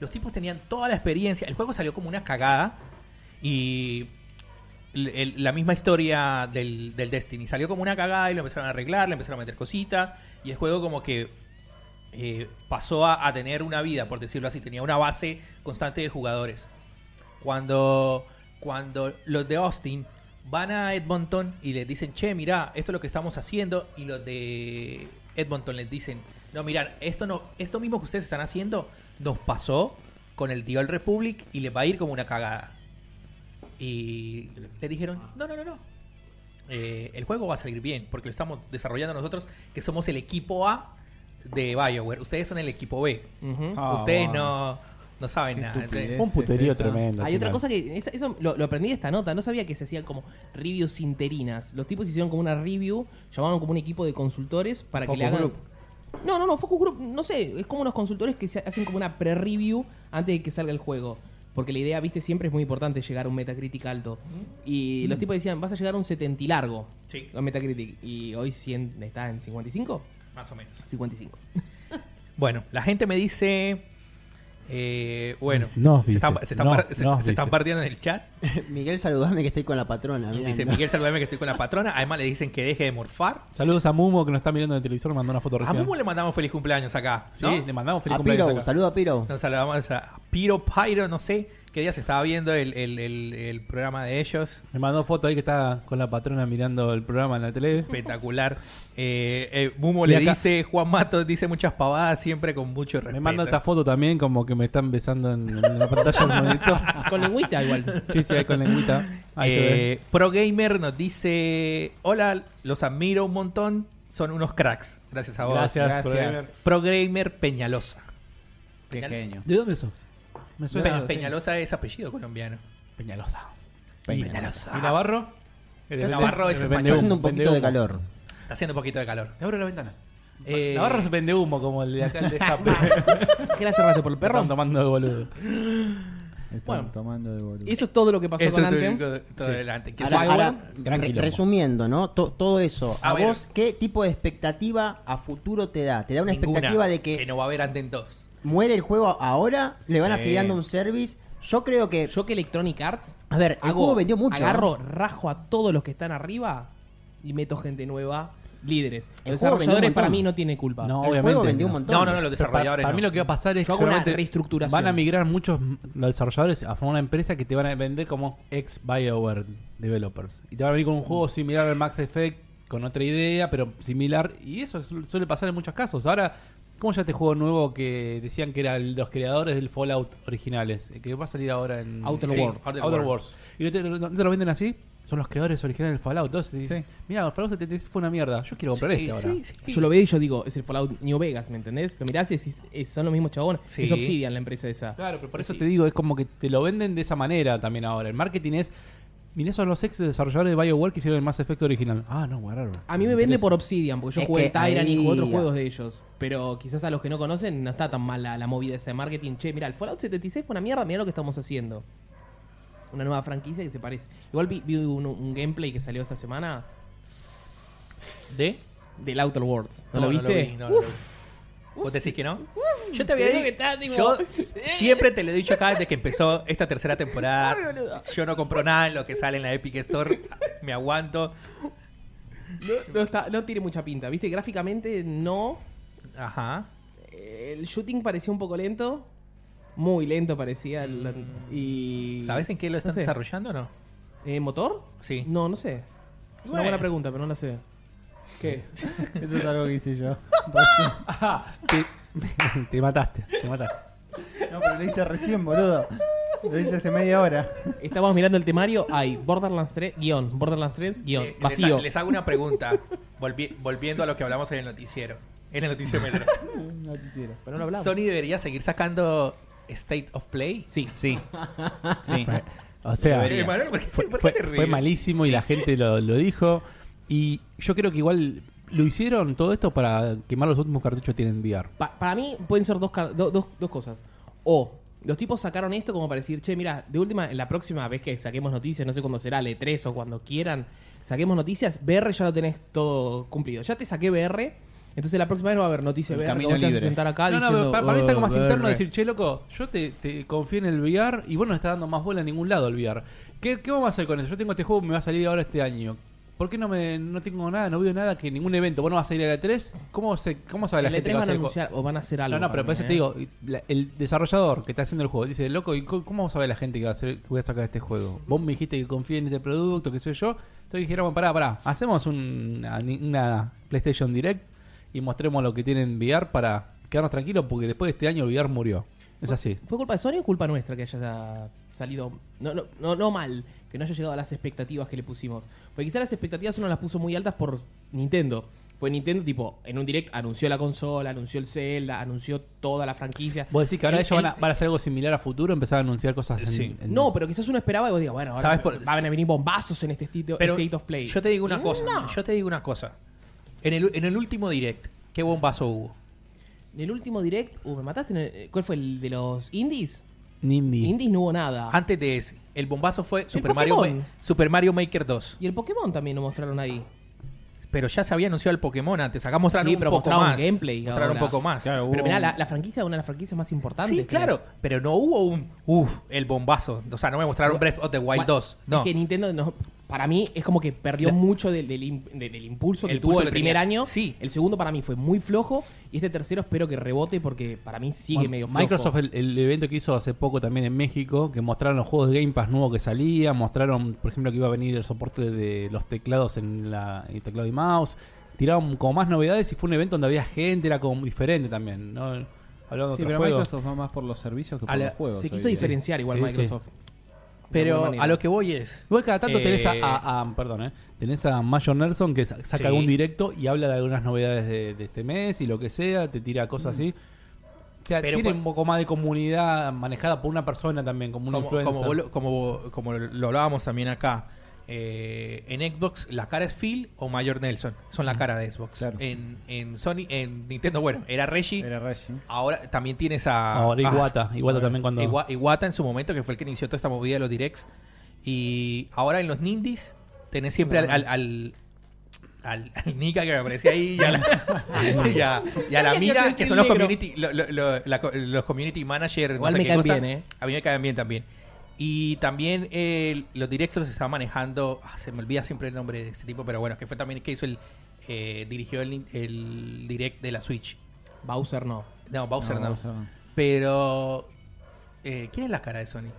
Speaker 4: Los tipos tenían toda la experiencia. El juego salió como una cagada y el- el- la misma historia del, del Destiny. Salió como una cagada y lo empezaron a arreglar, le empezaron a meter cositas y el juego como que eh, pasó a, a tener una vida, por decirlo así, tenía una base constante de jugadores. Cuando, cuando los de Austin van a Edmonton y les dicen, che, mirá, esto es lo que estamos haciendo, y los de Edmonton les dicen, no, mirá, esto, no, esto mismo que ustedes están haciendo nos pasó con el Dial Republic y les va a ir como una cagada. Y le dijeron, no, no, no, no. Eh, el juego va a salir bien, porque lo estamos desarrollando nosotros, que somos el equipo A de Bioware. Ustedes son el equipo B.
Speaker 2: Ujú.
Speaker 5: Ah,
Speaker 4: Ustedes
Speaker 5: bueno.
Speaker 4: no, no saben nada.
Speaker 5: estupidez.
Speaker 1: Fue un puterío
Speaker 5: esa.
Speaker 1: tremendo.
Speaker 2: Hay otra cosa que. esa- Eso lo, lo aprendí de esta nota. No sabía que se hacía como reviews interinas. Los tipos hicieron como una review. Llamaron como un equipo de consultores para que le hagan. No, no, no. Focus Group, no sé. Es como unos consultores que se hacen como una pre-review antes de que salga el juego. Porque la idea, viste, siempre es muy importante llegar a un Metacritic alto. Y los tipos decían, vas a llegar a un 70 y largo.
Speaker 4: Mm. Sí.
Speaker 2: A Metacritic. Y hoy 100, está en 55.
Speaker 4: Más o menos.
Speaker 2: 55.
Speaker 4: Bueno, la gente me dice. eh, bueno,
Speaker 1: Nos
Speaker 4: se,
Speaker 1: dice,
Speaker 4: están, se están
Speaker 1: no,
Speaker 4: par- se-
Speaker 1: nos
Speaker 4: se
Speaker 1: dice.
Speaker 4: están partiendo en el chat.
Speaker 3: Miguel, saludame que estoy con la patrona.
Speaker 4: Dice
Speaker 3: mirando.
Speaker 4: Miguel, saludame que estoy con la patrona. Además, le dicen que deje de morfar.
Speaker 1: Saludos a Mumo que nos está mirando en el televisor, mandó una foto
Speaker 4: A
Speaker 1: recién.
Speaker 4: Mumu le mandamos feliz cumpleaños acá.
Speaker 1: Sí,
Speaker 4: ¿no?
Speaker 1: le mandamos feliz
Speaker 3: a
Speaker 1: cumpleaños.
Speaker 3: Piro,
Speaker 1: acá.
Speaker 3: saludo a Piro.
Speaker 4: Nos saludamos a Piro Pyro, no sé qué día se estaba viendo el, el- el- el programa de ellos.
Speaker 1: Me mandó foto ahí que está con la patrona mirando el programa en la tele.
Speaker 4: Espectacular. Eh, eh, Mumo
Speaker 1: Y
Speaker 4: le
Speaker 1: acá-
Speaker 4: dice, Juan Matos dice muchas pavadas, siempre con mucho respeto.
Speaker 1: Me manda esta foto también como que me están besando en, en la pantalla del monitor.
Speaker 2: Con lengüita igual.
Speaker 1: Sí, sí, ahí con lengüita. Ahí se ve.
Speaker 4: Eh, Pro Gamer nos dice, hola, los admiro un montón, son unos cracks. Gracias a vos.
Speaker 1: Gracias,
Speaker 5: gracias.
Speaker 1: colega.
Speaker 4: Pro Gamer Peñalosa.
Speaker 5: Qué genio.
Speaker 1: ¿De dónde sos? Me
Speaker 4: Pe- Peñalosa es apellido colombiano.
Speaker 1: Peñalosa.
Speaker 4: Peñalosa.
Speaker 1: ¿Y Navarro? Eh, depende-
Speaker 4: Ah. Navarro es
Speaker 1: depende
Speaker 4: español.
Speaker 3: Está
Speaker 1: humo,
Speaker 3: haciendo un poquito
Speaker 1: depende
Speaker 3: de
Speaker 1: humo.
Speaker 3: calor.
Speaker 4: Está haciendo un poquito de calor.
Speaker 1: Te abro la ventana.
Speaker 4: Eh,
Speaker 1: Navarro se vende humo como el de acá el de escape.
Speaker 2: ¿Qué la cerraste por el perro?
Speaker 1: Están tomando de boludo.
Speaker 5: Están
Speaker 2: Bueno.
Speaker 5: tomando de boludo.
Speaker 2: Eso es todo lo que pasó
Speaker 4: eso
Speaker 2: con
Speaker 4: es lo
Speaker 2: Anthem.
Speaker 4: único- todo
Speaker 1: Sí.
Speaker 4: el Anthem, que
Speaker 2: Ahora-
Speaker 4: es-
Speaker 2: ahora-
Speaker 1: gran
Speaker 3: re-
Speaker 1: quilombo.
Speaker 3: resumiendo, ¿no? To- todo eso. ¿A,
Speaker 4: A ver.
Speaker 3: vos qué tipo de expectativa a futuro te da? ¿Te da una
Speaker 4: ninguna,
Speaker 3: expectativa de que,
Speaker 4: no va a haber Anthem 2.
Speaker 3: muere el juego ahora? ¿Le van a
Speaker 4: Sí.
Speaker 3: seguir dando un service? Yo creo que.
Speaker 2: Yo que Electronic Arts.
Speaker 3: a ver, el
Speaker 2: hago-
Speaker 3: juego vendió mucho.
Speaker 2: Agarro, rajo a todos los que están arriba y meto gente nueva, líderes.
Speaker 3: El
Speaker 2: Los
Speaker 3: juego vendió un
Speaker 2: desarrolladores para
Speaker 3: montón.
Speaker 2: mí no tienen culpa.
Speaker 1: No,
Speaker 3: El
Speaker 1: obviamente.
Speaker 3: juego vendió un montón.
Speaker 4: No, no, no,
Speaker 1: Pero
Speaker 4: los
Speaker 1: Para,
Speaker 4: desarrolladores.
Speaker 1: para mí
Speaker 4: no.
Speaker 1: lo que va a pasar es
Speaker 2: Yo hago
Speaker 1: que
Speaker 2: una
Speaker 1: seguramente
Speaker 2: reestructuración.
Speaker 1: Van a migrar muchos m- los desarrolladores a formar una empresa que te van a vender como ex BioWare developers. Y te van a venir con un juego similar al Max Effect, con otra idea, pero similar. Y eso su- suele pasar en muchos casos. Ahora, ¿cómo ya este juego nuevo que decían que eran los creadores del Fallout originales? eh, Que va a salir ahora en
Speaker 2: Outer
Speaker 1: Sí,
Speaker 2: Worlds.
Speaker 1: Outer, Worlds. ¿Y no te, no te lo venden así? Son los creadores originales del Fallout. Entonces dices, mira, el Fallout 76 fue una mierda. Yo quiero comprar este ahora.
Speaker 2: Yo lo veo y yo digo, es el Fallout New Vegas, ¿me entendés? Lo mirás y decís, es- son los mismos chabones.
Speaker 4: Sí.
Speaker 2: Es Obsidian la empresa esa.
Speaker 1: Claro, pero por eso
Speaker 2: Sí.
Speaker 1: te digo, es como que te lo venden de esa manera también ahora. El marketing es. Mirá, son los ex desarrolladores de BioWare que hicieron el Mass Effect original. Ah, no, guardaron.
Speaker 2: A mí me vende por Obsidian, porque yo
Speaker 3: Es
Speaker 2: jugué el
Speaker 3: que
Speaker 2: Tyrant y
Speaker 3: ahí-
Speaker 2: jugué otros juegos de ellos. Pero quizás a los que no conocen no está tan mala la movida esa de marketing. Che, mira, el Fallout 76 fue una mierda, mira lo que estamos haciendo. Una nueva franquicia que se parece. Igual vi, vi un, un gameplay que salió esta semana
Speaker 4: ¿De?
Speaker 2: del Outer Worlds. ¿No, lo
Speaker 4: vi,
Speaker 2: viste? Uh,
Speaker 4: no lo vi. ¿Vos decís que no? Yo te había
Speaker 2: Te digo que
Speaker 4: dicho-
Speaker 2: está, tipo,
Speaker 4: Yo
Speaker 2: eh.
Speaker 4: siempre te lo he dicho acá desde que empezó esta tercera temporada. Yo no compro nada en lo que sale en la Epic Store. Me aguanto.
Speaker 2: No, no está- no tiene mucha pinta, ¿viste? Gráficamente no. Eh,
Speaker 4: Ajá.
Speaker 2: El shooting parecía un poco lento. Muy lento parecía. el- y...
Speaker 4: Mm. ¿Sabes en qué lo
Speaker 2: no
Speaker 4: están
Speaker 2: sé.
Speaker 4: desarrollando o no?
Speaker 2: ¿Eh, ¿Motor?
Speaker 4: Sí.
Speaker 2: No, no sé. Es una
Speaker 4: Bueno.
Speaker 2: buena pregunta, pero no la sé. ¿Qué?
Speaker 5: Eso es algo que hice yo.
Speaker 1: Ajá, Ah, te, te mataste, te mataste.
Speaker 5: no, pero lo hice recién, boludo. Lo hice hace media hora.
Speaker 2: Estamos mirando el temario. Hay Borderlands 3, guión. Borderlands 3, guión.
Speaker 4: Eh, les ha-
Speaker 2: vacío.
Speaker 4: Les, hago una pregunta, volvi- volviendo a lo que hablamos en el noticiero. En el noticiero Melero.
Speaker 5: No quisiera.
Speaker 2: Pero no hablamos.
Speaker 4: Sony debería seguir sacando State of Play.
Speaker 2: Sí.
Speaker 5: Sí. Sí.
Speaker 1: O sea,
Speaker 4: Eh, Manuel, ¿por qué-
Speaker 1: fue,
Speaker 4: por qué
Speaker 1: fue-
Speaker 4: te ríes?
Speaker 1: fue malísimo y la gente lo, lo dijo. Y yo creo que igual lo hicieron todo esto para quemar los últimos cartuchos que tienen VR.
Speaker 2: Pa- para mí pueden ser dos, car- do- dos- dos cosas. O los tipos sacaron esto como para decir, che, mira, de última, la próxima vez que saquemos noticias, no sé cuándo será, el E3 o cuando quieran, saquemos noticias, VR ya lo tenés todo cumplido. Ya te saqué VR, entonces la próxima vez no va a haber noticias
Speaker 5: El
Speaker 2: VR.
Speaker 5: camino
Speaker 2: vos te vas a
Speaker 5: libre.
Speaker 2: sentar acá
Speaker 1: No, no,
Speaker 2: diciendo,
Speaker 1: pero para, para mí es algo más
Speaker 2: "Eh,
Speaker 1: interno
Speaker 2: VR".
Speaker 1: decir, che, loco, yo te, te confío en el VR y vos no le estás dando más bola en ningún lado el VR. ¿Qué, qué vamos a hacer con eso? Yo tengo este juego, me va a salir ahora este año. ¿Por qué no me no tengo nada, no veo nada que ningún evento? ¿Vos no vas a ir a la 3? ¿Cómo, se, cómo sabe la
Speaker 2: El
Speaker 1: gente
Speaker 2: E3
Speaker 1: que va a
Speaker 2: E van a
Speaker 1: hacer el juego?
Speaker 2: anunciar o van a hacer algo.
Speaker 1: No, no, pero
Speaker 2: para
Speaker 1: por eso
Speaker 2: mí,
Speaker 1: te
Speaker 2: ¿eh?
Speaker 1: digo, la- el desarrollador que está haciendo el juego dice, loco, ¿y co- cómo sabe la gente que va a hacer, que voy a sacar este juego? Vos me dijiste que confíe en este producto, que sé yo. Entonces dijéramos, pará, pará, hacemos un- una, una PlayStation Direct y mostremos lo que tienen VR para quedarnos tranquilos porque después de este año el VR murió. Es así.
Speaker 2: ¿Fue culpa de Sony o culpa nuestra que haya salido no, no, no, no mal, que no haya llegado a las expectativas que le pusimos? Porque quizás las expectativas uno las puso muy altas por Nintendo. Pues Nintendo, tipo, en un direct anunció la consola, anunció el Zelda, anunció toda la franquicia.
Speaker 1: Vos decís que ahora
Speaker 4: El-
Speaker 1: ellos van a,
Speaker 4: el-
Speaker 1: van a hacer algo similar a futuro, empezar a anunciar cosas. en-
Speaker 4: Sí.
Speaker 1: en-
Speaker 2: No, pero quizás uno esperaba y vos digas, bueno, ahora
Speaker 4: ¿Sabes por-
Speaker 2: van a venir bombazos en este estilo-
Speaker 4: Pero
Speaker 2: State of Play. Mm,
Speaker 4: Yo te digo una cosa.
Speaker 2: No.
Speaker 4: Yo te digo una cosa. En el, en el último direct, ¿qué bombazo hubo?
Speaker 2: En el último direct, uh, me mataste. en el- ¿Cuál fue el de los indies?
Speaker 1: Nindy.
Speaker 2: Indies no hubo nada.
Speaker 4: Antes de ese, el bombazo fue Super Mario,
Speaker 2: Ah. Pokémon.
Speaker 4: Ma- Super Mario Maker 2.
Speaker 2: y el Pokémon también lo mostraron ahí.
Speaker 4: Pero ya se había anunciado el Pokémon antes. Acá mostraron
Speaker 2: Sí,
Speaker 4: un
Speaker 2: pero
Speaker 4: poco
Speaker 2: mostraron
Speaker 4: más.
Speaker 2: gameplay
Speaker 4: mostraron
Speaker 2: ahora.
Speaker 4: un poco más.
Speaker 5: Claro,
Speaker 2: Pero
Speaker 5: hubo
Speaker 2: mirá,
Speaker 5: un-
Speaker 2: la, la franquicia es una de las franquicias más importantes.
Speaker 4: Sí,
Speaker 2: que las-
Speaker 4: claro. Pero no hubo un. Uf, el bombazo. O sea, no me mostraron Breath of the Wild
Speaker 2: Bueno,
Speaker 4: 2. No.
Speaker 2: Es que Nintendo, no- para mí, es como que perdió mucho del, del im- de- del impulso que
Speaker 4: El
Speaker 2: tuvo
Speaker 4: pulso
Speaker 2: el
Speaker 4: que
Speaker 2: primer
Speaker 4: tenía.
Speaker 2: año.
Speaker 4: Sí.
Speaker 2: El segundo para mí fue muy flojo. Y este tercero espero que rebote porque para mí sigue
Speaker 1: Bueno,
Speaker 2: medio flojo.
Speaker 1: Microsoft, el, el evento que hizo hace poco también en México, que mostraron los juegos de Game Pass nuevos que salían, mostraron, por ejemplo, que iba a venir el soporte de los teclados en la el teclado y mouse, tiraron como más novedades y fue un evento donde había gente, era como diferente también, ¿no? Hablando
Speaker 5: Sí,
Speaker 1: de otros
Speaker 5: pero
Speaker 1: juegos.
Speaker 5: Microsoft va más por los servicios que por
Speaker 4: A la-
Speaker 5: los juegos.
Speaker 2: Se
Speaker 5: hoy
Speaker 2: quiso
Speaker 5: día.
Speaker 2: diferenciar igual
Speaker 1: Sí,
Speaker 2: Microsoft. De alguna
Speaker 4: pero
Speaker 2: manera.
Speaker 4: a lo que voy es.
Speaker 1: Igual cada tanto
Speaker 4: Eh,
Speaker 1: tenés a, a- a- perdón, ¿eh? tenés a Mayor Nelson que sa- saca
Speaker 4: Sí.
Speaker 1: algún directo y habla de algunas novedades de, de este mes y lo que sea, te tira cosas así. O sea,
Speaker 4: Pero
Speaker 1: tiene
Speaker 4: cu-
Speaker 1: un poco más de comunidad manejada por una persona también, como un
Speaker 4: como,
Speaker 1: influencer.
Speaker 4: como, vos lo- como, como lo hablábamos también acá, eh, en Xbox la cara es Phil o Mayor Nelson. Son la cara de Xbox.
Speaker 5: Claro.
Speaker 4: En, en Sony, en Nintendo, bueno, era Reggie.
Speaker 5: Era Reggie.
Speaker 4: Ahora también tienes a.
Speaker 1: Ahora
Speaker 4: ah,
Speaker 1: Iguata, Iguata también cuando...
Speaker 4: Iwa- Iwata en su momento, que fue el que inició toda esta movida de los directs. Y ahora en los Nindies tenés siempre al, al, al, al- al Nika que aparece ahí y a la, y a- y a
Speaker 2: Sabía
Speaker 4: la
Speaker 2: que
Speaker 4: Mira,
Speaker 2: hacía
Speaker 4: que
Speaker 2: el
Speaker 4: son los
Speaker 2: negro.
Speaker 4: community, lo- lo- lo- la co- los community manager.
Speaker 2: Igual me
Speaker 4: qué
Speaker 2: caen
Speaker 4: cosa.
Speaker 2: bien, ¿eh?
Speaker 4: A mí me caen bien también. Y también eh, los directs los estaba manejando. ah, se me olvida siempre el nombre de este tipo, pero bueno, que fue también el que hizo el. eh, dirigió el, el direct de la Switch.
Speaker 2: Bowser no.
Speaker 4: No, Bowser no.
Speaker 5: Bowser no.
Speaker 4: Pero. eh, ¿Quién es la cara de Sony?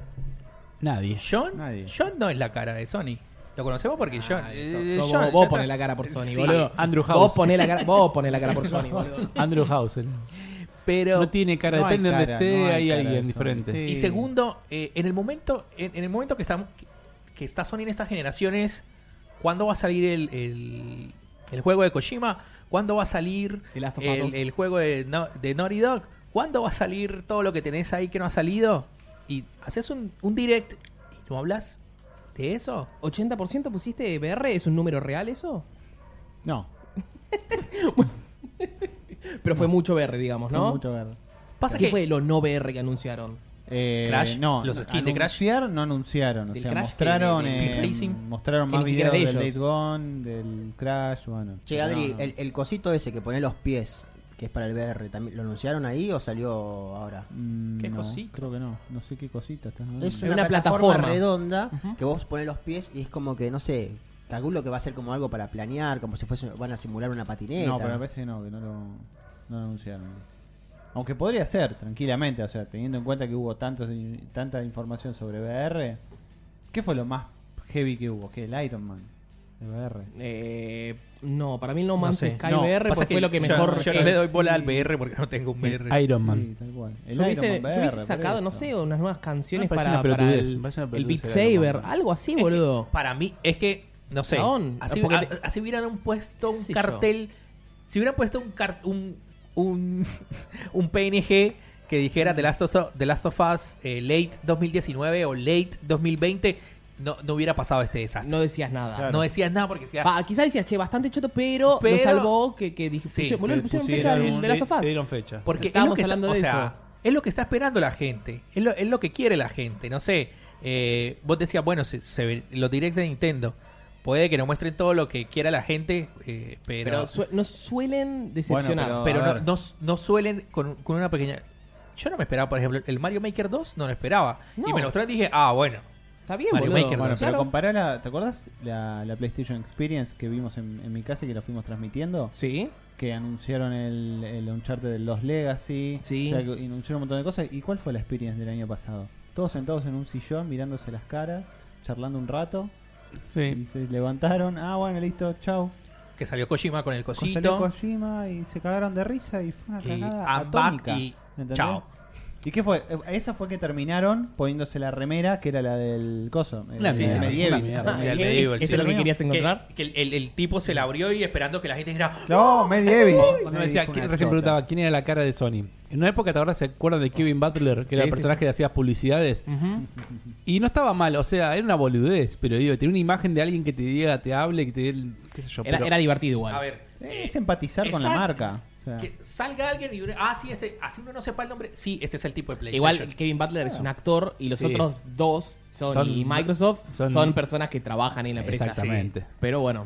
Speaker 1: Nadie.
Speaker 4: ¿John?
Speaker 5: Nadie.
Speaker 4: John no es la cara de Sony. Lo conocemos porque John. eh,
Speaker 2: So,
Speaker 4: John-
Speaker 2: Ah, vos vos
Speaker 4: John
Speaker 2: ponés
Speaker 4: no-
Speaker 2: la cara por Sony,
Speaker 4: Sí.
Speaker 2: boludo.
Speaker 1: Andrew
Speaker 2: Vos
Speaker 1: House.
Speaker 2: ponés la cara, vos ponés la cara por Sony, boludo.
Speaker 1: Andrew Hausen.
Speaker 4: Pero.
Speaker 1: No tiene cara,
Speaker 5: No hay
Speaker 1: depende de donde
Speaker 5: cara,
Speaker 1: esté,
Speaker 5: no
Speaker 1: hay
Speaker 5: hay cara de
Speaker 1: alguien
Speaker 5: Sony,
Speaker 1: diferente.
Speaker 5: sí.
Speaker 4: Y segundo, eh, en el momento, en, en el momento que estamos. que- Que está Sony en estas generaciones. ¿Cuándo va a salir el, el, el juego de Kojima? ¿Cuándo va a salir
Speaker 2: El Last of Us
Speaker 4: el,
Speaker 2: dos.
Speaker 4: el juego de, No- de Naughty Dog? ¿Cuándo va a salir todo lo que tenés ahí que no ha salido? Y haces un, un direct y no hablas de eso.
Speaker 2: ¿80% pusiste VR? ¿Es un número real eso?
Speaker 5: No,
Speaker 2: Pero fue mucho VR, digamos,
Speaker 5: ¿no?
Speaker 2: ¿no?
Speaker 5: mucho verde.
Speaker 4: Pasa
Speaker 2: ¿Qué
Speaker 4: que
Speaker 2: fue lo no VR que anunciaron?
Speaker 5: Eh,
Speaker 4: Crash,
Speaker 5: no,
Speaker 4: los skins de Crash.
Speaker 5: anunciaron, no anunciaron, o
Speaker 2: Del
Speaker 5: sea,
Speaker 2: Crash que-
Speaker 5: mostraron,
Speaker 2: del-
Speaker 4: del
Speaker 5: eh,
Speaker 4: Racing.
Speaker 5: mostraron
Speaker 2: Que
Speaker 5: más
Speaker 2: ni siquiera
Speaker 5: videos
Speaker 2: de
Speaker 5: del
Speaker 2: ellos.
Speaker 5: Days Gone, del Crash, bueno.
Speaker 3: Che, Adri,
Speaker 5: No, no.
Speaker 3: El, el cosito ese que pone los pies, que es para el VR, ¿también ¿lo anunciaron ahí o salió ahora?
Speaker 5: Mm,
Speaker 4: ¿Qué
Speaker 5: no,
Speaker 4: cosita?
Speaker 5: Creo que no, no sé qué cosita estás hablando.
Speaker 3: Es
Speaker 2: una
Speaker 3: una, plataforma,
Speaker 2: plataforma.
Speaker 3: redonda
Speaker 2: Ujú.
Speaker 3: que vos pones los pies y es como que, no sé, calculo que va a ser como algo para planear, como si fuese, van a simular una patineta.
Speaker 5: No, pero me parece que no, que no lo, no lo anunciaron. Aunque podría ser, tranquilamente, o sea, teniendo en cuenta que hubo tantos, tanta información sobre VR, ¿qué fue lo más heavy que hubo? ¿Qué? El Iron Man, el VR.
Speaker 2: Eh, no, para mí el No Man's
Speaker 4: sé.
Speaker 2: Sky
Speaker 5: No,
Speaker 2: VR
Speaker 4: Pasa
Speaker 2: pues, fue lo que
Speaker 4: yo-
Speaker 2: mejor.
Speaker 4: Yo, no le
Speaker 2: es.
Speaker 4: doy bola al VR porque no tengo un VR.
Speaker 1: Iron Man.
Speaker 5: Sí, tal cual. El
Speaker 2: Yo hubiese,
Speaker 5: Iron Man
Speaker 2: yo
Speaker 5: VR,
Speaker 2: hubiese
Speaker 5: por
Speaker 2: sacado,
Speaker 5: eso.
Speaker 2: no sé, unas nuevas canciones
Speaker 1: Me parece una
Speaker 2: para, para
Speaker 1: pelotudez,
Speaker 2: el,
Speaker 1: me parece una
Speaker 2: el Beat
Speaker 1: pelotudez el Iron
Speaker 2: Saber,
Speaker 1: Man.
Speaker 2: algo así,
Speaker 4: Es que
Speaker 2: boludo.
Speaker 4: para mí es que, no sé,
Speaker 2: Cagón,
Speaker 4: así,
Speaker 2: porque
Speaker 4: a-
Speaker 2: te-
Speaker 4: así hubieran un puesto un
Speaker 2: Sí, yo.
Speaker 4: cartel, si hubieran puesto un car- un, un, un PNG que dijera The Last of, Us- The Last of Us eh, late 2019 o late 2020, no, no hubiera pasado este desastre.
Speaker 2: No decías nada.
Speaker 5: Claro.
Speaker 4: No decías nada porque decías,
Speaker 2: Pa, quizás decías, che, bastante choto, pero,
Speaker 4: Pero-
Speaker 2: lo salvó que, que dije,
Speaker 4: Sí,
Speaker 2: pusi- boludo, le
Speaker 5: le
Speaker 2: pusieron fecha
Speaker 5: pusieron
Speaker 2: al
Speaker 5: un-
Speaker 2: de Last of Us.
Speaker 1: Le dieron fecha.
Speaker 4: Porque es
Speaker 2: Estábamos
Speaker 4: lo que está-
Speaker 2: hablando
Speaker 4: o
Speaker 2: de
Speaker 4: sea, es lo que está esperando la gente. Es lo, es lo que quiere la gente. No sé. eh, vos decías, bueno, se, se ve- los directs de Nintendo. Puede que no muestren todo lo que quiera la gente, eh,
Speaker 2: Pero
Speaker 4: pero, pero,
Speaker 2: su- no suelen decepcionar.
Speaker 5: Bueno, A
Speaker 4: no,
Speaker 5: ver.
Speaker 4: no, no suelen con, con una pequeña. Yo no me esperaba, por ejemplo, el Mario Maker 2 no lo esperaba.
Speaker 2: No.
Speaker 4: Y me lo mostraron y dije, ah, bueno.
Speaker 2: Está bien,
Speaker 4: Mario
Speaker 2: boludo.
Speaker 4: Maker,
Speaker 5: Bueno,
Speaker 4: Claro.
Speaker 5: pero compará la, ¿te acordás la, la PlayStation Experience que vimos en, en mi casa y que la fuimos transmitiendo?
Speaker 2: Sí.
Speaker 5: Que anunciaron el, el Uncharted de los Legacy,
Speaker 2: Sí.
Speaker 5: o sea, que anunciaron un montón de cosas. ¿Y cuál fue la Experience del año pasado? Todos sentados en un sillón, mirándose las caras, charlando un rato, y
Speaker 1: Sí.
Speaker 5: se levantaron, ah bueno, listo, chau.
Speaker 4: Que salió Kojima con el
Speaker 5: Salió
Speaker 4: cosito.
Speaker 5: Kojima y se cagaron de risa y fue una
Speaker 4: y
Speaker 5: cagada
Speaker 4: I'm back
Speaker 5: atómica.
Speaker 4: y
Speaker 5: ¿entendés?
Speaker 4: chao.
Speaker 5: ¿Y qué fue? Eh, Esa fue que terminaron poniéndose la remera, que era la del coso. eh,
Speaker 1: Una
Speaker 5: la
Speaker 1: mierda,
Speaker 5: de Medieval.
Speaker 1: una mierda.
Speaker 4: Y al
Speaker 2: ¿Qué?
Speaker 4: medieval,
Speaker 2: ¿Eso
Speaker 4: sí.
Speaker 2: Ah, es lo que querías encontrar?
Speaker 4: Que, que el, el- el tipo se la abrió y esperando que la gente dijera, "Ah,
Speaker 5: No, Medieval.
Speaker 1: Cuando me decía, ¿quién- recién preguntaba quién era la cara de Sony. En una época, ¿te acuerdas? ¿Se acuerdan de Kevin Butler? Que era el
Speaker 2: Sí, sí,
Speaker 1: personaje que hacía publicidades.
Speaker 2: Ujú.
Speaker 1: Y no estaba mal, o sea, era una boludez, pero digo, tenía una imagen de alguien que te diga, te hable, que te dé, el- qué sé yo.
Speaker 2: Era,
Speaker 1: pero-
Speaker 2: era divertido igual.
Speaker 4: a ver. eh,
Speaker 5: Es empatizar con la
Speaker 4: Exacto.
Speaker 5: marca. o sea,
Speaker 4: Que salga alguien y uno, ah, sí, este, así uno no sepa el nombre. Sí, este es el tipo de PlayStation.
Speaker 2: Igual Kevin Butler es un actor y los
Speaker 1: Sí.
Speaker 2: otros dos, Sony
Speaker 1: Son-
Speaker 2: y Microsoft, son,
Speaker 1: son-
Speaker 2: personas que trabajan en la empresa.
Speaker 1: Exactamente.
Speaker 2: Sí. Pero bueno,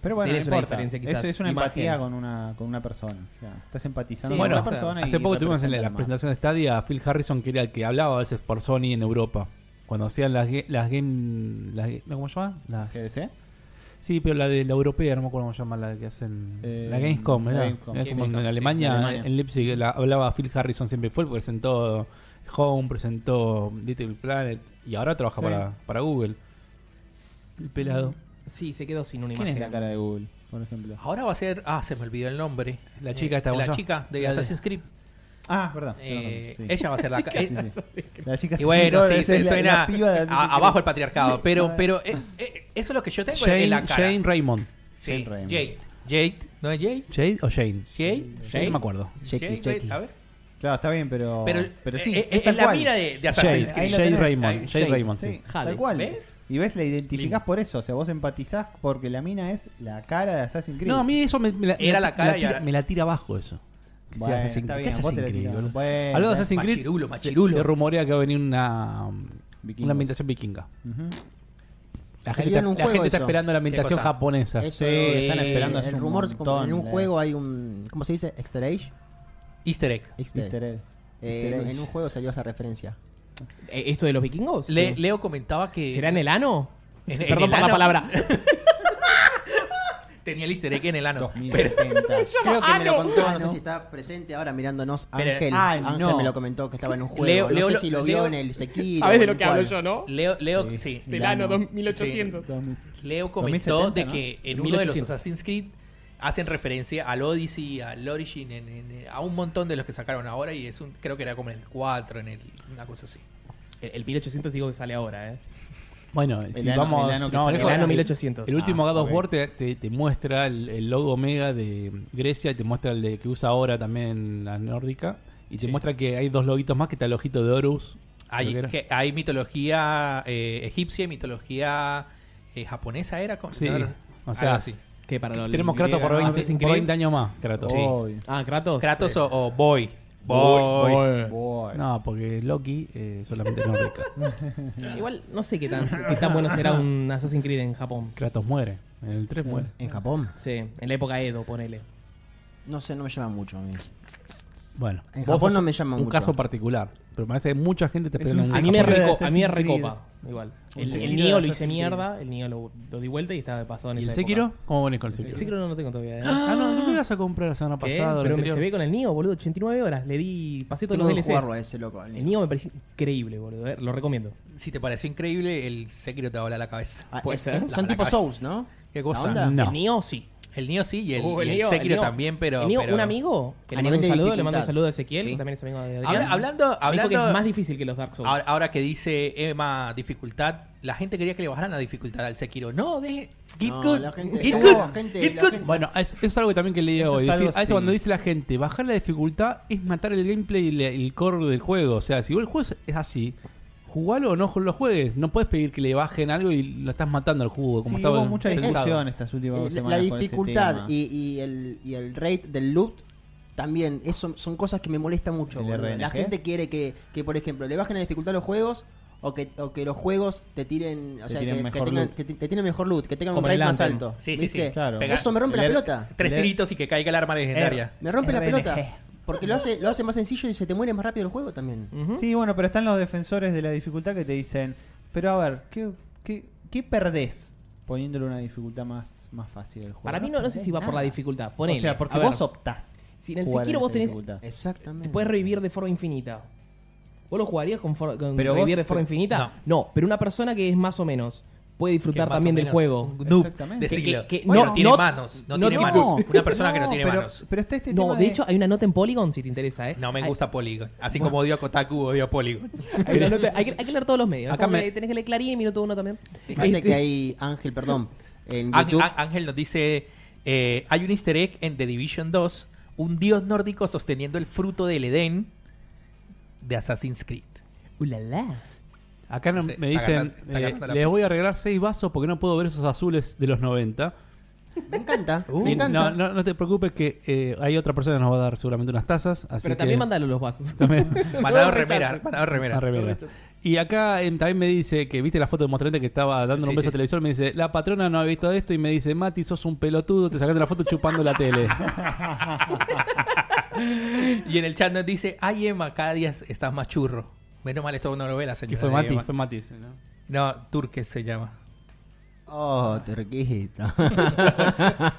Speaker 5: pero bueno, no
Speaker 2: tenés una
Speaker 5: importa.
Speaker 2: diferencia
Speaker 5: Es-
Speaker 2: quizás,
Speaker 5: Es, una
Speaker 2: imagen.
Speaker 5: empatía con una, con una persona. o sea, estás empatizando
Speaker 2: Sí,
Speaker 5: con
Speaker 1: bueno,
Speaker 5: una persona. y
Speaker 1: hace poco tuvimos en la, la
Speaker 5: representa la marca.
Speaker 1: presentación de Stadia a Phil Harrison, que era el que hablaba a veces por Sony en Europa. Cuando hacían las, ge- las game. Las, ge- ¿Cómo se llama? Las,
Speaker 5: GDC.
Speaker 1: Sí, pero la de la europea, no me acuerdo cómo se llama la que hacen.
Speaker 5: Eh,
Speaker 1: la Gamescom,
Speaker 5: la
Speaker 1: ¿verdad?
Speaker 5: Gamescom.
Speaker 1: Era como
Speaker 4: Gamescom,
Speaker 1: en
Speaker 4: sí,
Speaker 1: Alemania,
Speaker 2: en Alemania.
Speaker 1: en Leipzig, la- hablaba Phil Harrison siempre fue, el que presentó Home, presentó Little Planet y ahora trabaja
Speaker 5: Sí.
Speaker 1: para, para Google. El pelado.
Speaker 2: sí, se quedó sin una
Speaker 5: ¿Quién
Speaker 2: imagen.
Speaker 5: es la cara de Google, por ejemplo?
Speaker 4: Ahora va a ser, ah, se me olvidó el nombre.
Speaker 1: La chica esta,
Speaker 4: Eh,
Speaker 1: ¿cómo
Speaker 4: La
Speaker 1: se llama?
Speaker 4: chica de
Speaker 1: La de-
Speaker 4: Assassin's Creed.
Speaker 5: Ah, verdad.
Speaker 4: Eh,
Speaker 5: perdón, sí.
Speaker 4: Ella va a ser la cara.
Speaker 5: Sí, sí. La chica
Speaker 4: Y bueno, sí,
Speaker 5: esa
Speaker 4: se
Speaker 5: es la-
Speaker 4: suena
Speaker 5: la piba de-
Speaker 4: a- abajo el patriarcado. Pero, pero eh, eh, eso es lo que yo tengo
Speaker 1: Jane,
Speaker 4: en la cara.
Speaker 1: Jane Raymond.
Speaker 4: sí,
Speaker 5: Jane Raymond.
Speaker 4: Jade. Jade, ¿no es Jade?
Speaker 1: ¿Jade o Jane?
Speaker 4: Jade.
Speaker 1: Jade, no me acuerdo.
Speaker 3: Chequi,
Speaker 4: Jade,
Speaker 3: chequi.
Speaker 4: a ver.
Speaker 5: Claro, está bien, Oh, pero.
Speaker 4: Pero,
Speaker 5: sí.
Speaker 4: eh, eh,
Speaker 5: es tal
Speaker 4: en la
Speaker 5: cual.
Speaker 4: mira de, de
Speaker 5: Jade,
Speaker 4: Assassin's
Speaker 5: ahí
Speaker 4: Creed.
Speaker 5: lo
Speaker 1: Jade
Speaker 5: tenés.
Speaker 1: Raymond, Jade Raymond,
Speaker 5: sí.
Speaker 1: sí.
Speaker 5: Tal
Speaker 2: Jade.
Speaker 5: cual.
Speaker 4: ¿Ves?
Speaker 5: Y ves, la identificás por eso. O sea, vos empatizás porque la mina es la cara de Assassin's Creed.
Speaker 1: No, a mí eso me, me la, me
Speaker 4: Era
Speaker 1: la
Speaker 4: la cara y
Speaker 1: tira,
Speaker 4: ahora-
Speaker 1: me la tira abajo eso. Que sea
Speaker 5: Bueno,
Speaker 1: Assassin's
Speaker 5: está
Speaker 1: Creed.
Speaker 5: bien,
Speaker 1: ¿Qué
Speaker 5: vos
Speaker 1: Assassin's
Speaker 5: te la
Speaker 1: Creed,
Speaker 5: tirás.
Speaker 1: boludo?
Speaker 5: Bueno,
Speaker 1: Hablando de Assassin's Creed,
Speaker 4: machirulo,
Speaker 1: se-
Speaker 4: machirulo.
Speaker 1: Se, rumorea que va a venir una,
Speaker 5: Vikingos.
Speaker 1: una ambientación vikinga.
Speaker 5: Ujú.
Speaker 1: La
Speaker 3: Salió
Speaker 1: gente,
Speaker 3: en un
Speaker 1: la
Speaker 3: juego
Speaker 1: gente está
Speaker 3: eso.
Speaker 1: esperando la ambientación
Speaker 4: cosa?
Speaker 1: japonesa.
Speaker 3: Eso,
Speaker 5: Sí, están esperando hace
Speaker 3: Eh, El
Speaker 5: un
Speaker 3: rumor
Speaker 5: montón,
Speaker 3: en un
Speaker 5: eh.
Speaker 3: juego hay un. ¿Cómo se dice? ¿Extra Age?
Speaker 4: Easter egg.
Speaker 3: Extra
Speaker 5: Easter egg.
Speaker 3: Eh,
Speaker 5: Easter
Speaker 3: en,
Speaker 5: egg.
Speaker 3: en un juego salió esa referencia.
Speaker 2: Eh, ¿Esto de los vikingos?
Speaker 4: Le-
Speaker 2: Sí.
Speaker 4: Leo comentaba que.
Speaker 2: ¿Será en el ano?
Speaker 4: En- en
Speaker 2: Perdón
Speaker 4: el
Speaker 2: por la
Speaker 4: ano.
Speaker 2: palabra.
Speaker 4: Tenía el easter egg en el ano. Pero,
Speaker 5: 2070.
Speaker 3: Creo que me lo
Speaker 2: ano.
Speaker 3: contó, Ah, no,
Speaker 5: Ano.
Speaker 3: sé si está presente ahora mirándonos
Speaker 4: Pero-
Speaker 3: Ángel.
Speaker 5: Ah,
Speaker 3: Ángel
Speaker 5: no.
Speaker 3: me lo comentó que estaba en un juego.
Speaker 4: Leo-
Speaker 3: no
Speaker 4: Leo
Speaker 3: sé
Speaker 4: lo-
Speaker 3: si lo
Speaker 4: Leo-
Speaker 3: vio en el Sekiro.
Speaker 2: ¿Sabes de
Speaker 3: o
Speaker 2: lo
Speaker 3: en
Speaker 2: que hablo
Speaker 3: cuál.
Speaker 2: yo, no?
Speaker 4: Leo, Leo, sí.
Speaker 2: Del ano
Speaker 5: Milano.
Speaker 2: 2800.
Speaker 4: Leo comentó
Speaker 5: 2070,
Speaker 4: de
Speaker 5: ¿no?
Speaker 4: que en uno de los
Speaker 2: 1800.
Speaker 4: Assassin's Creed hacen referencia al Odyssey, al Origin, en- en- a un montón de los que sacaron ahora y es un, creo que era como en el 4, en el, una cosa así.
Speaker 2: El, el 1800 digo que sale ahora, ¿eh?
Speaker 1: Bueno, si
Speaker 5: ano-
Speaker 1: vamos.
Speaker 5: el ano que
Speaker 1: no,
Speaker 5: sale.
Speaker 1: lejos-
Speaker 2: El ano 1800.
Speaker 1: El último
Speaker 5: Ah,
Speaker 1: God of
Speaker 5: ok.
Speaker 1: War te, te- te muestra el, el logo Omega de Grecia y te muestra el de que usa ahora también la nórdica. Y te
Speaker 4: Sí.
Speaker 1: muestra que hay dos loguitos más, que está el ojito de Horus.
Speaker 4: Hay,
Speaker 1: creo que era.
Speaker 4: que hay mitología eh, egipcia y mitología eh, japonesa, ¿era? como-
Speaker 1: Sí,
Speaker 4: no, no,
Speaker 1: o sea,
Speaker 4: algo así.
Speaker 2: Que para los
Speaker 1: Tenemos
Speaker 2: griegos,
Speaker 1: Kratos por
Speaker 2: ¿no? Ah,
Speaker 1: 20,
Speaker 2: Assassin's
Speaker 1: por
Speaker 2: Creed.
Speaker 1: 20 años más, Kratos.
Speaker 5: Obvio.
Speaker 2: Ah, Kratos.
Speaker 4: Kratos
Speaker 2: Sí.
Speaker 4: o, o boy. Boy.
Speaker 5: Boy.
Speaker 1: No, porque Loki eh, solamente es nórdica.
Speaker 2: Igual no sé qué tan, qué tan bueno será un Assassin's Creed en Japón.
Speaker 1: Kratos muere. En el 3 muere.
Speaker 3: ¿En Japón?
Speaker 2: Sí, en la época Edo, ponele.
Speaker 3: No sé, no me llama mucho a mí.
Speaker 1: Bueno,
Speaker 3: En
Speaker 1: vos
Speaker 3: Japón
Speaker 1: sos
Speaker 3: no me llama
Speaker 1: Un
Speaker 3: mucho.
Speaker 1: caso particular. Pero parece que mucha gente está
Speaker 5: Es
Speaker 1: esperando
Speaker 5: un
Speaker 1: un
Speaker 2: A mí me,
Speaker 5: Japón.
Speaker 2: reco- a mí me
Speaker 5: Assassin's Creed.
Speaker 2: recopa. Igual. El,
Speaker 5: Un
Speaker 2: el
Speaker 5: Sekiro
Speaker 2: Nioh
Speaker 5: de
Speaker 2: lo hice
Speaker 5: Assassin's Creed.
Speaker 2: mierda, el Nioh lo, lo di vuelta y estaba pasado en
Speaker 1: ¿Y el
Speaker 2: esa época.
Speaker 1: Sekiro? ¿Cómo venís con el
Speaker 2: El
Speaker 1: Sekiro?
Speaker 2: Sekiro no lo tengo todavía. ¿eh?
Speaker 1: Ah, no, no lo ibas a comprar la semana
Speaker 2: ¿Qué?
Speaker 1: pasada. o la
Speaker 2: Pero me se
Speaker 1: anterior.
Speaker 2: ve con el Nioh, boludo. 89 horas. Le di. Pasé todos
Speaker 3: Tengo que
Speaker 2: los
Speaker 3: jugarlo eh, a
Speaker 2: DLCs.
Speaker 3: ese loco. al
Speaker 2: El
Speaker 3: Nioh.
Speaker 2: Nioh me pareció increíble, boludo. eh, Lo recomiendo.
Speaker 4: Si te pareció increíble, el Sekiro te va a volar la cabeza.
Speaker 3: Ah,
Speaker 2: puede
Speaker 3: es-
Speaker 2: ser.
Speaker 3: es- Son
Speaker 4: La
Speaker 3: tipo
Speaker 4: cabeza.
Speaker 3: Souls, ¿no?
Speaker 4: ¿Qué cosa?
Speaker 3: ¿La
Speaker 1: No.
Speaker 3: onda?
Speaker 2: El Nioh sí.
Speaker 4: El Nioh sí y el,
Speaker 2: Uh,
Speaker 4: y el
Speaker 2: Nioh,
Speaker 4: Sekiro
Speaker 2: Nioh.
Speaker 4: también, pero...
Speaker 2: El Nioh,
Speaker 4: pero-
Speaker 2: un amigo que
Speaker 3: A
Speaker 2: le mando un
Speaker 3: nivel de
Speaker 2: saludo, le mando un
Speaker 3: dificultad.
Speaker 2: saludo a Ezequiel,
Speaker 3: Sí.
Speaker 2: que también es amigo de Adrián.
Speaker 4: Habla- hablando-
Speaker 2: Me dijo que
Speaker 4: hablando-
Speaker 2: es más difícil que los Dark Souls.
Speaker 4: Ahora, ahora que dice Emma dificultad, la gente quería que le bajaran la dificultad al Sekiro. No, deje. Get
Speaker 3: No,
Speaker 4: good.
Speaker 3: la gente-
Speaker 4: get
Speaker 3: no,
Speaker 4: good.
Speaker 3: la gente-
Speaker 4: get
Speaker 3: la
Speaker 4: good.
Speaker 3: gente-
Speaker 1: Bueno, es, es algo que también que leía
Speaker 5: Eso
Speaker 1: hoy.
Speaker 5: es
Speaker 1: decir,
Speaker 5: algo,
Speaker 1: a eso
Speaker 5: sí.
Speaker 1: cuando dice la gente, bajar la dificultad es matar el gameplay y la- el core del juego. O sea, si vos el juego es, es así, jugalo o no lo juegues. No puedes pedir que le bajen algo y lo estás matando al juego. Como
Speaker 5: Sí,
Speaker 1: estaba
Speaker 5: hubo mucha
Speaker 1: pensado.
Speaker 5: discusión estas últimas
Speaker 3: Eh, la-
Speaker 5: semanas.
Speaker 3: la
Speaker 5: con ese
Speaker 3: dificultad
Speaker 5: tema.
Speaker 3: y, y el, y el rate del loot también eso son cosas que me molesta mucho.
Speaker 5: ¿El
Speaker 3: boludo. La
Speaker 5: RNG?
Speaker 3: gente quiere que, que, por ejemplo, le bajen la dificultad a los juegos o que, o que los juegos te tiren, o
Speaker 5: Te
Speaker 3: sea,
Speaker 5: tiren
Speaker 3: que- que,
Speaker 5: mejor
Speaker 3: tengan,
Speaker 5: loot.
Speaker 3: que te, te tienen mejor loot, que tengan
Speaker 2: Como
Speaker 3: un
Speaker 2: en
Speaker 3: rate
Speaker 2: el
Speaker 3: más
Speaker 2: Anthem.
Speaker 3: alto.
Speaker 4: Sí, sí, sí,
Speaker 5: claro.
Speaker 4: Pega.
Speaker 3: Eso me rompe la
Speaker 5: El-
Speaker 3: pelota.
Speaker 4: Tres
Speaker 5: Le-
Speaker 4: tiritos y que caiga el arma legendaria.
Speaker 2: Eh,
Speaker 3: Me rompe la
Speaker 5: RNG.
Speaker 3: pelota. Porque lo hace, lo hace más sencillo y se te muere más rápido el juego también.
Speaker 1: ¿Mm?
Speaker 2: Ujú.
Speaker 5: Sí, bueno, pero están los defensores de la dificultad que te dicen, pero a ver, ¿qué, qué, qué perdés poniéndole una dificultad más, más fácil al juego?
Speaker 2: Para mí no, no sé si va por la dificultad. Ponele.
Speaker 5: O sea, porque
Speaker 2: A ver,
Speaker 5: vos optás.
Speaker 2: Si en el
Speaker 5: jugar
Speaker 2: Sekiro
Speaker 5: esa
Speaker 2: vos tenés.
Speaker 5: dificultad.
Speaker 3: Exactamente.
Speaker 2: Te puedes revivir de forma infinita. ¿Vos lo jugarías con, for- con
Speaker 5: Pero
Speaker 2: revivir
Speaker 5: vos-
Speaker 2: de forma
Speaker 5: pero-
Speaker 2: infinita? No. pero una persona que es más o menos puede disfrutar
Speaker 4: Que más
Speaker 2: también
Speaker 4: o
Speaker 2: del
Speaker 4: menos
Speaker 2: juego.
Speaker 4: Un noob
Speaker 5: Exactamente.
Speaker 4: de siglo.
Speaker 2: Que- que-
Speaker 4: no,
Speaker 2: no,
Speaker 4: tiene
Speaker 2: no-
Speaker 4: manos. No,
Speaker 2: no
Speaker 4: tiene
Speaker 2: tiene-
Speaker 4: manos. Una persona que no tiene
Speaker 5: pero-
Speaker 4: manos.
Speaker 5: Pero está este
Speaker 2: No,
Speaker 5: tema
Speaker 2: de hecho hay una nota en Polygon si te interesa, ¿eh?
Speaker 4: No me
Speaker 2: Hay-
Speaker 4: gusta Polygon. Así como odio a Kotaku, odio a Polygon.
Speaker 2: Hay, una nota- hay que, hay que leer todos los medios.
Speaker 1: Acá
Speaker 2: Acá
Speaker 1: me-
Speaker 2: Tenés que leer Clarín y Minuto Uno también.
Speaker 3: Fíjate
Speaker 2: Este-
Speaker 3: que hay Ángel, perdón, en
Speaker 4: Ángel-
Speaker 3: YouTube.
Speaker 4: Á- Ángel nos dice: eh, Hay un easter egg en The Division 2. Un dios nórdico sosteniendo el fruto del Edén de Assassin's Creed.
Speaker 3: Uh,
Speaker 2: Ulala.
Speaker 1: Acá no-
Speaker 4: Sí,
Speaker 1: me
Speaker 4: está
Speaker 1: dicen,
Speaker 4: agarrando- está
Speaker 1: eh,
Speaker 4: agarrando la
Speaker 1: les
Speaker 4: pista.
Speaker 1: voy a regalar seis vasos porque no puedo ver esos azules de los 90.
Speaker 3: Me encanta,
Speaker 4: Uh,
Speaker 3: me
Speaker 1: Y No,
Speaker 3: encanta.
Speaker 1: no, no te preocupes que eh, hay otra persona que nos va a dar seguramente unas tazas. Así
Speaker 2: Pero
Speaker 1: que-
Speaker 2: también mandalo los vasos.
Speaker 1: también-
Speaker 4: Mandado
Speaker 2: lo
Speaker 4: remera.
Speaker 2: rechaces.
Speaker 4: Mandado remera.
Speaker 1: Ah, remera. Y acá em, también me dice que viste la foto de Mostrante que estaba dándole
Speaker 4: Sí,
Speaker 1: un beso
Speaker 4: sí.
Speaker 1: al televisor. Me dice, la patrona no ha visto esto. Y me dice, Mati, sos un pelotudo. Te sacaste la foto chupando la tele.
Speaker 4: Y en el chat nos dice, ay Emma, cada día estás más churro. Menos mal esto no lo ve la señora.
Speaker 1: que fue
Speaker 4: de
Speaker 1: Mati,
Speaker 4: Emma.
Speaker 1: fue Mati. ese, ¿no?
Speaker 4: No, Turque se llama.
Speaker 3: Oh, turquito.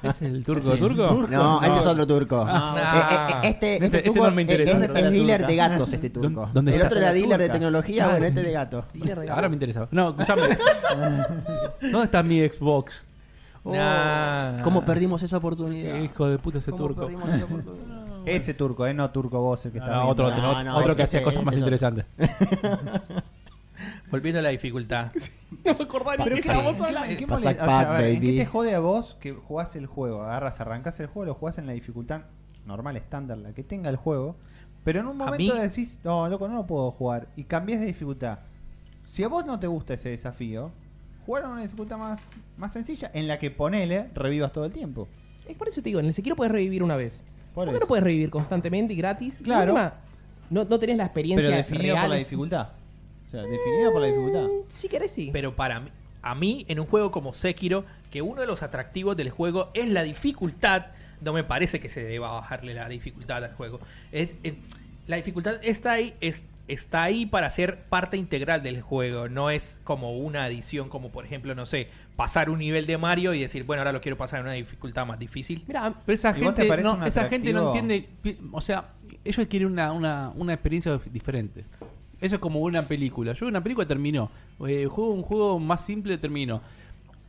Speaker 1: ¿Es el turco turco?
Speaker 3: No, este es otro turco.
Speaker 4: Ah,
Speaker 3: Eh, eh, eh, este, este,
Speaker 1: Este- este
Speaker 3: turco
Speaker 1: no me interesa.
Speaker 3: eh,
Speaker 1: ¿Dónde
Speaker 3: este
Speaker 1: está
Speaker 3: es
Speaker 1: la
Speaker 3: dealer
Speaker 5: turca?
Speaker 3: de gatos, este turco.
Speaker 1: ¿Dónde
Speaker 3: el
Speaker 1: está
Speaker 3: otro
Speaker 1: la
Speaker 3: era dealer de
Speaker 1: turca?
Speaker 3: tecnología, bueno, este de gato.
Speaker 1: Ahora me interesa. No, escuchame. ¿Dónde está mi Xbox? Oh.
Speaker 4: Nah.
Speaker 3: ¿Cómo perdimos esa oportunidad?
Speaker 1: Eh, Hijo de puta ese
Speaker 3: ¿Cómo
Speaker 1: turco.
Speaker 3: perdimos esa oportunidad?
Speaker 5: Ese turco, eh, no turco vos el que está
Speaker 1: No, otro,
Speaker 5: viendo.
Speaker 1: otro,
Speaker 3: No,
Speaker 1: otro,
Speaker 3: no,
Speaker 1: otro que
Speaker 3: este-
Speaker 1: hacía cosas
Speaker 3: este
Speaker 1: más
Speaker 3: es otro.
Speaker 1: interesantes.
Speaker 4: Volviendo a la dificultad.
Speaker 2: No me acordaba ni
Speaker 4: Pero
Speaker 2: de
Speaker 4: sí.
Speaker 2: qué era vos
Speaker 4: Claro,
Speaker 2: hablando.
Speaker 5: ¿En qué,
Speaker 3: Pasa
Speaker 5: mole- o sea,
Speaker 3: pack,
Speaker 5: a ver, ¿en qué
Speaker 3: baby.
Speaker 5: te jode a vos que jugás el juego? Agarras, arrancas el juego, lo jugás en la dificultad normal, estándar, la que tenga el juego. Pero en un
Speaker 4: A
Speaker 5: momento
Speaker 4: mí-
Speaker 5: decís, no, loco, no lo puedo jugar. Y cambias de dificultad. Si a vos no te gusta ese desafío, jugar a una dificultad más, más sencilla, en la que ponele, revivas todo el tiempo.
Speaker 2: Es por eso te digo, ni siquiera puedes revivir una vez.
Speaker 5: Por
Speaker 2: ¿Por qué
Speaker 5: eso.
Speaker 2: no puedes revivir constantemente y gratis? Y
Speaker 5: Claro.
Speaker 2: encima, No, no tenés la experiencia
Speaker 5: Pero definido
Speaker 2: real.
Speaker 5: por la dificultad. O sea, definido por la dificultad.
Speaker 2: Mm, Si querés, sí.
Speaker 4: Pero para mí, a mí, en un juego como Sekiro, que uno de los atractivos del juego es la dificultad, no me parece que se deba bajarle la dificultad al juego. Es- es- la dificultad está ahí, es- está ahí para ser parte integral del juego, no es como una adición, como por ejemplo, no sé, pasar un nivel de Mario y decir, bueno, ahora lo quiero pasar en una dificultad más difícil.
Speaker 2: Mira,
Speaker 1: Pero esa
Speaker 5: ¿Y vos te
Speaker 1: gente,
Speaker 5: parece
Speaker 1: no,
Speaker 5: un
Speaker 1: esa gente no
Speaker 5: atractivo?
Speaker 1: entiende. pi- O sea, ellos quieren una, una, una experiencia dif- diferente. Eso es como una película. Yo una película terminó. Eh, juego un juego más simple terminó.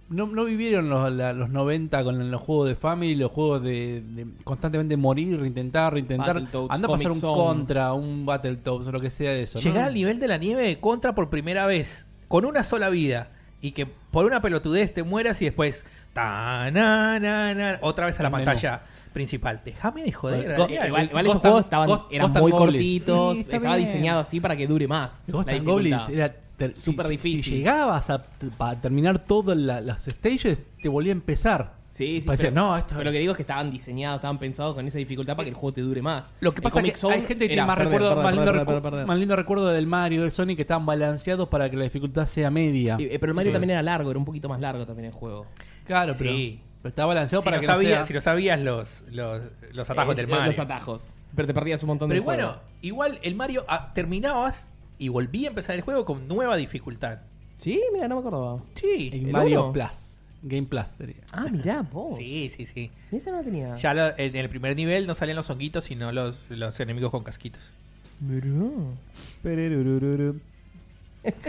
Speaker 1: No, no vivieron los, la- los 90 con los juegos de Family, los juegos de, de constantemente morir, reintentar, reintentar.
Speaker 2: Battletoads,
Speaker 1: Anda a pasar
Speaker 2: Comic
Speaker 1: un
Speaker 2: Zone.
Speaker 1: contra, un Battletoads o lo que sea de eso. ¿no?
Speaker 4: Llegar al nivel de la nieve de contra por primera vez, con una sola vida, y que por una pelotudez te mueras y después. ta, na, na, na, otra vez a la
Speaker 1: Un menú.
Speaker 4: pantalla principal. Déjame de joder.
Speaker 1: Go-
Speaker 4: Adrián.
Speaker 2: igual, igual
Speaker 1: Ghost
Speaker 2: esos juegos
Speaker 1: and-
Speaker 2: estaban,
Speaker 1: Ghost-
Speaker 2: eran
Speaker 1: Ghost and
Speaker 2: muy
Speaker 1: Goblins.
Speaker 2: cortitos,
Speaker 5: Sí, está
Speaker 2: estaba
Speaker 5: bien.
Speaker 2: diseñado así para que dure más.
Speaker 1: Ghost
Speaker 2: la
Speaker 1: and
Speaker 2: dificultad.
Speaker 1: Goblins era ter- si-
Speaker 2: Súper
Speaker 1: si-
Speaker 2: difícil.
Speaker 1: Si llegabas a, pa terminar todas la- las stages, te volvía a empezar.
Speaker 2: Sí, sí,
Speaker 1: Parecía,
Speaker 2: pero,
Speaker 1: no, esto-
Speaker 2: pero lo que digo es que estaban diseñados, estaban pensados con esa dificultad para que el juego te dure más.
Speaker 1: Lo que
Speaker 2: El
Speaker 1: pasa es
Speaker 2: Comic
Speaker 1: que
Speaker 2: Zone
Speaker 1: hay gente que
Speaker 2: era
Speaker 1: tiene más,
Speaker 2: perder,
Speaker 1: recuerdo,
Speaker 2: perder,
Speaker 1: más, lindo
Speaker 2: perder,
Speaker 1: recu-
Speaker 2: perder, perder.
Speaker 1: más lindo recuerdo del Mario y del Sonic que estaban balanceados para que la dificultad sea media.
Speaker 2: Y- eh, Pero el Mario también era largo, era un poquito más largo también el juego.
Speaker 1: Claro, pero,
Speaker 4: Sí.
Speaker 1: pero estaba balanceado
Speaker 4: Si,
Speaker 1: para
Speaker 4: no
Speaker 1: que
Speaker 4: sabías,
Speaker 1: no
Speaker 4: si
Speaker 1: sea...
Speaker 4: no sabías los, los, los atajos
Speaker 2: Eh,
Speaker 4: del
Speaker 2: los-
Speaker 4: Mario.
Speaker 2: Los atajos. Pero te perdías un montón de
Speaker 4: Pero bueno, igual el Mario ah, terminabas y volví a empezar el juego con nueva dificultad.
Speaker 2: Sí, mira, no me acordaba.
Speaker 4: Sí.
Speaker 1: en
Speaker 2: ¿El
Speaker 1: Mario
Speaker 2: uno?
Speaker 1: Plus. Game Plus sería.
Speaker 2: Ah, mirá, vos.
Speaker 4: Sí, sí, sí.
Speaker 2: Esa no la tenía.
Speaker 4: Ya lo- en el primer nivel no salían los honguitos, sino los, los enemigos con casquitos.
Speaker 2: Mirá.
Speaker 5: Pererurururu.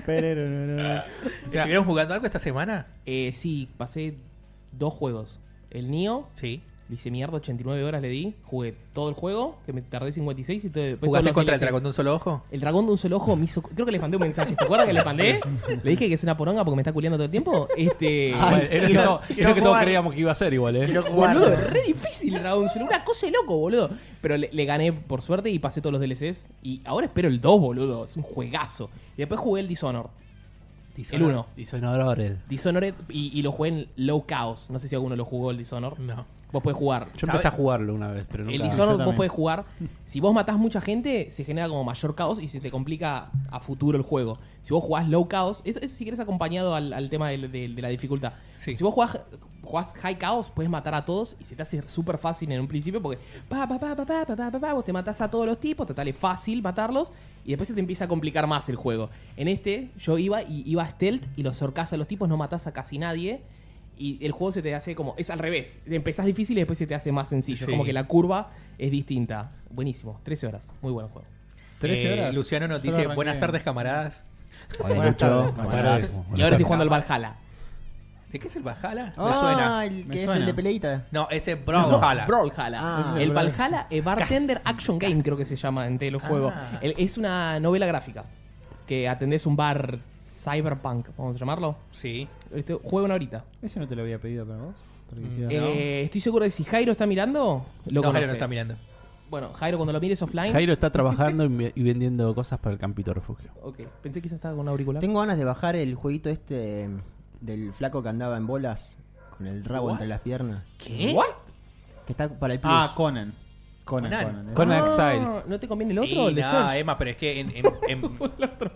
Speaker 5: Pererurururu.
Speaker 4: ¿Estuvieron jugando algo esta semana?
Speaker 2: Eh, sí, pasé dos juegos. El Nio,
Speaker 4: Sí.
Speaker 2: lo hice mierda, 89 horas le di. Jugué todo el juego, que me tardé 56 y todo. después todos
Speaker 4: ¿Jugaste
Speaker 2: los
Speaker 4: contra el
Speaker 2: DLCs.
Speaker 4: dragón de un solo ojo?
Speaker 2: El dragón de un solo ojo me hizo. Creo que le mandé un mensaje. ¿Se acuerdan que le mandé? Le dije que es una poronga porque me está culiando todo el tiempo. Este.
Speaker 1: Ah, era lo que todo- era lo que todos
Speaker 4: jugar.
Speaker 1: creíamos que iba a ser igual, ¿eh?
Speaker 2: Boludo, es re difícil el dragón de un solo Una cosa de loco, boludo. Pero le, le gané por suerte y pasé todos los DLCs. Y ahora espero el 2, boludo. Es un juegazo. Y después jugué el Dishonored. El 1.
Speaker 1: Dishonored.
Speaker 2: Dishonored y, y lo jugué en Low Chaos. No sé si alguno lo jugó el Dishonored.
Speaker 4: No.
Speaker 2: Vos podés jugar.
Speaker 1: Yo
Speaker 4: ¿Sabe?
Speaker 1: empecé a jugarlo una vez, pero nunca...
Speaker 2: El
Speaker 5: Yo
Speaker 2: Dishonored vos
Speaker 5: también.
Speaker 2: podés jugar. Si vos matás mucha gente, se genera como mayor caos y se te complica a futuro el juego. Si vos jugás low caos, eso, eso si querés acompañado al, al tema del- del- de, la dificultad.
Speaker 4: Sí.
Speaker 2: Si vos jugás, jugás high caos, puedes matar a todos y se te hace súper fácil en un principio porque pa, pa, pa, pa, pa, pa, pa, pa, pa, vos te matás a todos los tipos, total es fácil matarlos y después se te empieza a complicar más el juego. En este, yo iba y iba a stealth y los sorcás a los tipos, no matás a casi nadie. Y el juego se te hace como. Es al revés. Empezás difícil y después se te hace más sencillo.
Speaker 4: Sí.
Speaker 2: Como que la curva es distinta. Buenísimo. 13 horas. Muy buen juego.
Speaker 5: Trece
Speaker 4: Eh,
Speaker 5: horas.
Speaker 4: Luciano nos
Speaker 5: Yo lo
Speaker 4: dice,
Speaker 5: arranqué.
Speaker 4: buenas tardes, camaradas.
Speaker 3: Buenas tardes,
Speaker 1: Buenas
Speaker 3: camaradas.
Speaker 2: Y ahora estoy jugando al Valhalla.
Speaker 4: ¿De qué es el Bajala?
Speaker 3: Ah,
Speaker 5: suena,
Speaker 3: el
Speaker 5: me
Speaker 3: que es
Speaker 5: suena.
Speaker 3: el de peleita.
Speaker 4: No, ese es Brawlhalla.
Speaker 2: Brawlhalla.
Speaker 3: Ah.
Speaker 2: el Valhalla eh, Bartender Action Game, creo que se llama entre los
Speaker 4: Ah.
Speaker 2: juegos. El- es una novela gráfica que atendés un bar cyberpunk, vamos a llamarlo.
Speaker 4: Sí.
Speaker 2: Este, juego una horita.
Speaker 5: Eso no te lo había pedido para vos. porque quisiera-
Speaker 2: Eh, estoy seguro de si Jairo está mirando, lo
Speaker 4: no, Jairo
Speaker 2: conoce.
Speaker 4: no está mirando.
Speaker 2: Bueno, Jairo, cuando lo mires offline.
Speaker 1: Jairo está trabajando y me- y vendiendo cosas para el campito refugio.
Speaker 2: Ok, pensé que quizás estaba con un auricular.
Speaker 3: Tengo ganas de bajar el jueguito este mm, del flaco que andaba en bolas con el rabo entre las piernas.
Speaker 4: ¿Qué?
Speaker 3: Que está para el plus.
Speaker 5: Ah, Conan. Conan,
Speaker 4: Conan.
Speaker 5: Conan. eh.
Speaker 1: Con
Speaker 2: Ah,
Speaker 1: Exiles.
Speaker 2: ¿No te conviene el otro?
Speaker 4: Y
Speaker 2: el de
Speaker 4: nada,
Speaker 2: Surge?
Speaker 4: Emma, pero es que en, en, en-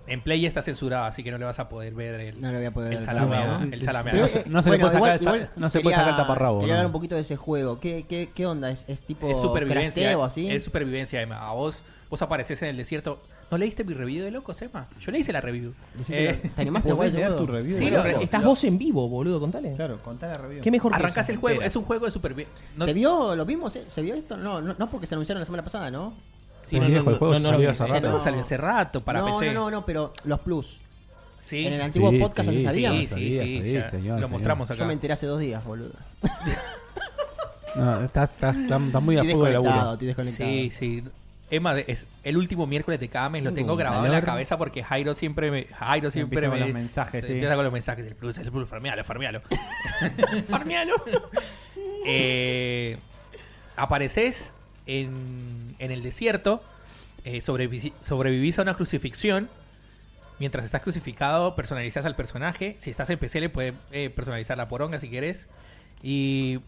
Speaker 4: en Play ya está censurado, así que no le vas a poder ver el,
Speaker 3: No lo voy a poder
Speaker 4: el
Speaker 3: ver. eh,
Speaker 4: salamea.
Speaker 1: No, no.
Speaker 4: El salamea.
Speaker 1: Pero-
Speaker 4: No sé.
Speaker 1: no se le puede sacar el sal- no se le puede
Speaker 3: quería-
Speaker 1: sacar el taparrabo,
Speaker 3: Quería
Speaker 1: ¿no?
Speaker 3: hablar un poquito de ese juego. ¿Qué, qué, qué onda? ¿Es, es tipo
Speaker 4: es supervivencia.
Speaker 3: crafteo, así?
Speaker 4: Es supervivencia, Emma. A vos, vos apareces en el desierto. ¿No leíste mi review de locos, Emma? Yo le hice la review.
Speaker 3: Decite
Speaker 4: Eh,
Speaker 3: que- ¿Te animaste a jugar
Speaker 5: ¿Podés
Speaker 3: ese
Speaker 5: leer tu
Speaker 3: juego?
Speaker 5: review?
Speaker 4: Sí,
Speaker 5: de
Speaker 4: lo-
Speaker 5: Conan?
Speaker 2: Estás vos en vivo, boludo, contale.
Speaker 5: Claro, contá la review.
Speaker 2: ¿Qué mejor que
Speaker 4: arrancás
Speaker 2: eso?
Speaker 4: el juego.
Speaker 5: entera.
Speaker 4: Es un juego de supervivencia. No,
Speaker 3: ¿Se vio? ¿Lo vimos? ¿Se, se vio esto? No, no, no porque se anunciaron la semana pasada, ¿no?
Speaker 2: Sí,
Speaker 1: El
Speaker 2: no, no,
Speaker 1: viejo,
Speaker 2: no,
Speaker 1: el juego
Speaker 2: no, no lo
Speaker 1: salió
Speaker 2: vi.
Speaker 1: hace
Speaker 4: ese
Speaker 1: rato.
Speaker 4: juego salió hace rato para
Speaker 3: no,
Speaker 4: PC.
Speaker 3: no, no, no, pero los plus.
Speaker 4: Sí.
Speaker 3: En el antiguo
Speaker 1: Sí,
Speaker 3: podcast
Speaker 1: sí,
Speaker 3: ya se
Speaker 4: Sí,
Speaker 3: sabía.
Speaker 4: sí, sí,
Speaker 1: Sabía,
Speaker 4: sí,
Speaker 1: sabía,
Speaker 4: ya.
Speaker 1: señor,
Speaker 4: Lo
Speaker 1: señor.
Speaker 4: mostramos
Speaker 3: Yo me
Speaker 4: acá.
Speaker 3: enteré hace dos días, boludo.
Speaker 1: No, estás, estás, estás muy a
Speaker 3: Estoy
Speaker 1: fuego de
Speaker 3: desconectado,
Speaker 1: laburo.
Speaker 3: estoy desconectado.
Speaker 4: Sí, sí. Emma, de- es el último miércoles de cada mes lo tengo
Speaker 3: un
Speaker 4: grabado en la
Speaker 3: calor.
Speaker 4: cabeza porque Jairo siempre me Jairo siempre
Speaker 5: Empieza
Speaker 4: me
Speaker 5: con los mensajes,
Speaker 4: se-
Speaker 5: sí.
Speaker 4: empieza con los mensajes, el plus, el plus, farmealo, farmealo. Eh, apareces en, en el desierto, eh, sobrevi- sobrevivís a una crucifixión. Mientras estás crucificado, personalizas al personaje. Si estás en PC, le puedes eh, personalizar la poronga si querés. Y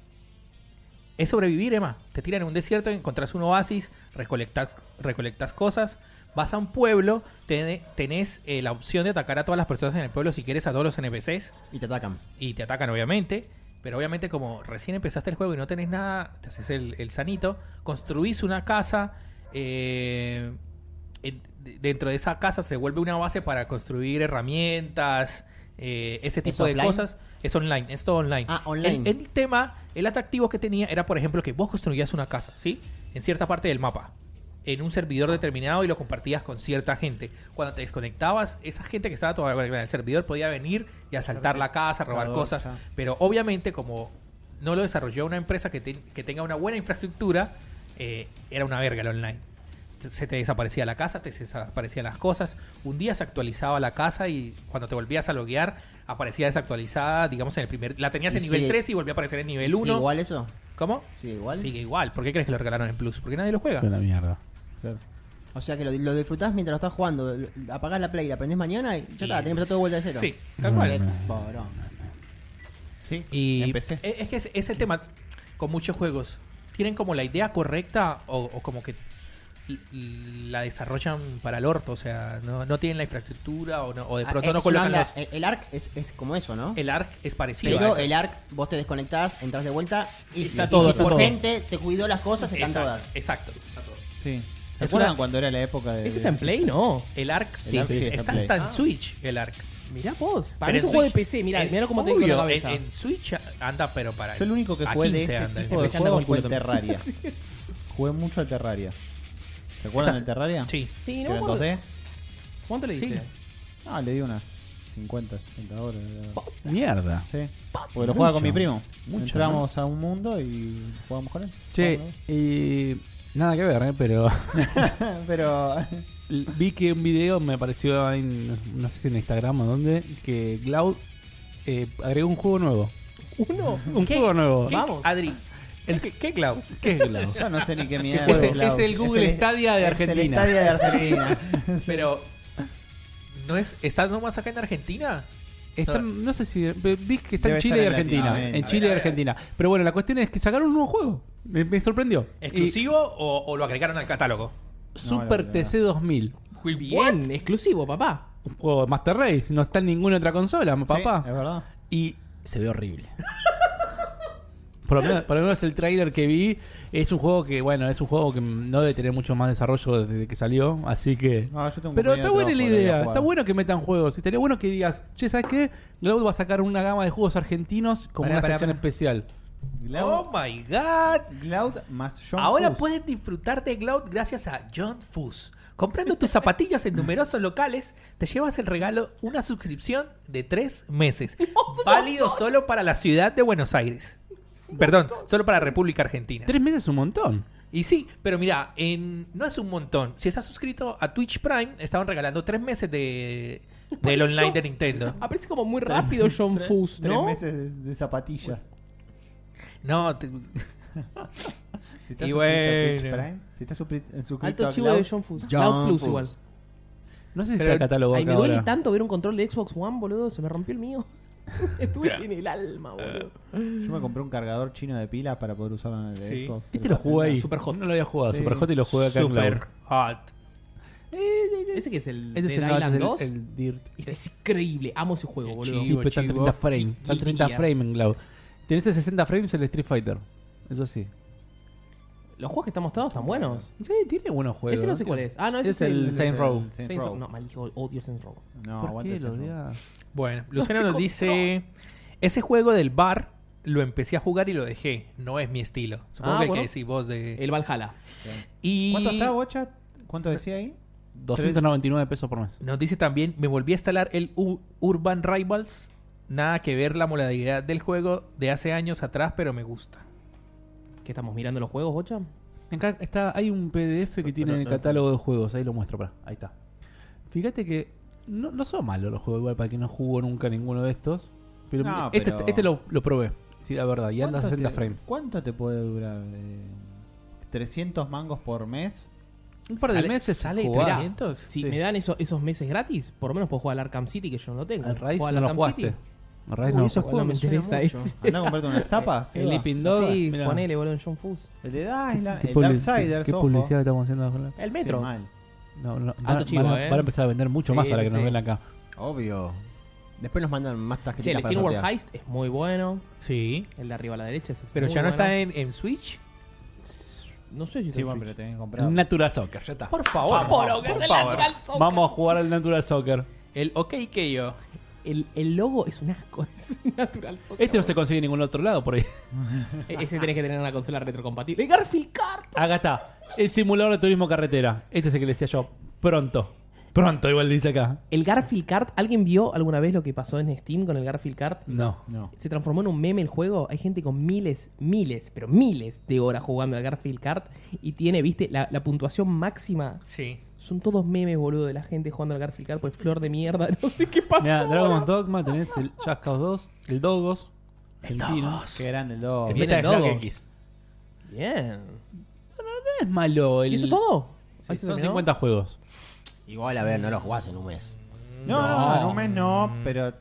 Speaker 4: es sobrevivir, Emma. Te tiran en un desierto, encontrás un oasis, recolectás, recolectás cosas, vas a un pueblo, ten- tenés eh, la opción de atacar a todas las personas en el pueblo si quieres, a todos los NPCs,
Speaker 3: Y te atacan.
Speaker 4: y te atacan obviamente. Pero obviamente como recién empezaste el juego y no tenés nada, te haces el, el sanito, construís una casa, eh, en- de- dentro de esa casa se vuelve una base para construir herramientas, eh, ese tipo de
Speaker 3: offline?
Speaker 4: cosas. Es online, es todo online.
Speaker 3: Ah, online.
Speaker 4: El, el tema, el atractivo que tenía era, por ejemplo, que vos construías una casa, ¿sí? En cierta parte del mapa, en un servidor determinado y lo compartías con cierta gente. Cuando te desconectabas, esa gente que estaba todavía en el servidor podía venir y asaltar la casa, robar
Speaker 5: Claro,
Speaker 4: cosas.
Speaker 5: ya.
Speaker 4: Pero obviamente, como no lo desarrolló una empresa que, te- que tenga una buena infraestructura, eh, era una verga el online. Se- Se te desaparecía la casa, te desaparecían las cosas. Un día se actualizaba la casa y cuando te volvías a loguear, aparecía desactualizada, digamos, en el primer. La tenías
Speaker 3: Y
Speaker 4: en nivel
Speaker 3: sigue-
Speaker 4: 3 y volvió a aparecer en nivel
Speaker 3: ¿Sigue
Speaker 4: 1.
Speaker 3: igual eso?
Speaker 4: ¿Cómo?
Speaker 3: ¿Sigue igual?
Speaker 4: Sigue igual. ¿Por qué crees que lo regalaron en Plus? Porque nadie lo juega.
Speaker 1: Con la mierda.
Speaker 3: O sea que lo, lo disfrutás mientras lo estás jugando. Lo- Apagás la play, la prendés mañana y ya está, tenés que empezar todo de vuelta de cero.
Speaker 4: Sí, tal cual.
Speaker 3: Qué porón.
Speaker 5: Sí,
Speaker 4: Y
Speaker 5: empecé.
Speaker 4: e- Es que es, es el tema con muchos juegos. Tienen como la idea correcta o, o como que l- l- la desarrollan para el orto. O sea, no, no tienen la infraestructura o, no- o de
Speaker 3: Ah,
Speaker 4: pronto no
Speaker 3: es una
Speaker 4: colocan
Speaker 3: onda-
Speaker 4: los...
Speaker 3: El, el arc es, es como eso, ¿no?
Speaker 4: El ARC es parecido a
Speaker 3: Pero
Speaker 4: eso.
Speaker 3: el arc, vos te desconectás, entras de vuelta y
Speaker 2: Está
Speaker 3: si- y
Speaker 2: todo,
Speaker 3: si
Speaker 2: está
Speaker 3: por
Speaker 2: todo.
Speaker 3: gente te cuidó las cosas, están
Speaker 4: Exacto,
Speaker 3: todas.
Speaker 4: Exacto.
Speaker 5: sí. ¿Se
Speaker 4: Es
Speaker 5: acuerdan
Speaker 4: una-
Speaker 5: cuando era la época de.?
Speaker 2: ¿Ese está en Play? No.
Speaker 4: El ARC sí,
Speaker 5: ARC sí está
Speaker 4: está,
Speaker 5: en
Speaker 4: está en
Speaker 5: Play.
Speaker 4: Switch, el ARC.
Speaker 2: Mirá vos. Para
Speaker 4: Pero
Speaker 2: mí es
Speaker 4: en
Speaker 2: un juego de
Speaker 4: Switch-
Speaker 2: PC. Mirá,
Speaker 4: en-
Speaker 2: mirá cómo tengo la
Speaker 4: obvio,
Speaker 2: cabeza.
Speaker 4: En, en Switch anda, pero para.
Speaker 5: Yo el único que
Speaker 4: a
Speaker 5: jugué de
Speaker 4: 15
Speaker 5: ese
Speaker 4: anda.
Speaker 5: tipo de
Speaker 2: Empecé a andar con
Speaker 5: juegos
Speaker 2: el
Speaker 5: fue el
Speaker 2: culo
Speaker 5: Terraria. jugué mucho al Terraria. ¿Se acuerdan
Speaker 4: Esas-
Speaker 5: del Terraria?
Speaker 4: Sí.
Speaker 2: Sí, no me
Speaker 5: ¿Que era en
Speaker 2: acuerdo.
Speaker 5: 2D?
Speaker 2: ¿Cuánto le diste?
Speaker 4: Sí.
Speaker 5: Ah, le di unas 50, 60 horas. le daba.
Speaker 1: Mierda.
Speaker 5: Sí. Porque lo jugaba con mi primo.
Speaker 1: Mucho,
Speaker 5: Entramos a un mundo y jugamos con él.
Speaker 1: Che,
Speaker 5: Jugamos
Speaker 1: y. Nada que ver, ¿eh? pero
Speaker 5: con él. Pero.
Speaker 1: vi que un video me apareció en, no sé si en Instagram o dónde, que Cloud eh, agregó un juego nuevo.
Speaker 2: Uno.
Speaker 1: Un juego nuevo.
Speaker 4: ¿Qué-
Speaker 2: Vamos.
Speaker 4: Adri, ¿qué, qué cloud?
Speaker 1: ¿Qué es Cloud?
Speaker 5: Yo no sé ni qué mierda.
Speaker 1: Es el-
Speaker 5: Cloud.
Speaker 1: es el Google Stadia de
Speaker 5: Es el
Speaker 1: Argentina.
Speaker 5: Stadia de Argentina.
Speaker 4: Pero. ¿No es, ¿Estás nomás acá en Argentina?
Speaker 1: Están- no sé si. Vi que está
Speaker 5: Debe
Speaker 1: en Chile
Speaker 5: estar
Speaker 1: y
Speaker 5: en
Speaker 1: Argentina.
Speaker 5: Latinoamérica.
Speaker 1: En Chile y Argentina. Pero bueno, la cuestión es que sacaron un nuevo juego. Me, me sorprendió. Y
Speaker 4: ¿Exclusivo o, o lo agregaron al catálogo?
Speaker 1: Super
Speaker 5: No, la
Speaker 1: TC 2000.
Speaker 2: Bien,
Speaker 4: este?
Speaker 2: exclusivo, papá.
Speaker 1: Un juego de Master Race. No está en ninguna otra consola, papá.
Speaker 5: Sí, es verdad.
Speaker 1: Y se ve horrible. Por lo, menos, por lo menos el trailer que vi es un juego que, bueno, es un juego que no debe tener mucho más desarrollo desde que salió, así que...
Speaker 5: No, yo tengo un
Speaker 1: Pero
Speaker 5: compañero
Speaker 1: está buena la
Speaker 5: de trabajo que lo
Speaker 1: idea,
Speaker 5: había
Speaker 1: está
Speaker 5: jugado.
Speaker 1: bueno que metan juegos. Y estaría bueno que digas, che, ¿sabes qué? Cloud va a sacar una gama de juegos argentinos como
Speaker 5: Pará,
Speaker 1: una
Speaker 5: pará,
Speaker 1: sección
Speaker 5: pará.
Speaker 1: especial.
Speaker 5: Cloud,
Speaker 4: Oh my god.
Speaker 5: Cloud más John
Speaker 4: Ahora
Speaker 5: Fuss.
Speaker 4: puedes disfrutar de Cloud gracias a John Fuss. Comprando tus zapatillas en numerosos locales, te llevas el regalo una suscripción de tres meses. Válido solo para la ciudad de Buenos Aires. Perdón, solo para República Argentina.
Speaker 1: Tres meses es un montón.
Speaker 4: Y sí, pero mira, en, no es un montón. Si estás suscrito a Twitch Prime, estaban regalando tres meses de, del
Speaker 2: Pues, Yo-
Speaker 4: online de Nintendo.
Speaker 2: Aparece como muy rápido John
Speaker 5: Tres-
Speaker 2: Fuss,
Speaker 5: tres
Speaker 2: ¿no?
Speaker 5: meses de, de zapatillas.
Speaker 4: No, te- Y
Speaker 5: Si estás suscrito a Twitch
Speaker 4: bueno.
Speaker 5: Prime, si estás supri- eh, suscrito
Speaker 2: Alto
Speaker 5: a
Speaker 2: chivo
Speaker 5: Cloud,
Speaker 2: de John Fuss.
Speaker 3: John
Speaker 2: Cloud Plus
Speaker 3: Fuss.
Speaker 2: igual.
Speaker 1: No sé si
Speaker 4: Pero-
Speaker 1: está el catálogo
Speaker 2: Ay,
Speaker 1: acá
Speaker 2: me duele
Speaker 1: ahora.
Speaker 2: tanto ver un control de Xbox One, boludo. Se me rompió el mío. Estuve en el alma, boludo.
Speaker 4: Eh.
Speaker 5: yo me compré un cargador chino de pilas para poder usarlo en el
Speaker 4: Sí.
Speaker 5: Xbox.
Speaker 1: Este lo jugué ahí.
Speaker 2: Super hot.
Speaker 1: No lo había jugado,
Speaker 5: Sí.
Speaker 1: Super Hot y lo jugué acá en
Speaker 4: super
Speaker 1: Cloud.
Speaker 4: hot.
Speaker 2: Ese que es el
Speaker 1: Este
Speaker 2: Dead
Speaker 1: es el, no,
Speaker 2: Island
Speaker 1: ese es el-
Speaker 2: 2.
Speaker 1: el Dirt.
Speaker 2: Este es increíble. Amo ese juego, boludo.
Speaker 1: Sí, pero están 30 frames. Están 30
Speaker 2: Guía.
Speaker 1: frames en Cloud. Tenés el 60 frames el Street Fighter. Eso sí.
Speaker 2: Los juegos que están mostrados están buenos.
Speaker 1: Sí, tiene buenos juegos.
Speaker 2: Ese no sé cuál es. Ah, no, ese
Speaker 1: Es el Saints Row.
Speaker 5: Saints
Speaker 2: Saints Row.
Speaker 5: Row.
Speaker 2: No, maldijo, odio Saints Row.
Speaker 5: No,
Speaker 1: ¿Por
Speaker 5: aguante
Speaker 1: qué
Speaker 5: ese
Speaker 1: lo
Speaker 5: no.
Speaker 1: odias?
Speaker 4: Bueno, Luciano
Speaker 2: se
Speaker 4: nos dice: Ese juego del bar lo empecé a jugar y lo dejé. No es mi estilo. Supongo
Speaker 2: Ah,
Speaker 4: que el
Speaker 2: bueno.
Speaker 4: que decís vos de.
Speaker 2: El Valhalla.
Speaker 4: Y
Speaker 5: ¿Cuánto está, Bocha? ¿Cuánto decía ahí?
Speaker 1: 299 pesos por mes.
Speaker 4: nos dice también: Me volví a instalar el U- Urban Rivals. Nada que ver la modalidad del juego de hace años atrás, pero me gusta.
Speaker 2: ¿Qué estamos mirando los juegos, Bocha?
Speaker 1: Acá está, hay un PDF que tiene en el catálogo de juegos, ahí lo muestro, pará, ahí está. Fíjate que no, no son malos los juegos igual para que no jugó nunca ninguno de estos. Pero
Speaker 5: No,
Speaker 1: este,
Speaker 5: pero-
Speaker 1: este lo, lo probé, sí, la verdad, y anda a
Speaker 5: ¿Cuánto
Speaker 1: 60
Speaker 5: te-
Speaker 1: frames.
Speaker 5: ¿Cuánto te puede durar? eh, 300 mangos por mes.
Speaker 1: Un par de
Speaker 2: Sale-
Speaker 1: meses
Speaker 2: sale
Speaker 1: sale jugás.
Speaker 2: tirado.
Speaker 5: ¿300?
Speaker 2: Si
Speaker 5: Sí.
Speaker 2: me dan eso- esos meses gratis, por lo menos puedo jugar al Arkham City, que yo no lo tengo.
Speaker 1: Al raíz
Speaker 2: Juego al
Speaker 1: no lo
Speaker 2: Arkham
Speaker 1: jugaste.
Speaker 2: City.
Speaker 1: Al raíz
Speaker 2: Uy,
Speaker 1: no.
Speaker 2: esos juegos me
Speaker 3: suena
Speaker 2: interesa
Speaker 3: mucho.
Speaker 2: ese.
Speaker 5: Andá a comprarte unas zapas.
Speaker 1: El
Speaker 5: Seba.
Speaker 1: Leaping Dog.
Speaker 2: Sí,
Speaker 1: mirá.
Speaker 2: ponele, boludo, en John Fus.
Speaker 5: El de Dylan,
Speaker 1: ¿Qué,
Speaker 5: el
Speaker 1: publi-
Speaker 5: Darksiders,
Speaker 1: qué
Speaker 5: ojo.
Speaker 1: publicidad le estamos haciendo? ahora?
Speaker 2: El
Speaker 5: Sí,
Speaker 2: metro.
Speaker 5: mal.
Speaker 1: No, no, van,
Speaker 2: Alto chivo,
Speaker 1: van a,
Speaker 2: eh.
Speaker 1: van a empezar a vender mucho
Speaker 2: Sí,
Speaker 1: más ahora
Speaker 2: sí,
Speaker 1: que nos
Speaker 2: sí.
Speaker 1: ven acá.
Speaker 3: Obvio. Después nos mandan más
Speaker 2: Che,
Speaker 3: tarjetitas
Speaker 2: el
Speaker 3: para
Speaker 2: Steam World
Speaker 3: sortear.
Speaker 2: Heist es muy bueno.
Speaker 4: Sí.
Speaker 2: El de arriba a la derecha ese es
Speaker 4: Pero
Speaker 2: muy
Speaker 4: ya no
Speaker 2: bueno.
Speaker 4: está en, en Switch.
Speaker 2: No sé si está
Speaker 5: Sí,
Speaker 2: en
Speaker 5: bueno, pero
Speaker 2: Switch.
Speaker 5: tenés que comprar.
Speaker 1: El Natural Soccer, ya está.
Speaker 4: Por favor.
Speaker 2: Por lo que es el Natural Soccer.
Speaker 1: Vamos a jugar al Natural Soccer.
Speaker 4: El OK yo
Speaker 2: El, el logo es un asco. Es un Natural Soccer.
Speaker 1: Este no se consigue en ningún otro lado por ahí.
Speaker 2: E- Ese tenés que tener una consola retrocompatible. ¡El Garfield Kart!
Speaker 1: Acá está. El simulador de turismo carretera. Este es el que le decía yo. Pronto. Pronto, igual dice acá.
Speaker 2: El Garfield Kart. ¿Alguien vio alguna vez lo que pasó en Steam con el Garfield Kart?
Speaker 1: No.
Speaker 5: No.
Speaker 2: Se transformó en un meme el juego. Hay gente con miles, miles, pero miles de horas jugando al Garfield Kart. Y tiene, viste, la, la puntuación máxima.
Speaker 4: Sí.
Speaker 2: Son todos memes, boludo, de la gente jugando al Garfield Kart. Pues flor de mierda. No sé qué pasa.
Speaker 1: Mira, Dragon Dogma, tenés el Just Cause 2, el Dogos, el Dogos.
Speaker 5: Qué grande el 2.
Speaker 2: Bien,
Speaker 1: Metal
Speaker 2: el
Speaker 1: Slug
Speaker 2: Dogos.
Speaker 1: X.
Speaker 2: Bien.
Speaker 1: No es malo. El...
Speaker 2: ¿Y eso todo?
Speaker 1: Sí,
Speaker 2: Ahí se
Speaker 1: son
Speaker 2: terminó.
Speaker 1: 50 juegos.
Speaker 3: Igual, a ver, no lo jugás en un mes.
Speaker 1: Eh,
Speaker 5: No,
Speaker 2: No.
Speaker 5: no, en un mes no, pero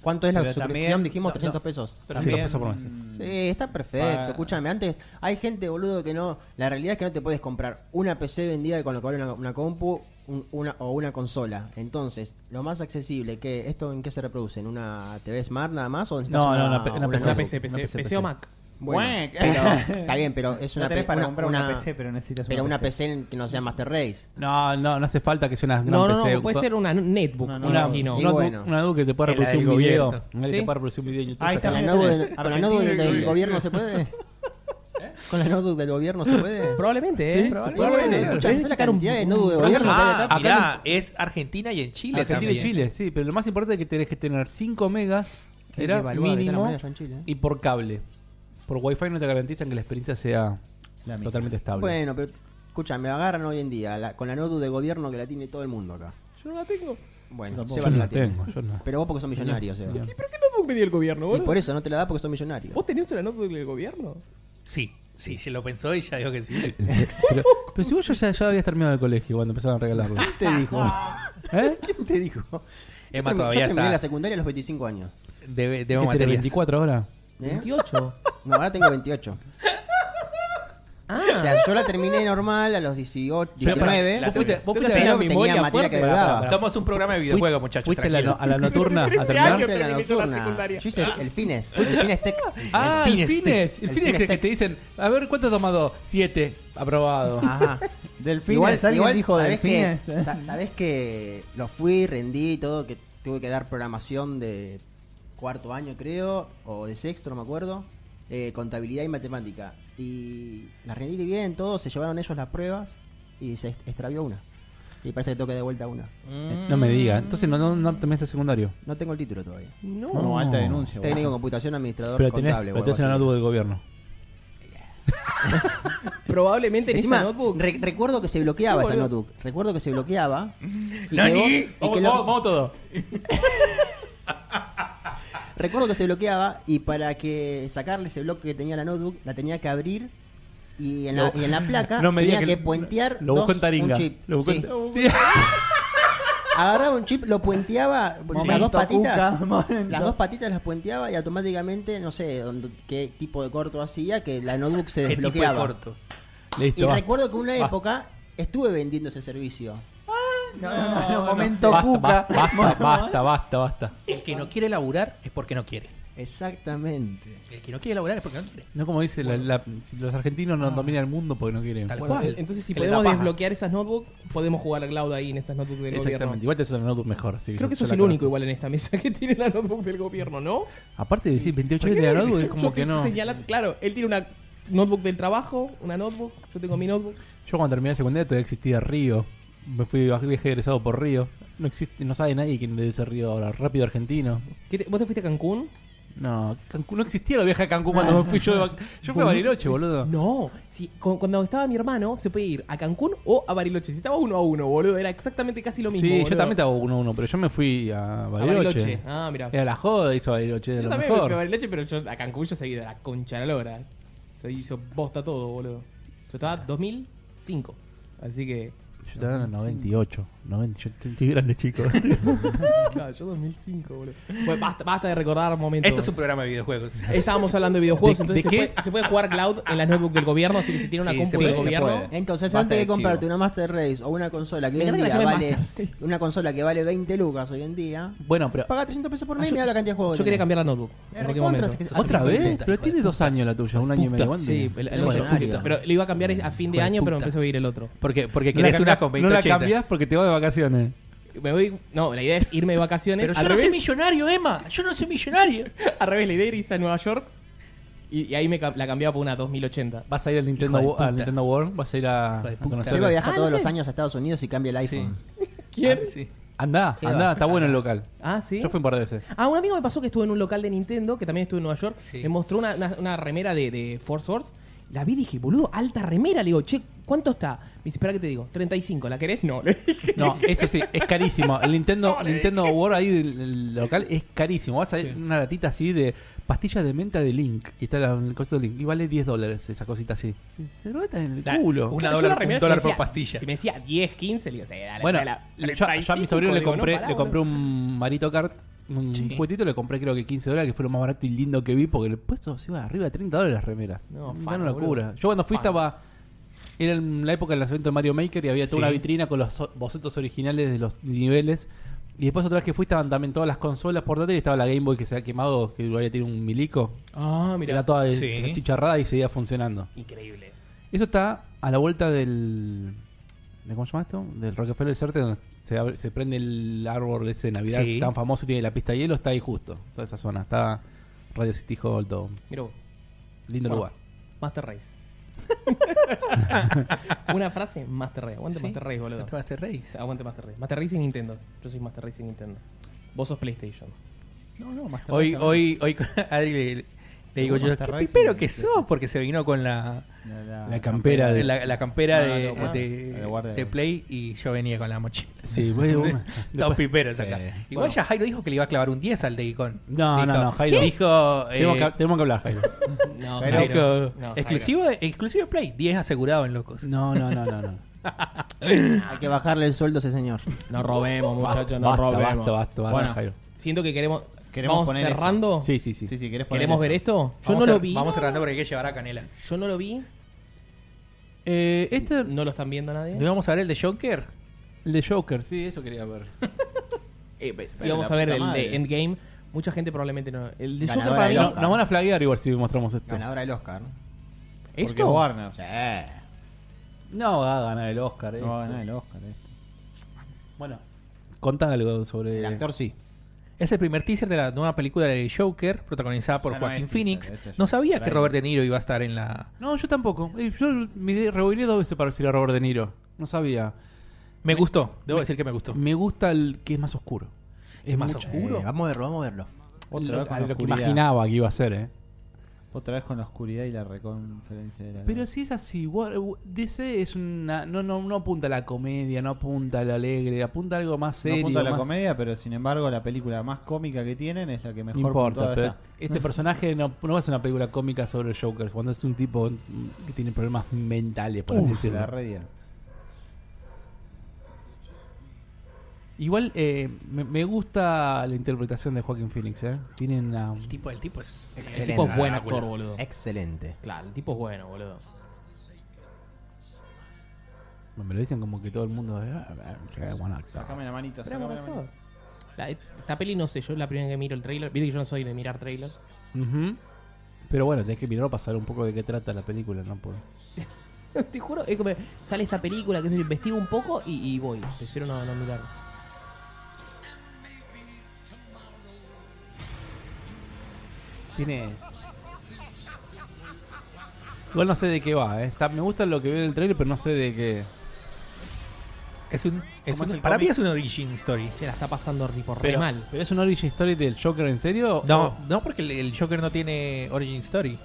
Speaker 3: ¿Cuánto es la
Speaker 5: Pero
Speaker 3: suscripción?
Speaker 5: también-
Speaker 3: Dijimos
Speaker 5: no,
Speaker 3: 300 pesos.
Speaker 1: Sí,
Speaker 5: también...
Speaker 1: lo pasó por mes.
Speaker 5: mm,
Speaker 3: Sí, está perfecto.
Speaker 5: Pa-
Speaker 3: Escúchame, antes hay gente, boludo, que no. La realidad es que no te puedes comprar una PC vendida con lo que vale una, una compu un- una, o una consola. Entonces, lo más accesible, que ¿esto en qué se reproduce? ¿En una TV Smart nada más? ¿O necesitas
Speaker 1: No,
Speaker 3: una,
Speaker 1: no, una pe- una
Speaker 2: Pero una
Speaker 1: Una PC,
Speaker 2: PC, PC, PC,
Speaker 1: PC,
Speaker 2: o
Speaker 1: PC.
Speaker 2: Mac.
Speaker 3: Bueno,
Speaker 5: Bueno,
Speaker 3: pero, está bien, pero es
Speaker 5: no
Speaker 3: una,
Speaker 5: tenés
Speaker 3: pe-
Speaker 5: para
Speaker 3: una-
Speaker 5: comprar una,
Speaker 3: una-
Speaker 5: PC, pero necesitas
Speaker 3: Pero una PC en- que no sea Master Race.
Speaker 1: No, no, no hace falta que sea una gran
Speaker 2: No, no,
Speaker 1: PC.
Speaker 2: no, puede ser una netbook,
Speaker 5: No, no,
Speaker 2: me
Speaker 1: una,
Speaker 5: no.
Speaker 2: imagino.
Speaker 1: una,
Speaker 3: Y
Speaker 1: notebook-
Speaker 3: bueno.
Speaker 1: una notebook que te pueda
Speaker 4: En la del
Speaker 1: reproducir un video.
Speaker 4: gobierno.
Speaker 1: Una que
Speaker 2: Sí.
Speaker 1: te pueda reproducir un video en YouTube. ya
Speaker 5: Ahí está.
Speaker 3: ¿Con la
Speaker 5: También
Speaker 3: notebook,
Speaker 5: tenés
Speaker 3: del- con la
Speaker 5: Argentina
Speaker 3: notebook
Speaker 5: y
Speaker 3: del,
Speaker 5: Bolivia.
Speaker 3: gobierno se puede? ¿Con la notebook del gobierno se puede?
Speaker 2: Probablemente,
Speaker 1: Sí,
Speaker 2: ¿eh?
Speaker 1: probablemente.
Speaker 2: Probablemente.
Speaker 1: Escuchá,
Speaker 2: Deberían
Speaker 3: pensá la
Speaker 2: sacar un-
Speaker 3: cantidad de notebook de
Speaker 2: un-
Speaker 3: gobierno que hay
Speaker 4: Ah,
Speaker 3: acá.
Speaker 4: mirá, es Argentina y en Chile
Speaker 1: Argentina y
Speaker 4: también.
Speaker 1: Chile, sí, pero lo más importante es que tenés que tener 5 megas,
Speaker 3: Qué
Speaker 1: era
Speaker 3: devaluada que está la
Speaker 1: mínimo,
Speaker 3: moneda ya en Chile, ¿eh?
Speaker 1: y por cable. Por wifi no te garantizan que la experiencia sea
Speaker 5: La misma.
Speaker 1: totalmente estable.
Speaker 3: Bueno, pero escúchame, agarran hoy en día la- con la notebook de gobierno que la tiene todo el mundo acá.
Speaker 2: Yo no la tengo.
Speaker 3: Bueno,
Speaker 5: Tampoco.
Speaker 3: Seba
Speaker 1: yo
Speaker 3: no
Speaker 1: no
Speaker 3: la
Speaker 1: la
Speaker 3: tiene.
Speaker 1: tengo, yo no.
Speaker 3: Pero vos porque sos millonario, Seba.
Speaker 1: Bien.
Speaker 2: ¿Pero qué notebook me dio el gobierno,
Speaker 3: Y
Speaker 2: boludo?
Speaker 3: por eso no te la da porque sos millonario.
Speaker 2: ¿Vos tenés una notebook del gobierno?
Speaker 4: Sí, sí, se lo pensó y ya dijo que sí.
Speaker 1: Pero, pero si vos ya, ya habías terminado el colegio cuando empezaron a regalarlo.
Speaker 3: te dijo?
Speaker 1: ¿Eh?
Speaker 3: ¿Quién te dijo?
Speaker 4: Es
Speaker 3: Yo
Speaker 4: más,
Speaker 3: termi-
Speaker 4: todavía
Speaker 3: yo terminé la
Speaker 4: está.
Speaker 3: secundaria a los 25 años.
Speaker 4: Debe,
Speaker 1: ¿Qué
Speaker 4: debo
Speaker 1: tenés,
Speaker 4: materias.
Speaker 1: 24 ahora?
Speaker 3: ¿eh?
Speaker 2: ¿28?
Speaker 3: No, ahora tengo 28. O
Speaker 2: Ah,
Speaker 3: sea, yo la terminé normal a los 18,
Speaker 1: Pero pará,
Speaker 3: 19.
Speaker 1: vos fuiste- vos fuiste
Speaker 3: pero
Speaker 1: a la
Speaker 3: tenía
Speaker 2: memoria
Speaker 3: materia que
Speaker 2: fuerte. Pará,
Speaker 3: dudaba.
Speaker 1: pará,
Speaker 4: Somos un programa de videojuegos, muchachos.
Speaker 1: ¿Fuiste a la, no-
Speaker 4: tranquilos.
Speaker 1: a la nocturna a
Speaker 2: 13
Speaker 1: terminar?
Speaker 2: años.
Speaker 3: Fuiste a la
Speaker 2: terminé yo la
Speaker 3: nocturna.
Speaker 2: secundaria.
Speaker 3: Yo hice el fines, el fines tech.
Speaker 1: Ah, el
Speaker 4: Fines Tech.
Speaker 1: Fines. El
Speaker 3: El
Speaker 1: Fines
Speaker 3: Fines
Speaker 1: que te dicen, a ver, ¿cuánto has tomado? 7. Aprobado.
Speaker 3: Ajá.
Speaker 5: Delfines, alguien dijo
Speaker 3: ¿sabés
Speaker 5: delfines.
Speaker 3: Que, sa- sabés que lo fui, rendí y todo, que tuve que dar programación de cuarto año, creo, o de sexto, no me acuerdo. eh, contabilidad y matemática. Y la rendí bien, todo, se llevaron ellos las pruebas y se est- extravió una. Y parece que tengo que dar de vuelta una.
Speaker 1: No me digas. Entonces no, no, no terminaste secundario.
Speaker 3: No tengo el título todavía.
Speaker 2: no.
Speaker 5: Como
Speaker 1: No.
Speaker 5: alta denuncia. boludo.
Speaker 3: Técnico en computación, administrador
Speaker 1: Pero tenés,
Speaker 3: contable.
Speaker 1: pero
Speaker 3: o algo
Speaker 1: tenés una
Speaker 3: así.
Speaker 1: notebook del gobierno.
Speaker 2: Probablemente en
Speaker 3: Encima,
Speaker 2: esa notebook.
Speaker 3: re- recuerdo que se bloqueaba
Speaker 2: Sí,
Speaker 3: esa
Speaker 2: boludo.
Speaker 3: notebook. Recuerdo que se bloqueaba. Y que
Speaker 4: Nani.
Speaker 3: vos- y que
Speaker 1: Vamos,
Speaker 3: lo-
Speaker 1: vamos, vamos todo.
Speaker 3: Recuerdo que se bloqueaba y para que sacarle ese bloque que tenía la notebook, la tenía que abrir y en la, y en la placa
Speaker 1: No me digas
Speaker 3: tenía que,
Speaker 1: que lo-
Speaker 3: puentear
Speaker 1: Lo busco
Speaker 3: dos-
Speaker 1: en Taringa.
Speaker 3: un chip.
Speaker 1: Lo busco en-
Speaker 3: Sí.
Speaker 1: Sí.
Speaker 3: Agarraba un chip, lo puenteaba, las
Speaker 5: Momento,
Speaker 3: dos patitas,
Speaker 5: Cuca, momento.
Speaker 3: las dos patitas las puenteaba y automáticamente, no sé dónde- qué tipo de corto hacía, que la notebook se
Speaker 4: ¿Qué tipo de
Speaker 3: desbloqueaba.
Speaker 4: corto?
Speaker 1: Listo.
Speaker 3: Y
Speaker 1: basta.
Speaker 3: recuerdo que en una
Speaker 1: Basta.
Speaker 3: época estuve vendiendo ese servicio.
Speaker 5: No, no, no, no, momento
Speaker 1: Basta,
Speaker 5: cuca.
Speaker 1: basta, basta, basta, basta, basta.
Speaker 4: El que no quiere laburar es porque no quiere.
Speaker 3: Exactamente.
Speaker 4: El que no quiere laburar es porque no quiere.
Speaker 1: No como dice, la- la- si los argentinos no
Speaker 2: Ah.
Speaker 1: dominan el mundo porque no quieren.
Speaker 4: Tal
Speaker 2: Bueno,
Speaker 4: cual.
Speaker 2: el- entonces, si
Speaker 4: Que le da
Speaker 2: podemos
Speaker 4: paja.
Speaker 2: desbloquear esas notebooks, podemos jugar a Cloud ahí en esas notebooks del
Speaker 1: Exactamente.
Speaker 2: gobierno.
Speaker 1: Igual te es una notebook mejor. así
Speaker 2: Creo que
Speaker 1: yo
Speaker 2: sos
Speaker 1: la
Speaker 2: el único
Speaker 1: conozco.
Speaker 2: igual en esta mesa que tiene la notebook del gobierno, ¿no?
Speaker 1: Aparte de decir 28 años de la notebook, es
Speaker 2: Yo
Speaker 1: como que
Speaker 2: te
Speaker 1: no. Yo
Speaker 2: señala- claro, él tiene una notebook del trabajo, una notebook, yo tengo mi notebook.
Speaker 1: cuando terminé la secundaria todavía existía Río. Me fui de viaje egresado por Río. No existe, no sabe nadie quién debe ser Río ahora. Rápido argentino.
Speaker 2: ¿Qué te- ¿Vos te fuiste a Cancún?
Speaker 1: No, Cancún, no existía la viaje a Cancún cuando me fui yo. de vac- Yo fui a Bariloche, boludo.
Speaker 2: No, si, cu- cuando estaba mi hermano se puede ir a Cancún o a Bariloche. Si estaba uno a uuno, boludo, era exactamente casi lo mismo.
Speaker 1: sí,
Speaker 2: boludo.
Speaker 1: yo también estaba 1-1, pero yo me fui a
Speaker 2: a
Speaker 1: Bariloche.
Speaker 2: Bariloche. Ah, mira.
Speaker 1: Era la joda, hizo Bariloche. de
Speaker 2: Yo
Speaker 1: lo
Speaker 2: también me
Speaker 1: mejor.
Speaker 2: fui a Bariloche, pero yo a Cancún yo se ido de la concha de la lora. Se hizo bosta todo, boludo. Yo estaba 2005. Así que.
Speaker 1: Yo estaba hablando del 98. 90, yo te- estoy grande, chico.
Speaker 2: Claro, yo 2005, boludo. Bueno, basta, basta de recordar momentos.
Speaker 4: Esto es un programa de videojuegos.
Speaker 2: Estábamos hablando de videojuegos,
Speaker 1: ¿De-
Speaker 2: entonces
Speaker 1: de
Speaker 2: se,
Speaker 1: qué?
Speaker 2: puede, se puede jugar cloud en las notebook del gobierno, así que si tiene una
Speaker 4: Sí,
Speaker 2: compu
Speaker 4: se
Speaker 2: del
Speaker 4: puede, se
Speaker 2: gobierno.
Speaker 5: puede.
Speaker 3: Entonces,
Speaker 4: Basta
Speaker 3: antes
Speaker 4: de
Speaker 3: de comprarte
Speaker 4: chivo.
Speaker 3: una Master Race o una consola que
Speaker 2: Me
Speaker 3: hoy en
Speaker 2: encanta que
Speaker 3: día
Speaker 2: la llamen
Speaker 3: vale. Una consola que vale 20 lucas hoy en día.
Speaker 1: Bueno, pero.
Speaker 3: Paga 300 pesos por mes
Speaker 2: Ah,
Speaker 3: y
Speaker 2: yo-
Speaker 3: mira la cantidad de juegos.
Speaker 2: Yo quería cambiar la notebook.
Speaker 3: Me
Speaker 2: en cualquier
Speaker 3: Eh, recontra,
Speaker 2: momento.
Speaker 3: es que-
Speaker 2: Sos
Speaker 1: ¿Otra
Speaker 2: un
Speaker 1: vez?
Speaker 2: insolente.
Speaker 1: Pero tiene dos años la tuya, un año y medio. ¿dónde?
Speaker 2: Sí, el, el
Speaker 3: No,
Speaker 2: otro.
Speaker 3: millonario.
Speaker 2: Pero lo iba a cambiar a fin de
Speaker 4: Hijo de
Speaker 2: año, pero me
Speaker 4: puta.
Speaker 2: empezó a vivir el otro.
Speaker 4: Porque, porque
Speaker 1: No la,
Speaker 4: quieres
Speaker 1: cambiás-
Speaker 4: una con
Speaker 1: no la
Speaker 4: 2080.
Speaker 1: cambiás porque te vas de vacaciones.
Speaker 2: Me voy. No, la idea es irme de vacaciones.
Speaker 4: Pero
Speaker 2: al
Speaker 4: yo no
Speaker 2: revés.
Speaker 4: soy millonario, Emma. Yo no soy millonario.
Speaker 2: Al revés, la idea era irse a Nueva York. Y, y ahí me ca- la cambiaba por una 2080.
Speaker 1: ¿Vas a ir al Nintendo,
Speaker 4: Hijo de
Speaker 1: Wo- al
Speaker 4: puta.
Speaker 1: Nintendo World? ¿Vas a ir a,
Speaker 4: Hijo de
Speaker 1: a
Speaker 4: puta.
Speaker 1: conocer?
Speaker 3: Seba viaja
Speaker 2: Ah,
Speaker 3: todos
Speaker 2: no sé.
Speaker 3: los años a Estados Unidos y cambia el iPhone.
Speaker 2: ¿Quién?
Speaker 4: Ah, sí.
Speaker 1: Andá,
Speaker 2: Sí,
Speaker 1: andá,
Speaker 2: vas.
Speaker 1: está bueno el local.
Speaker 2: Ah, sí.
Speaker 1: Yo fui un par de veces.
Speaker 2: Ah, un amigo me pasó que estuvo en un local de Nintendo, que también estuvo en Nueva York.
Speaker 4: Sí.
Speaker 2: Me mostró una, una- una remera de, de Force Wars. La vi y dije, boludo, alta remera. Le digo, che, ¿cuánto está? Me dice, espera que te digo, 35. ¿La querés? No, le dije.
Speaker 1: No, eso sí, es carísimo. El Nintendo, Nintendo World ahí, el, el local, es carísimo. Vas a ir una latita así de pastillas de menta de Link. Y está la- el costo de Link. Y vale 10 dólares esa cosita así. Sí, Se lo metan en el
Speaker 4: La-
Speaker 1: culo.
Speaker 4: una
Speaker 2: Yo
Speaker 4: dólar-
Speaker 2: la remera, si me
Speaker 4: un dólar por
Speaker 2: decía-
Speaker 4: pastilla.
Speaker 2: Si me decía 10, 15, le digo, sí, dale,
Speaker 1: Bueno,
Speaker 2: dale,
Speaker 1: yo, yo
Speaker 2: 35,
Speaker 1: a mi sobrino le
Speaker 2: digo, no,
Speaker 1: compré,
Speaker 2: pará,
Speaker 1: le compré
Speaker 2: boludo.
Speaker 1: un Marito Kart, un juguetito, le compré creo que 15 dólares, que fue lo más barato y lindo que vi, porque el puesto se iba arriba de 30 dólares las remeras.
Speaker 2: No,
Speaker 1: Una
Speaker 2: fan,
Speaker 1: locura.
Speaker 2: boludo.
Speaker 1: Yo cuando fui
Speaker 2: Fan.
Speaker 1: estaba. Era en la época del lanzamiento de Mario Maker y había toda
Speaker 4: Sí.
Speaker 1: una vitrina con los o- bocetos originales de los niveles. Y después otra vez que fui estaban también todas las consolas portátiles, estaba la Game Boy que se había quemado, que lo había tirado un milico.
Speaker 2: Ah, mira.
Speaker 1: era toda
Speaker 4: sí.
Speaker 1: chicharrada y seguía funcionando.
Speaker 2: Increíble.
Speaker 1: Eso está a la vuelta del. ¿de ¿Cómo se llama esto? Del Rockefeller Center, donde se, abre- se prende el árbol ese de Navidad
Speaker 4: Sí.
Speaker 1: tan famoso, tiene la pista de hielo, está ahí justo, toda esa zona. Está Radio City Hall, todo.
Speaker 2: Mira vos,
Speaker 1: Lindo
Speaker 2: Bueno.
Speaker 1: lugar.
Speaker 2: Master Race. una frase, Master Race. Aguante
Speaker 4: Sí.
Speaker 2: Master Race, boludo.
Speaker 4: Te vas a hacer reír.
Speaker 2: Aguante Master Race. Master Race y Nintendo. Yo soy Master Race y Nintendo. Vos sos PlayStation.
Speaker 5: No, no, más tarde
Speaker 4: Hoy,
Speaker 5: también.
Speaker 4: hoy, hoy, con Adri le, le digo yo,
Speaker 5: Master
Speaker 4: qué
Speaker 5: Race,
Speaker 4: pipero
Speaker 5: sí,
Speaker 4: que
Speaker 5: sí.
Speaker 4: sos, porque se vino con la,
Speaker 5: La, la-
Speaker 1: La campera de.
Speaker 4: la, la campera
Speaker 5: No, no,
Speaker 4: de,
Speaker 5: no,
Speaker 4: de-
Speaker 5: la de guardia.
Speaker 4: de Play y yo venía con la mochila.
Speaker 1: Sí, güey, vos me-
Speaker 4: Dos
Speaker 1: después-
Speaker 4: piperos acá.
Speaker 1: Sí.
Speaker 4: Igual ya Jairo dijo que le iba a clavar un 10 al Deicon.
Speaker 1: No, no, no, Jairo.
Speaker 4: Dijo. eh,
Speaker 1: Tenemos, que, tenemos que hablar, Jairo.
Speaker 2: No,
Speaker 4: Jairo,
Speaker 2: Jairo.
Speaker 4: dijo,
Speaker 2: No, Jairo.
Speaker 4: exclusivo, de- exclusivo de Play, 10 asegurado en locos.
Speaker 1: No, no, no, no. no.
Speaker 3: Hay que bajarle el sueldo a ese señor.
Speaker 2: No robemos, muchachos, no
Speaker 1: Ah, basta,
Speaker 2: robemos.
Speaker 1: basta, basta, basta,
Speaker 5: Bueno.
Speaker 1: Jairo.
Speaker 2: Siento que queremos.
Speaker 5: Queremos
Speaker 2: vamos
Speaker 5: poner eso.
Speaker 2: cerrando.
Speaker 1: Sí, sí, sí.
Speaker 5: Sí, sí, ¿querés poner
Speaker 2: ¿Queremos
Speaker 5: eso?
Speaker 2: ver esto? Yo
Speaker 4: Vamos
Speaker 2: no
Speaker 4: a-
Speaker 2: lo vi.
Speaker 4: Vamos cerrando porque hay que llevar a Canela.
Speaker 2: Yo no lo vi.
Speaker 1: Eh, este.
Speaker 2: No lo están viendo nadie.
Speaker 4: ¿Le vamos a ver el de Joker?
Speaker 1: El de Joker, sí, eso quería ver.
Speaker 3: Eh,
Speaker 2: y vamos
Speaker 5: la
Speaker 2: a ver
Speaker 5: puta
Speaker 2: el de
Speaker 5: madre.
Speaker 2: Endgame. Mucha gente probablemente no. El de Joker
Speaker 3: Ganadora
Speaker 2: para mí.
Speaker 3: del
Speaker 1: No,
Speaker 2: No,
Speaker 3: Oscar.
Speaker 1: nos van a flaggear igual si mostramos esto.
Speaker 3: Ganadora del Oscar. ¿no?
Speaker 5: Porque
Speaker 2: ¿Esto?
Speaker 5: Warner.
Speaker 3: Sí.
Speaker 1: No va a ganar el Oscar. eh.
Speaker 5: No va a ganar el Oscar. eh.
Speaker 1: Bueno, contá algo sobre.
Speaker 3: El actor sí.
Speaker 4: Es el primer teaser de la nueva película de Joker, protagonizada por
Speaker 5: Ya no
Speaker 4: Joaquín
Speaker 5: es teaser,
Speaker 4: Phoenix.
Speaker 5: este ya
Speaker 4: No
Speaker 5: es
Speaker 4: sabía que
Speaker 5: trailer.
Speaker 4: Robert De Niro iba a estar en la.
Speaker 1: No, yo tampoco. Eh, Yo me rebobiné dos veces para decir a Robert De Niro. No sabía.
Speaker 4: Me gustó, debo decir que me gustó.
Speaker 1: Me gusta el que es más oscuro.
Speaker 4: ¿Es más
Speaker 1: mucho-
Speaker 4: oscuro?
Speaker 3: Eh, vamos a verlo, vamos a verlo.
Speaker 5: Otra
Speaker 1: lo,
Speaker 5: vez con
Speaker 1: a
Speaker 5: la
Speaker 1: lo que
Speaker 5: oscuridad.
Speaker 1: imaginaba que iba a ser, ¿eh?
Speaker 5: Otra vez con la oscuridad y la reconferencia de la.
Speaker 1: Pero si es así, War- DC es una. No, no, no apunta a la comedia, no apunta al alegre, apunta a algo más
Speaker 5: no
Speaker 1: serio.
Speaker 5: apunta a la
Speaker 1: más-
Speaker 5: comedia, pero sin embargo la película más cómica que tienen es la que mejor
Speaker 1: No importa,
Speaker 5: puntuada
Speaker 1: pero
Speaker 5: está.
Speaker 1: este personaje no, no va a ser una película cómica sobre el Joker. Cuando es un tipo que tiene problemas mentales, por así
Speaker 5: Uf, se
Speaker 1: decirlo.
Speaker 5: la redieron.
Speaker 1: Igual eh, me, me gusta la interpretación de Joaquin Phoenix, ¿eh? Tiene una.
Speaker 4: El tipo, el tipo es.
Speaker 2: El
Speaker 3: Excelente.
Speaker 2: tipo es buen actor, boludo.
Speaker 3: Excelente.
Speaker 2: Claro, el tipo es bueno, boludo.
Speaker 1: Me lo dicen como que todo el mundo. eh, "Ah, buen actor".
Speaker 5: Sácame la manito,
Speaker 2: Pero
Speaker 5: sácame
Speaker 2: buen
Speaker 5: la
Speaker 2: actor.
Speaker 5: manito.
Speaker 2: La- esta peli no sé, yo es la primera que miro el trailer. Viste que yo no soy de mirar trailer.
Speaker 1: Ujú. Pero bueno, tenés que mirarlo para saber un poco de qué trata la película, no puedo.
Speaker 2: Te juro, es como sale esta película que se investigo un poco y, y voy. Prefiero no, no mirar.
Speaker 1: Tiene. Igual no sé de qué va, ¿eh? Está- me gusta lo que veo del trailer, pero no sé de qué.
Speaker 4: es un, es
Speaker 5: ¿Cómo es
Speaker 4: un-
Speaker 5: el
Speaker 4: para mí
Speaker 5: cómic?
Speaker 4: es una origin story.
Speaker 2: Se la está pasando tipo re
Speaker 1: Pero,
Speaker 2: mal.
Speaker 1: ¿Pero es una origin story del Joker en serio?
Speaker 4: No, no porque el, el Joker no tiene origin story.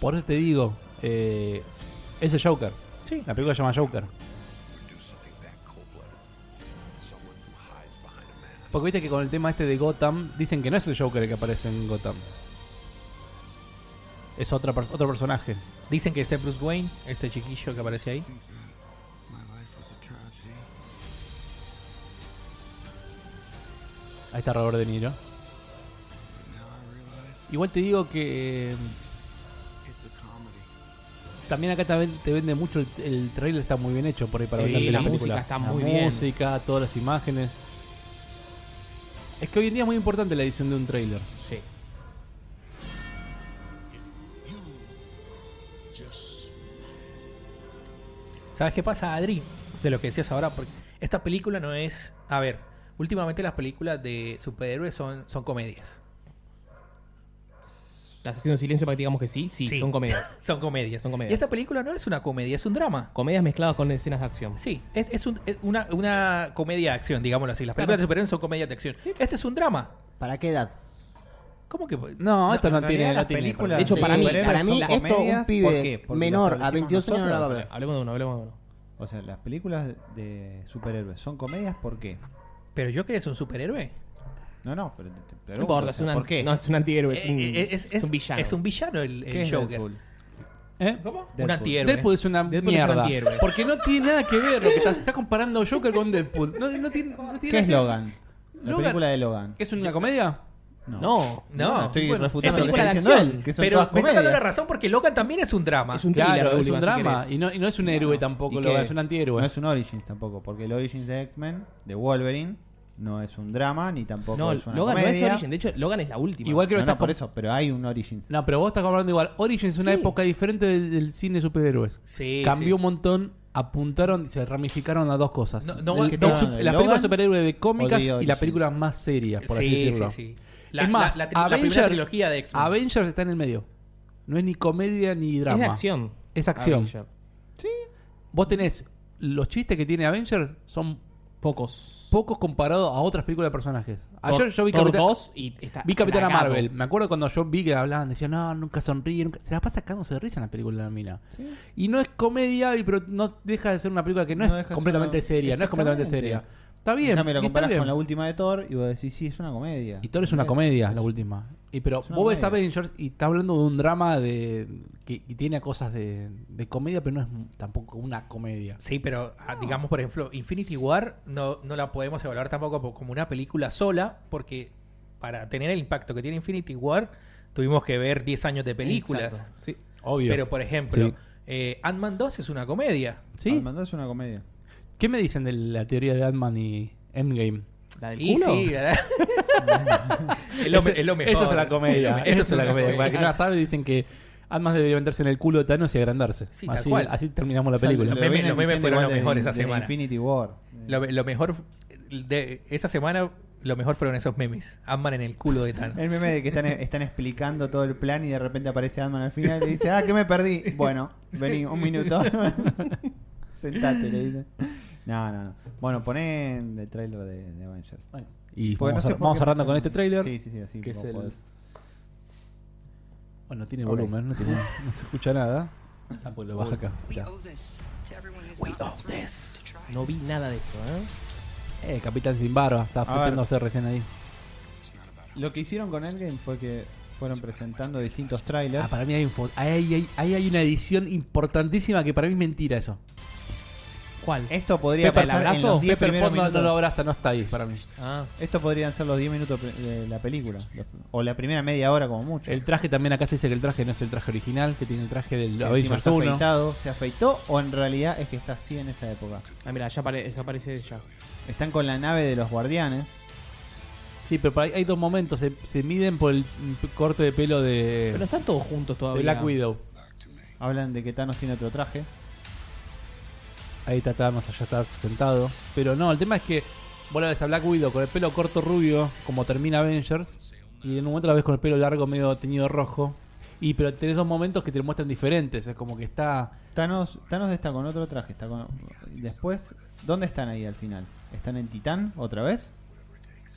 Speaker 1: Por eso te digo, eh, es el Joker.
Speaker 4: Sí.
Speaker 1: La película se llama Joker. Porque viste que con el tema este de Gotham, dicen que no es el Joker el que aparece en Gotham. es otra per- otro personaje.
Speaker 4: Dicen que este Bruce Wayne, este chiquillo que aparece ahí.
Speaker 1: Ahí está Robert De Niro. Igual te digo que. eh, También acá te ven- te vende mucho el, el trailer, está muy bien hecho por ahí para
Speaker 2: Sí,
Speaker 1: venderte
Speaker 2: la
Speaker 1: película.
Speaker 2: música está
Speaker 1: La
Speaker 2: muy bien.
Speaker 1: música, todas las imágenes. Es que hoy en día es muy importante la edición de un trailer.
Speaker 4: Sí. ¿Sabes qué pasa, Adri? De lo que decías ahora, porque esta película no es. A ver, últimamente las películas de superhéroes son, son comedias.
Speaker 2: ¿Estás haciendo silencio para que digamos que sí? Sí,
Speaker 4: Sí.
Speaker 2: son comedias.
Speaker 4: Son comedias.
Speaker 2: Son comedias.
Speaker 4: Y esta película no es una comedia, es un drama.
Speaker 2: Comedias mezcladas con escenas de acción.
Speaker 4: Sí, es, es un- es una, una comedia de acción, digámoslo así. Las películas
Speaker 2: Claro.
Speaker 4: de superhéroes son comedias de acción. Este es un drama.
Speaker 3: ¿Para qué edad?
Speaker 4: ¿Cómo que.?
Speaker 1: No, esto
Speaker 5: en
Speaker 1: no tiene.
Speaker 5: realidad
Speaker 1: No
Speaker 5: las
Speaker 1: tiene
Speaker 5: películas
Speaker 2: De hecho,
Speaker 5: de
Speaker 2: para mí-
Speaker 5: superhéroes
Speaker 2: para mí
Speaker 5: son
Speaker 3: esto un
Speaker 5: comedias,
Speaker 3: pibe
Speaker 5: ¿por qué? Porque
Speaker 3: menor
Speaker 5: lo
Speaker 3: a 22 años no la va a
Speaker 5: producimos
Speaker 3: ver.
Speaker 2: Hablemos de uno, hablemos de uno.
Speaker 5: nosotros. O sea, las películas de superhéroes son comedias, ¿por qué?
Speaker 4: ¿Pero yo que eres un superhéroe?
Speaker 5: No, no, pero te- te
Speaker 2: No
Speaker 5: pregunto,
Speaker 2: importa,
Speaker 5: o
Speaker 2: es
Speaker 5: sea,
Speaker 2: un,
Speaker 5: ¿por qué?
Speaker 2: an- no, es un antihéroe, es
Speaker 4: Eh,
Speaker 2: un,
Speaker 4: eh, es,
Speaker 2: es un villano.
Speaker 4: Es un villano el, el
Speaker 5: ¿Qué es
Speaker 4: Joker.
Speaker 5: Deadpool?
Speaker 1: ¿Eh?
Speaker 4: ¿Cómo? Un
Speaker 5: Deadpool.
Speaker 4: antihéroe.
Speaker 1: Deadpool es una
Speaker 2: Deadpool es un
Speaker 1: mierda.
Speaker 2: antihéroe.
Speaker 1: porque no tiene nada que ver lo que estás, estás comparando Joker con Deadpool. No, no tiene, no tiene
Speaker 5: ¿Qué es
Speaker 1: nada
Speaker 5: Logan? La
Speaker 1: Logan-
Speaker 5: película de Logan.
Speaker 1: que- ¿Es una comedia?
Speaker 2: No,
Speaker 4: No,
Speaker 5: estoy
Speaker 1: bueno,
Speaker 5: refutando
Speaker 2: es
Speaker 5: lo que está
Speaker 2: película de
Speaker 5: diciendo
Speaker 2: acción,
Speaker 5: él, que son
Speaker 4: Pero
Speaker 5: todas
Speaker 4: me está dando la
Speaker 5: comedias.
Speaker 4: razón porque Logan también es un drama.
Speaker 2: es un thriller.
Speaker 1: Claro, es
Speaker 2: Oliva,
Speaker 1: un
Speaker 2: si
Speaker 1: drama.
Speaker 2: querés.
Speaker 1: Y no, y no es un héroe tampoco,
Speaker 5: ¿Y
Speaker 1: Logan,
Speaker 5: qué?
Speaker 1: es un antihéroe.
Speaker 5: No es un Origins tampoco, porque el Origins de X-Men, de Wolverine, no es un drama ni tampoco
Speaker 2: No,
Speaker 5: es una
Speaker 2: Logan no es
Speaker 5: comedia.
Speaker 2: Origin. De hecho, Logan es la última.
Speaker 1: Igual
Speaker 5: No,
Speaker 1: creo que
Speaker 5: no,
Speaker 1: estás
Speaker 5: por
Speaker 1: com-
Speaker 5: eso, pero hay un Origins.
Speaker 1: No, pero vos estás comparando igual. Origins es una
Speaker 2: Sí.
Speaker 1: época diferente del, del cine de superhéroes.
Speaker 4: Sí,
Speaker 1: Cambió
Speaker 4: sí.
Speaker 1: un montón, apuntaron y se ramificaron a dos cosas.
Speaker 4: No, no,
Speaker 1: El-
Speaker 4: que
Speaker 1: el
Speaker 4: no,
Speaker 1: su-
Speaker 5: no,
Speaker 1: las
Speaker 5: Logan
Speaker 1: películas de superhéroes de cómicas
Speaker 5: o de
Speaker 1: y las
Speaker 5: Origins.
Speaker 1: películas más serias, por así
Speaker 4: Sí,
Speaker 1: decirlo.
Speaker 4: sí, sí. La,
Speaker 1: es más,
Speaker 4: la- la tri- la primera
Speaker 1: Avenger-
Speaker 4: trilogía de X-Men.
Speaker 1: Avengers está en el medio. No es ni comedia ni
Speaker 2: es
Speaker 1: drama.
Speaker 2: de acción.
Speaker 1: Es acción.
Speaker 2: Avenger.
Speaker 1: Vos tenés los chistes que tiene Avengers son
Speaker 2: Pocos.
Speaker 1: pocos comparados a otras películas de personajes. Ayer Ah, yo vi
Speaker 2: Thor
Speaker 1: Capitán-
Speaker 2: 2 y está
Speaker 1: Vi Capitana
Speaker 2: plagado.
Speaker 1: Marvel. Me acuerdo cuando yo vi que hablaban, decían, no, nunca sonríe. nunca-". Se la pasa sacándose de risa en la película de la mina. Y no es comedia, y- pero no deja de ser una película que no,
Speaker 5: No
Speaker 1: es
Speaker 5: deja de
Speaker 1: completamente
Speaker 5: ser una-
Speaker 1: seria. No es completamente seria.
Speaker 5: Exactamente.
Speaker 1: Está bien.
Speaker 5: En cambio, lo
Speaker 1: y está
Speaker 5: comparás
Speaker 1: bien.
Speaker 5: con la última de Thor y vos decís, sí, es una comedia.
Speaker 1: Y Thor es una comedia, la última. Y pero
Speaker 5: Es una
Speaker 1: vos ves
Speaker 5: comedia.
Speaker 1: Avengers y está hablando de un drama de que, que tiene cosas de, de comedia, pero no es m- tampoco una comedia.
Speaker 4: Sí, pero ah, digamos, por ejemplo, Infinity War no, no la podemos evaluar tampoco po- como una película sola, porque para tener el impacto que tiene Infinity War tuvimos que ver 10 años de películas.
Speaker 2: Exacto. Sí.
Speaker 1: Obvio.
Speaker 4: Pero, por ejemplo,
Speaker 1: Sí.
Speaker 4: eh, Ant-Man 2 es una comedia.
Speaker 1: ¿Sí?
Speaker 5: Mandó es una comedia.
Speaker 1: ¿Qué me dicen de la teoría de Ant-Man y Endgame?
Speaker 2: La del
Speaker 4: Y
Speaker 2: culo.
Speaker 4: sí, ¿verdad? es, lo, me- es lo mejor.
Speaker 1: Eso es la
Speaker 4: Es
Speaker 1: comedia.
Speaker 4: lo me-
Speaker 1: Eso es la comedia. Para
Speaker 4: comedia.
Speaker 1: que no la sabe, dicen que Además debería meterse en el culo de Thanos y agrandarse.
Speaker 4: Sí, tal
Speaker 1: así,
Speaker 4: cual.
Speaker 1: así terminamos la película.
Speaker 5: Lo
Speaker 4: memes-
Speaker 5: vienen
Speaker 4: los memes
Speaker 5: diciendo
Speaker 4: fueron
Speaker 5: igual
Speaker 4: los
Speaker 5: desde-
Speaker 4: mejores esa
Speaker 5: desde
Speaker 4: semana.
Speaker 5: Infinity War.
Speaker 4: Lo, lo mejor de esa semana, lo mejor fueron esos memes. Ant-Man en el culo de Thanos.
Speaker 5: El meme de que están, están explicando todo el plan y de repente aparece Ant-Man al final y dice, ah, que me perdí. Bueno, vení, un minuto. Sentate, le dice. No, no, no. Bueno, ponen el trailer de, de Avengers.
Speaker 1: Y
Speaker 5: Porque
Speaker 1: vamos,
Speaker 5: no sé
Speaker 1: a-
Speaker 5: por
Speaker 1: vamos
Speaker 5: qué
Speaker 1: cerrando
Speaker 5: no-
Speaker 1: con este trailer.
Speaker 5: Sí, sí, sí, así.
Speaker 1: que es
Speaker 5: vos
Speaker 1: el-
Speaker 5: podés.
Speaker 1: Bueno, tiene
Speaker 5: Ok.
Speaker 1: volumen, no, tiene- no se escucha nada. Ah, pues lo baja acá.
Speaker 8: We
Speaker 1: Mirá.
Speaker 8: owe this to everyone who's
Speaker 4: We
Speaker 8: not
Speaker 4: owe
Speaker 8: in this room
Speaker 4: this.
Speaker 8: to try.
Speaker 2: No vi nada de esto, ¿eh?
Speaker 1: Eh, Capitán sin barba, está
Speaker 5: ver.
Speaker 1: festeándose recién ahí.
Speaker 5: Lo que hicieron con Endgame fue que fueron presentando distintos trailers.
Speaker 1: Ah, para mí hay, un fo- ahí- ahí- ahí hay una edición importantísima que para mí es mentira eso.
Speaker 2: ¿Cuál?
Speaker 5: Esto podría
Speaker 2: Pepper, ¿el
Speaker 5: pasar en
Speaker 2: abrazo?
Speaker 5: los 10
Speaker 1: Pepper
Speaker 5: primeros
Speaker 1: Potts no, no
Speaker 5: minutos.
Speaker 1: lo abraza, no está ahí para mí.
Speaker 2: Ah,
Speaker 5: Esto podrían ser los 10 minutos pre- de la película. los- O la primera media hora como mucho.
Speaker 1: El traje también acá se dice que el traje no es el traje original, que tiene el traje del
Speaker 5: Que encima
Speaker 1: Avengers
Speaker 5: está
Speaker 1: 1.
Speaker 5: afeitado. ¿Se afeitó o en realidad es que está así en esa época?
Speaker 2: ah mira, ya apare- desaparece ya.
Speaker 5: Están con la nave de los guardianes.
Speaker 1: Sí, pero por ahí hay dos momentos, se, se miden por el mm, corte de pelo de,
Speaker 2: Pero
Speaker 1: de
Speaker 2: están todos juntos todavía.
Speaker 1: Black Widow.
Speaker 5: Hablan de que Thanos tiene otro traje.
Speaker 1: Ahí está Thanos, allá está sentado. Pero no, el tema es que vos la ves a Black Widow con el pelo corto rubio, como termina Avengers, y en un momento la ves con el pelo largo medio teñido rojo. Y pero tenés dos momentos que te lo muestran diferentes, es como que está...
Speaker 5: Thanos, Thanos está con otro traje. Está con... Después, ¿dónde están ahí al final? ¿Están en Titán otra vez?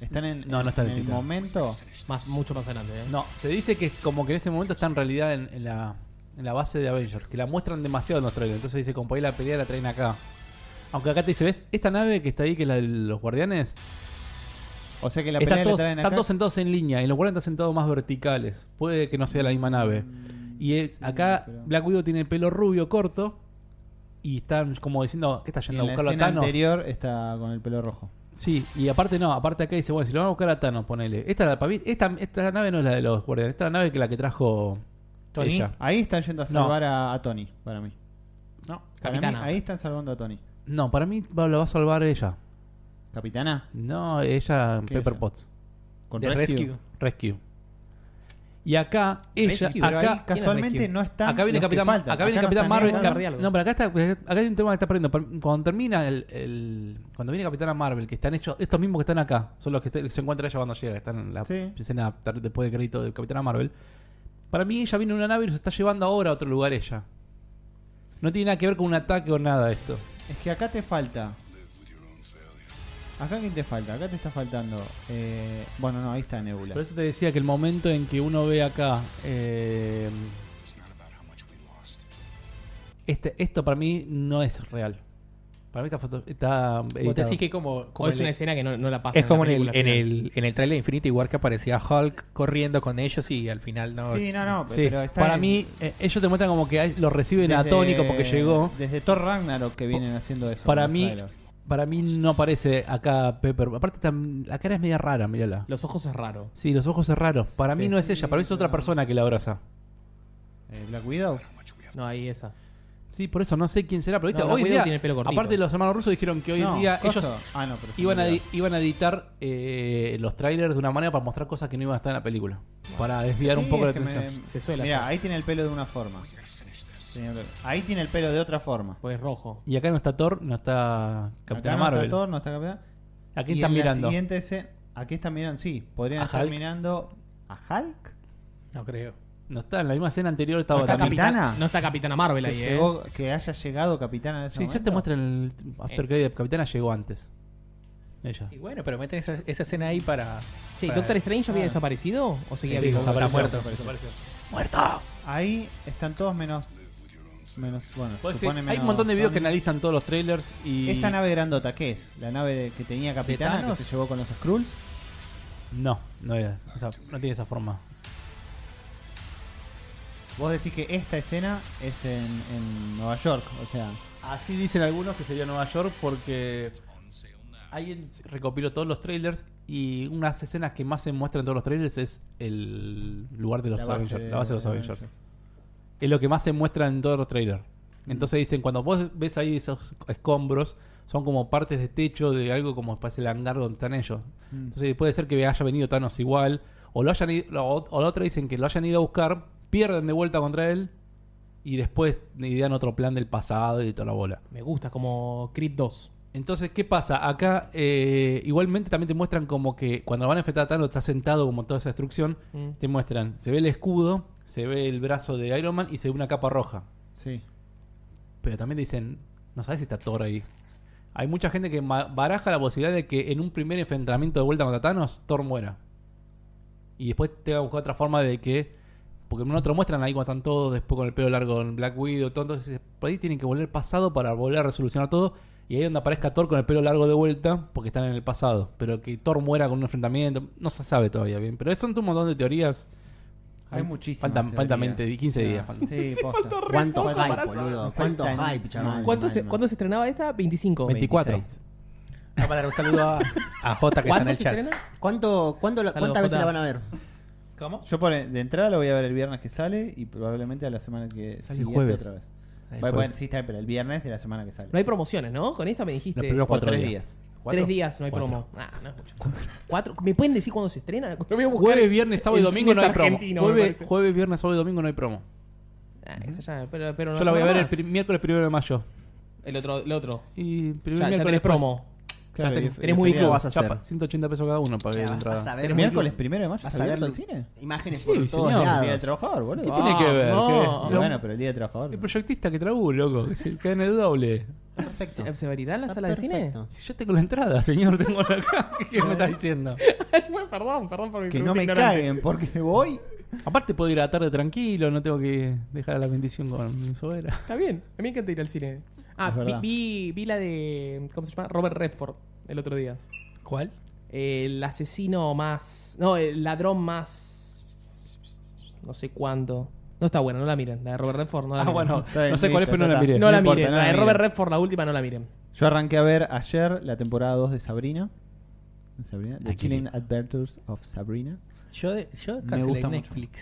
Speaker 5: ¿Están en,
Speaker 1: No, no están en
Speaker 5: el
Speaker 1: Titán.
Speaker 5: momento?
Speaker 2: Más, mucho más adelante, ¿eh?
Speaker 1: No, se dice que es como que en ese momento está en realidad en, en la, en la base de Avengers, que la muestran demasiado en los trailers. Entonces dice, como por ahí la pelea la traen acá. Aunque acá te dice, ¿ves? Esta nave que está ahí, que es la de los guardianes,
Speaker 5: O sea que la
Speaker 1: están,
Speaker 5: pelea la
Speaker 1: todos,
Speaker 5: traen
Speaker 1: están
Speaker 5: acá.
Speaker 1: todos sentados en línea y los guardianes están sentados más verticales. Puede que no sea la misma nave. Y eh,
Speaker 5: Mm, sí,
Speaker 1: acá
Speaker 5: pero-
Speaker 1: Black Widow tiene el pelo rubio corto y están como diciendo, ¿qué está
Speaker 5: En
Speaker 1: yendo a
Speaker 5: la
Speaker 1: buscarlo a
Speaker 5: escena
Speaker 1: Thanos?
Speaker 5: anterior está con el pelo rojo.
Speaker 1: Sí, y aparte no, aparte acá dice, bueno, si lo van a buscar a Thanos, ponele. Esta, la- para mí, esta, esta nave no es la de los guardianes, esta es la nave que la que trajo
Speaker 4: Tony.
Speaker 1: ella.
Speaker 5: Ahí están yendo a
Speaker 1: No.
Speaker 5: salvar a, a Tony, para mí. No, para mí,
Speaker 2: Capitana.
Speaker 5: ahí están salvando a Tony.
Speaker 1: No, para mí va- la va a salvar ella.
Speaker 5: Capitana,
Speaker 1: No, ella,
Speaker 5: ¿Qué
Speaker 1: Pepper
Speaker 5: ella?
Speaker 1: Potts.
Speaker 5: con
Speaker 4: De Rescue.
Speaker 1: Rescue. Y acá, ella,
Speaker 2: Rescue,
Speaker 5: Pero
Speaker 1: acá,
Speaker 5: ahí casualmente
Speaker 4: Rescue?
Speaker 5: no está.
Speaker 1: acá viene Capitán, acá viene Capitán Marvel.
Speaker 2: ninguno.
Speaker 1: Cap-
Speaker 2: No, diálogo.
Speaker 1: no, pero acá, está, acá hay un tema que está perdiendo. Per- Cuando termina el, el- Cuando viene Capitana Marvel, que están hechos. Estos mismos que están acá son los que te- se encuentra ella cuando llega. que Están en la
Speaker 5: Sí.
Speaker 1: escena tar- después de crédito de Capitana Marvel. Para mí, ella viene en una nave y se está llevando ahora a otro lugar ella. No tiene nada que ver con un ataque o nada esto.
Speaker 5: Es que acá te falta. Acá quién te falta, acá te está faltando. Eh, bueno, no, ahí está
Speaker 1: Por
Speaker 5: Nebula.
Speaker 4: Pues,
Speaker 1: eso te decía que el momento en que uno ve acá. eh, este, esto para mí no es real. Para mí esta foto está.
Speaker 4: Vos
Speaker 1: editado.
Speaker 4: decís que como, como
Speaker 2: O es
Speaker 4: el-
Speaker 2: una escena que no, no la pasa.
Speaker 4: es como en el,
Speaker 2: la
Speaker 4: en,
Speaker 2: película final.
Speaker 4: el, en el trailer de Infinity War que aparecía Hulk corriendo con ellos y al final no.
Speaker 5: sí, no, no,
Speaker 1: Sí,
Speaker 5: pero está
Speaker 1: para
Speaker 5: en-
Speaker 1: mí, eh, ellos te muestran como que hay- lo reciben
Speaker 5: desde-
Speaker 1: atónico porque llegó.
Speaker 5: Desde Thor Ragnarok que vienen haciendo eso.
Speaker 1: Para
Speaker 5: en los
Speaker 1: mí-
Speaker 5: trailers.
Speaker 1: Para mí no aparece acá Pepper. Aparte, está- la cara es media rara, mírala.
Speaker 2: Los ojos es raro.
Speaker 1: Sí, los ojos es raro. Para mí
Speaker 4: Sí.
Speaker 1: no es ella, para mí es otra persona que la abraza.
Speaker 5: Eh, Black Widow.
Speaker 2: No, ahí esa.
Speaker 1: Sí, por eso no sé quién será, pero viste,
Speaker 2: No, la
Speaker 1: hoy en
Speaker 2: Widow
Speaker 1: día-
Speaker 2: tiene el pelo cortito.
Speaker 1: aparte los hermanos rusos dijeron que hoy
Speaker 5: No,
Speaker 1: en día
Speaker 5: coso.
Speaker 1: ellos
Speaker 5: Ah, no, pero es
Speaker 1: iban a,
Speaker 5: Widow.
Speaker 1: di- iban a editar eh, los trailers de una manera para mostrar cosas que no iban a estar en la película. Para desviar un
Speaker 5: Sí,
Speaker 1: poco la
Speaker 5: es que
Speaker 1: atención.
Speaker 5: me-
Speaker 2: Se suele
Speaker 5: Mirá,
Speaker 2: hacer.
Speaker 5: ahí tiene el pelo de una forma. Señor, Ahí tiene el pelo de otra forma.
Speaker 2: Pues rojo.
Speaker 1: Y acá no está Thor, no está Capitán
Speaker 5: Acá no
Speaker 1: Marvel.
Speaker 5: está Thor, no está Capitán.
Speaker 1: ¿A quién
Speaker 5: Y
Speaker 1: están
Speaker 5: en la
Speaker 1: mirando?
Speaker 5: siguiente escena- ¿A qué están mirando? Sí, podrían
Speaker 1: ¿A
Speaker 5: estar
Speaker 1: Hulk?
Speaker 5: mirando a Hulk.
Speaker 4: No creo.
Speaker 1: No está, en la misma escena anterior estaba
Speaker 5: No está
Speaker 1: también.
Speaker 5: Capitana.
Speaker 2: No está Capitana Marvel
Speaker 5: Que,
Speaker 2: ahí, eh.
Speaker 5: llegó- que haya llegado Capitana en ese
Speaker 1: Sí, ya te
Speaker 5: momento. Eh.
Speaker 1: muestran el after credit de Capitana llegó antes. Ella.
Speaker 4: Y bueno, pero meten esa, esa escena ahí para.
Speaker 2: Che,
Speaker 4: para-
Speaker 2: ¿Doctor Strange había desaparecido? ¿O seguía
Speaker 4: Sí,
Speaker 2: vivo?
Speaker 4: está muerto.
Speaker 5: Ahí están todos menos. menos bueno,
Speaker 1: Puede ser-
Speaker 5: supone
Speaker 1: hay
Speaker 5: menos
Speaker 1: un montón de videos que
Speaker 5: Tony.
Speaker 1: analizan todos los trailers y.
Speaker 5: Esa nave grandota, ¿qué es? La nave de- que tenía Capitana que
Speaker 4: Thanos?
Speaker 5: se llevó con los Skrulls.
Speaker 1: No, no, era esa- no tiene esa forma.
Speaker 5: Vos decís que esta escena es en, en Nueva York, o sea.
Speaker 1: Así dicen algunos que sería Nueva York porque alguien recopiló todos los trailers y unas escenas que más se muestran en todos los trailers es el lugar de los
Speaker 5: La base
Speaker 1: Avengers,
Speaker 5: de-
Speaker 1: la base de los
Speaker 5: de
Speaker 1: Avengers.
Speaker 5: Avengers.
Speaker 1: Es lo que más se muestra en todos los trailers. Entonces dicen, cuando vos ves ahí esos escombros, son como partes de techo de algo como parece el hangar donde están ellos.
Speaker 5: Mm.
Speaker 1: Entonces puede ser que haya venido Thanos igual, o lo hayan ido- lo- o la otra dicen que lo hayan ido a buscar, pierden de vuelta contra él, y después idean otro plan del pasado y toda la bola.
Speaker 2: Me gusta, como Creed 2.
Speaker 1: Entonces, ¿qué pasa? Acá eh, igualmente también te muestran como que cuando van a enfrentar a Thanos está sentado como toda esa destrucción,
Speaker 2: Mm.
Speaker 1: te muestran, se ve el escudo, se ve el brazo de Iron Man y se ve una capa roja.
Speaker 5: Sí.
Speaker 1: Pero también dicen, no sabes si está Thor ahí. Hay mucha gente que ma- baraja la posibilidad de que en un primer enfrentamiento de vuelta contra Thanos, Thor muera. Y después te va a buscar otra forma de que. Porque no te lo muestran ahí cuando están todos después con el pelo largo en Black Widow, todo. Entonces, eh, por ahí tienen que volver al pasado para volver a resolucionar todo. Y ahí es donde aparezca Thor con el pelo largo de vuelta, porque están en el pasado. Pero que Thor muera con un enfrentamiento, no se sabe todavía bien. Pero son un montón de teorías.
Speaker 5: Hay muchísimas
Speaker 1: Faltan, faltan
Speaker 5: teorías.
Speaker 1: 20, 15 días. faltan.
Speaker 5: Sí, posta.
Speaker 3: ¿Cuánto
Speaker 5: poco
Speaker 3: hype,
Speaker 5: para
Speaker 3: boludo?
Speaker 5: saber.
Speaker 3: ¿Cuánto
Speaker 5: Faltan-
Speaker 3: hype, chaval?
Speaker 5: Mal,
Speaker 2: ¿Cuánto
Speaker 5: mal,
Speaker 2: se,
Speaker 5: mal.
Speaker 2: ¿Cuándo se estrenaba esta? 25.
Speaker 1: 24.
Speaker 4: Vamos a mandar un saludo a, a Jota que está en
Speaker 2: ¿Cuándo
Speaker 4: el
Speaker 2: se
Speaker 4: chat.
Speaker 2: estrena?
Speaker 3: ¿Cuánto, cuánto la-
Speaker 2: Saludos,
Speaker 3: ¿Cuántas veces
Speaker 2: Jota.
Speaker 3: la van a ver?
Speaker 4: ¿Cómo?
Speaker 5: Yo por, de entrada lo voy a ver el viernes que sale y probablemente a la semana que
Speaker 1: Sale
Speaker 5: siguiente
Speaker 1: jueves.
Speaker 5: otra vez.
Speaker 1: Sale
Speaker 5: Bueno,
Speaker 1: jueves.
Speaker 5: bueno, sí, está bien, pero el viernes de la semana que sale.
Speaker 2: No hay promociones, ¿no? Con esta me dijiste.
Speaker 1: Los primeros
Speaker 5: por
Speaker 1: cuatro
Speaker 5: tres
Speaker 1: días.
Speaker 5: días.
Speaker 1: ¿Cuatro?
Speaker 2: Tres días no hay
Speaker 1: Cuatro.
Speaker 2: promo. Ah, no es mucho. ¿Cuatro? ¿Me pueden decir cuándo se estrena? Lo voy a buscar
Speaker 1: Jueves, viernes, sábado y
Speaker 2: en
Speaker 1: domingo no
Speaker 2: cines
Speaker 1: hay promo.
Speaker 2: argentinos, me
Speaker 1: Jueves,
Speaker 2: parece.
Speaker 1: jueves, viernes, sábado y domingo no hay promo.
Speaker 2: Ah, esa ya, pero, pero no
Speaker 1: Yo la voy a ver el
Speaker 2: más.
Speaker 1: pri- miércoles primero de mayo.
Speaker 2: El otro. El otro.
Speaker 1: Y primer
Speaker 2: Ya, ya
Speaker 1: miércoles
Speaker 2: tenés promo.
Speaker 5: Claro,
Speaker 1: Ya
Speaker 5: y-
Speaker 1: ten-
Speaker 2: tenés
Speaker 5: y
Speaker 2: muy
Speaker 5: sería-
Speaker 3: ¿Cómo vas a hacer?
Speaker 1: Chapa, 180 pesos cada uno para
Speaker 3: O sea,
Speaker 1: la
Speaker 3: vas a
Speaker 1: entrada.
Speaker 3: ver
Speaker 5: ¿El miércoles primero de mayo
Speaker 3: ¿Vas
Speaker 5: está
Speaker 3: a ver
Speaker 5: abierto el cine?
Speaker 3: imágenes
Speaker 1: Sí,
Speaker 3: por todos
Speaker 1: señor.
Speaker 5: El día del
Speaker 3: lados.
Speaker 5: trabajador,
Speaker 1: ¿Qué
Speaker 5: boludo.
Speaker 1: tiene que ver?
Speaker 2: no.
Speaker 1: ¿Qué?
Speaker 5: Y
Speaker 1: Lo-
Speaker 5: bueno, pero el día del trabajador.
Speaker 1: El proyectista que trabú, loco. que se- que en el doble.
Speaker 3: Perfecto.
Speaker 2: ¿Se, se abrirá la
Speaker 3: Está
Speaker 2: sala de cine?
Speaker 3: perfecto.
Speaker 1: Si Yo tengo la entrada, señor. Tengo la acá. ¿Qué me estás diciendo?
Speaker 2: Ay, bueno, perdón, perdón por mi
Speaker 5: que no
Speaker 2: pregunta
Speaker 5: me
Speaker 2: ignorante.
Speaker 5: caguen porque voy.
Speaker 1: Aparte puedo ir a la tarde tranquilo. No tengo que dejar a la bendición con mi sobera.
Speaker 2: Está bien, a mí me encanta ir al cine. Ah,
Speaker 5: Es
Speaker 2: vi-
Speaker 5: verdad.
Speaker 2: vi, vi la de. ¿Cómo se llama? Robert Redford el otro día.
Speaker 4: ¿Cuál?
Speaker 2: El asesino más. No, el ladrón más. No sé cuánto. No está buena, no la miren. La de Robert Redford no la
Speaker 1: Ah,
Speaker 2: miren.
Speaker 1: bueno,
Speaker 5: Está bien,
Speaker 1: no sé cuál es,
Speaker 5: listo,
Speaker 1: pero no
Speaker 5: ya
Speaker 1: la
Speaker 5: está.
Speaker 1: miré.
Speaker 2: No, la
Speaker 5: importa,
Speaker 2: miren.
Speaker 5: no
Speaker 2: la
Speaker 5: la
Speaker 2: de
Speaker 5: miren.
Speaker 2: Robert Redford, la última, no la miren.
Speaker 5: Yo arranqué a ver ayer la temporada 2 de Sabrina. De Sabrina. The
Speaker 1: Aquí.
Speaker 5: Chilling Adventures of Sabrina.
Speaker 4: Yo, de, yo
Speaker 5: Me
Speaker 4: cancelé
Speaker 5: gusta mucho.
Speaker 4: Netflix.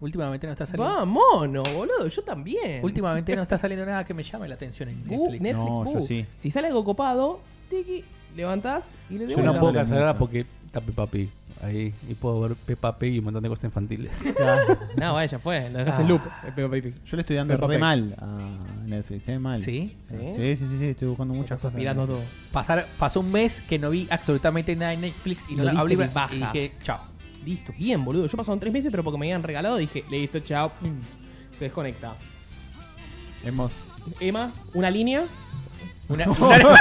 Speaker 4: Últimamente no está
Speaker 2: Ah,
Speaker 4: saliendo.
Speaker 2: Vamos, no, boludo. Yo también.
Speaker 4: Últimamente no está saliendo nada que me llame la atención en
Speaker 2: Uh,
Speaker 4: Netflix.
Speaker 2: Netflix,
Speaker 5: No,
Speaker 2: uh.
Speaker 5: yo sí.
Speaker 2: Si sale algo copado, tiki, levantás y le
Speaker 1: Yo
Speaker 2: devuelves.
Speaker 1: no puedo
Speaker 5: Vale
Speaker 1: cancelarla
Speaker 5: mucho.
Speaker 1: porque está Peppa Pig ahí y puedo ver Peppa Pig y un montón de cosas infantiles.
Speaker 2: No, bueno, ya fue. Lo
Speaker 1: Ah.
Speaker 2: dejas en loop. el Peppa Pig.
Speaker 5: Yo le estoy dando
Speaker 2: Peppa
Speaker 5: re
Speaker 2: Pig.
Speaker 5: mal a Netflix, ¿eh? Mal.
Speaker 4: Sí.
Speaker 2: ¿Sí?
Speaker 5: Sí, sí, sí, sí, estoy buscando muchas
Speaker 2: Estás
Speaker 5: cosas.
Speaker 2: mirando todo.
Speaker 4: Pasar, pasó un mes que no vi absolutamente nada en Netflix y no
Speaker 2: Lo
Speaker 4: la abrí
Speaker 2: viste ni
Speaker 4: y
Speaker 2: baja.
Speaker 4: dije, chao.
Speaker 2: Listo, bien, boludo. Yo pasaron tres meses, pero porque me habían regalado, dije, listo, chao. mm, Se desconecta.
Speaker 5: Hemos-
Speaker 2: Emma, una línea.
Speaker 4: Una, una-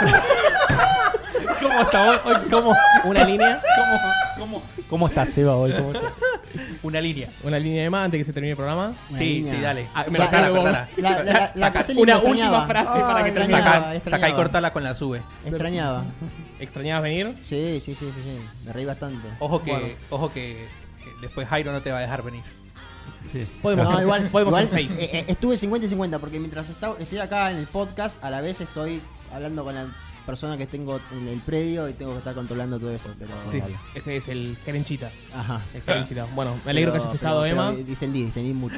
Speaker 4: ¿Cómo está hoy? Hoy, ¿Cómo?
Speaker 2: Una línea.
Speaker 4: ¿Cómo? ¿Cómo?
Speaker 5: ¿Cómo estás, Seba, hoy? ¿Cómo estás?
Speaker 4: Una línea.
Speaker 2: Una línea de más antes que se termine el programa.
Speaker 3: Una
Speaker 4: sí,
Speaker 3: línea.
Speaker 4: sí, dale.
Speaker 2: Ah, me la
Speaker 4: Cortala,
Speaker 2: cargo.
Speaker 4: cortala.
Speaker 3: La, la, la, la
Speaker 4: Saca-
Speaker 3: Pacelli me
Speaker 2: una
Speaker 3: extrañaba.
Speaker 2: última frase para que te la
Speaker 3: extrañaba,
Speaker 4: Sacá- Sacá y
Speaker 3: extrañaba.
Speaker 4: cortala con la sube.
Speaker 3: Extrañaba.
Speaker 2: ¿Extrañabas venir?
Speaker 3: Sí, sí, sí, sí, sí. Me reí bastante.
Speaker 4: Ojo que,
Speaker 3: Bueno.
Speaker 4: ojo que, que después Jairo no te va a dejar venir.
Speaker 2: Podemos
Speaker 3: No,
Speaker 2: ser,
Speaker 3: igual,
Speaker 2: podemos
Speaker 3: igual,
Speaker 2: ser seis.
Speaker 3: eh, eh, estuve 50 y 50 porque mientras esta- estoy acá en el podcast, a la vez estoy hablando con la persona que tengo en el predio y tengo que estar controlando todo eso. Pero,
Speaker 2: Sí, ese es el gerenchita.
Speaker 3: Ajá.
Speaker 2: El gerenchita. Bueno, me alegro
Speaker 3: Pero-
Speaker 2: que hayas estado,
Speaker 3: pero-
Speaker 2: Emma.
Speaker 3: pero Distendí, distendí mucho.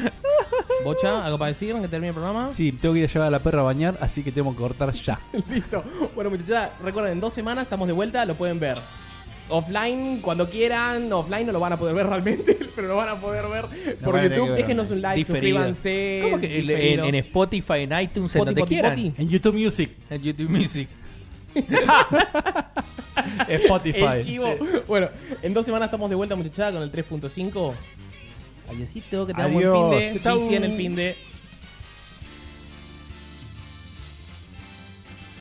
Speaker 2: Bocha, ¿algo para decir aunque termine el programa?
Speaker 1: Sí, tengo que ir a llevar a la perra a bañar, así que tengo que cortar ya.
Speaker 2: Listo. Bueno, muchachos, recuerden, en dos semanas estamos de vuelta, lo pueden ver. Offline, cuando quieran, offline no lo van a poder ver realmente, pero lo van a poder ver por
Speaker 5: van a tener que
Speaker 2: YouTube.
Speaker 5: ver
Speaker 2: Déjenos un like,
Speaker 4: Diferido.
Speaker 2: suscríbanse.
Speaker 4: ¿Cómo que en, en-
Speaker 2: diferido.
Speaker 4: en Spotify, en iTunes, en donde
Speaker 2: Spotify,
Speaker 4: quieran?
Speaker 2: Spotify.
Speaker 1: En YouTube Music,
Speaker 4: En YouTube Music.
Speaker 1: Spotify.
Speaker 2: El chivo. Bueno, en dos semanas estamos de vuelta, muchachada, con el 3.5. Adiósito, que te hago buen
Speaker 5: Adiós.
Speaker 2: fin de.
Speaker 5: Chau.
Speaker 2: Fisien el fin de.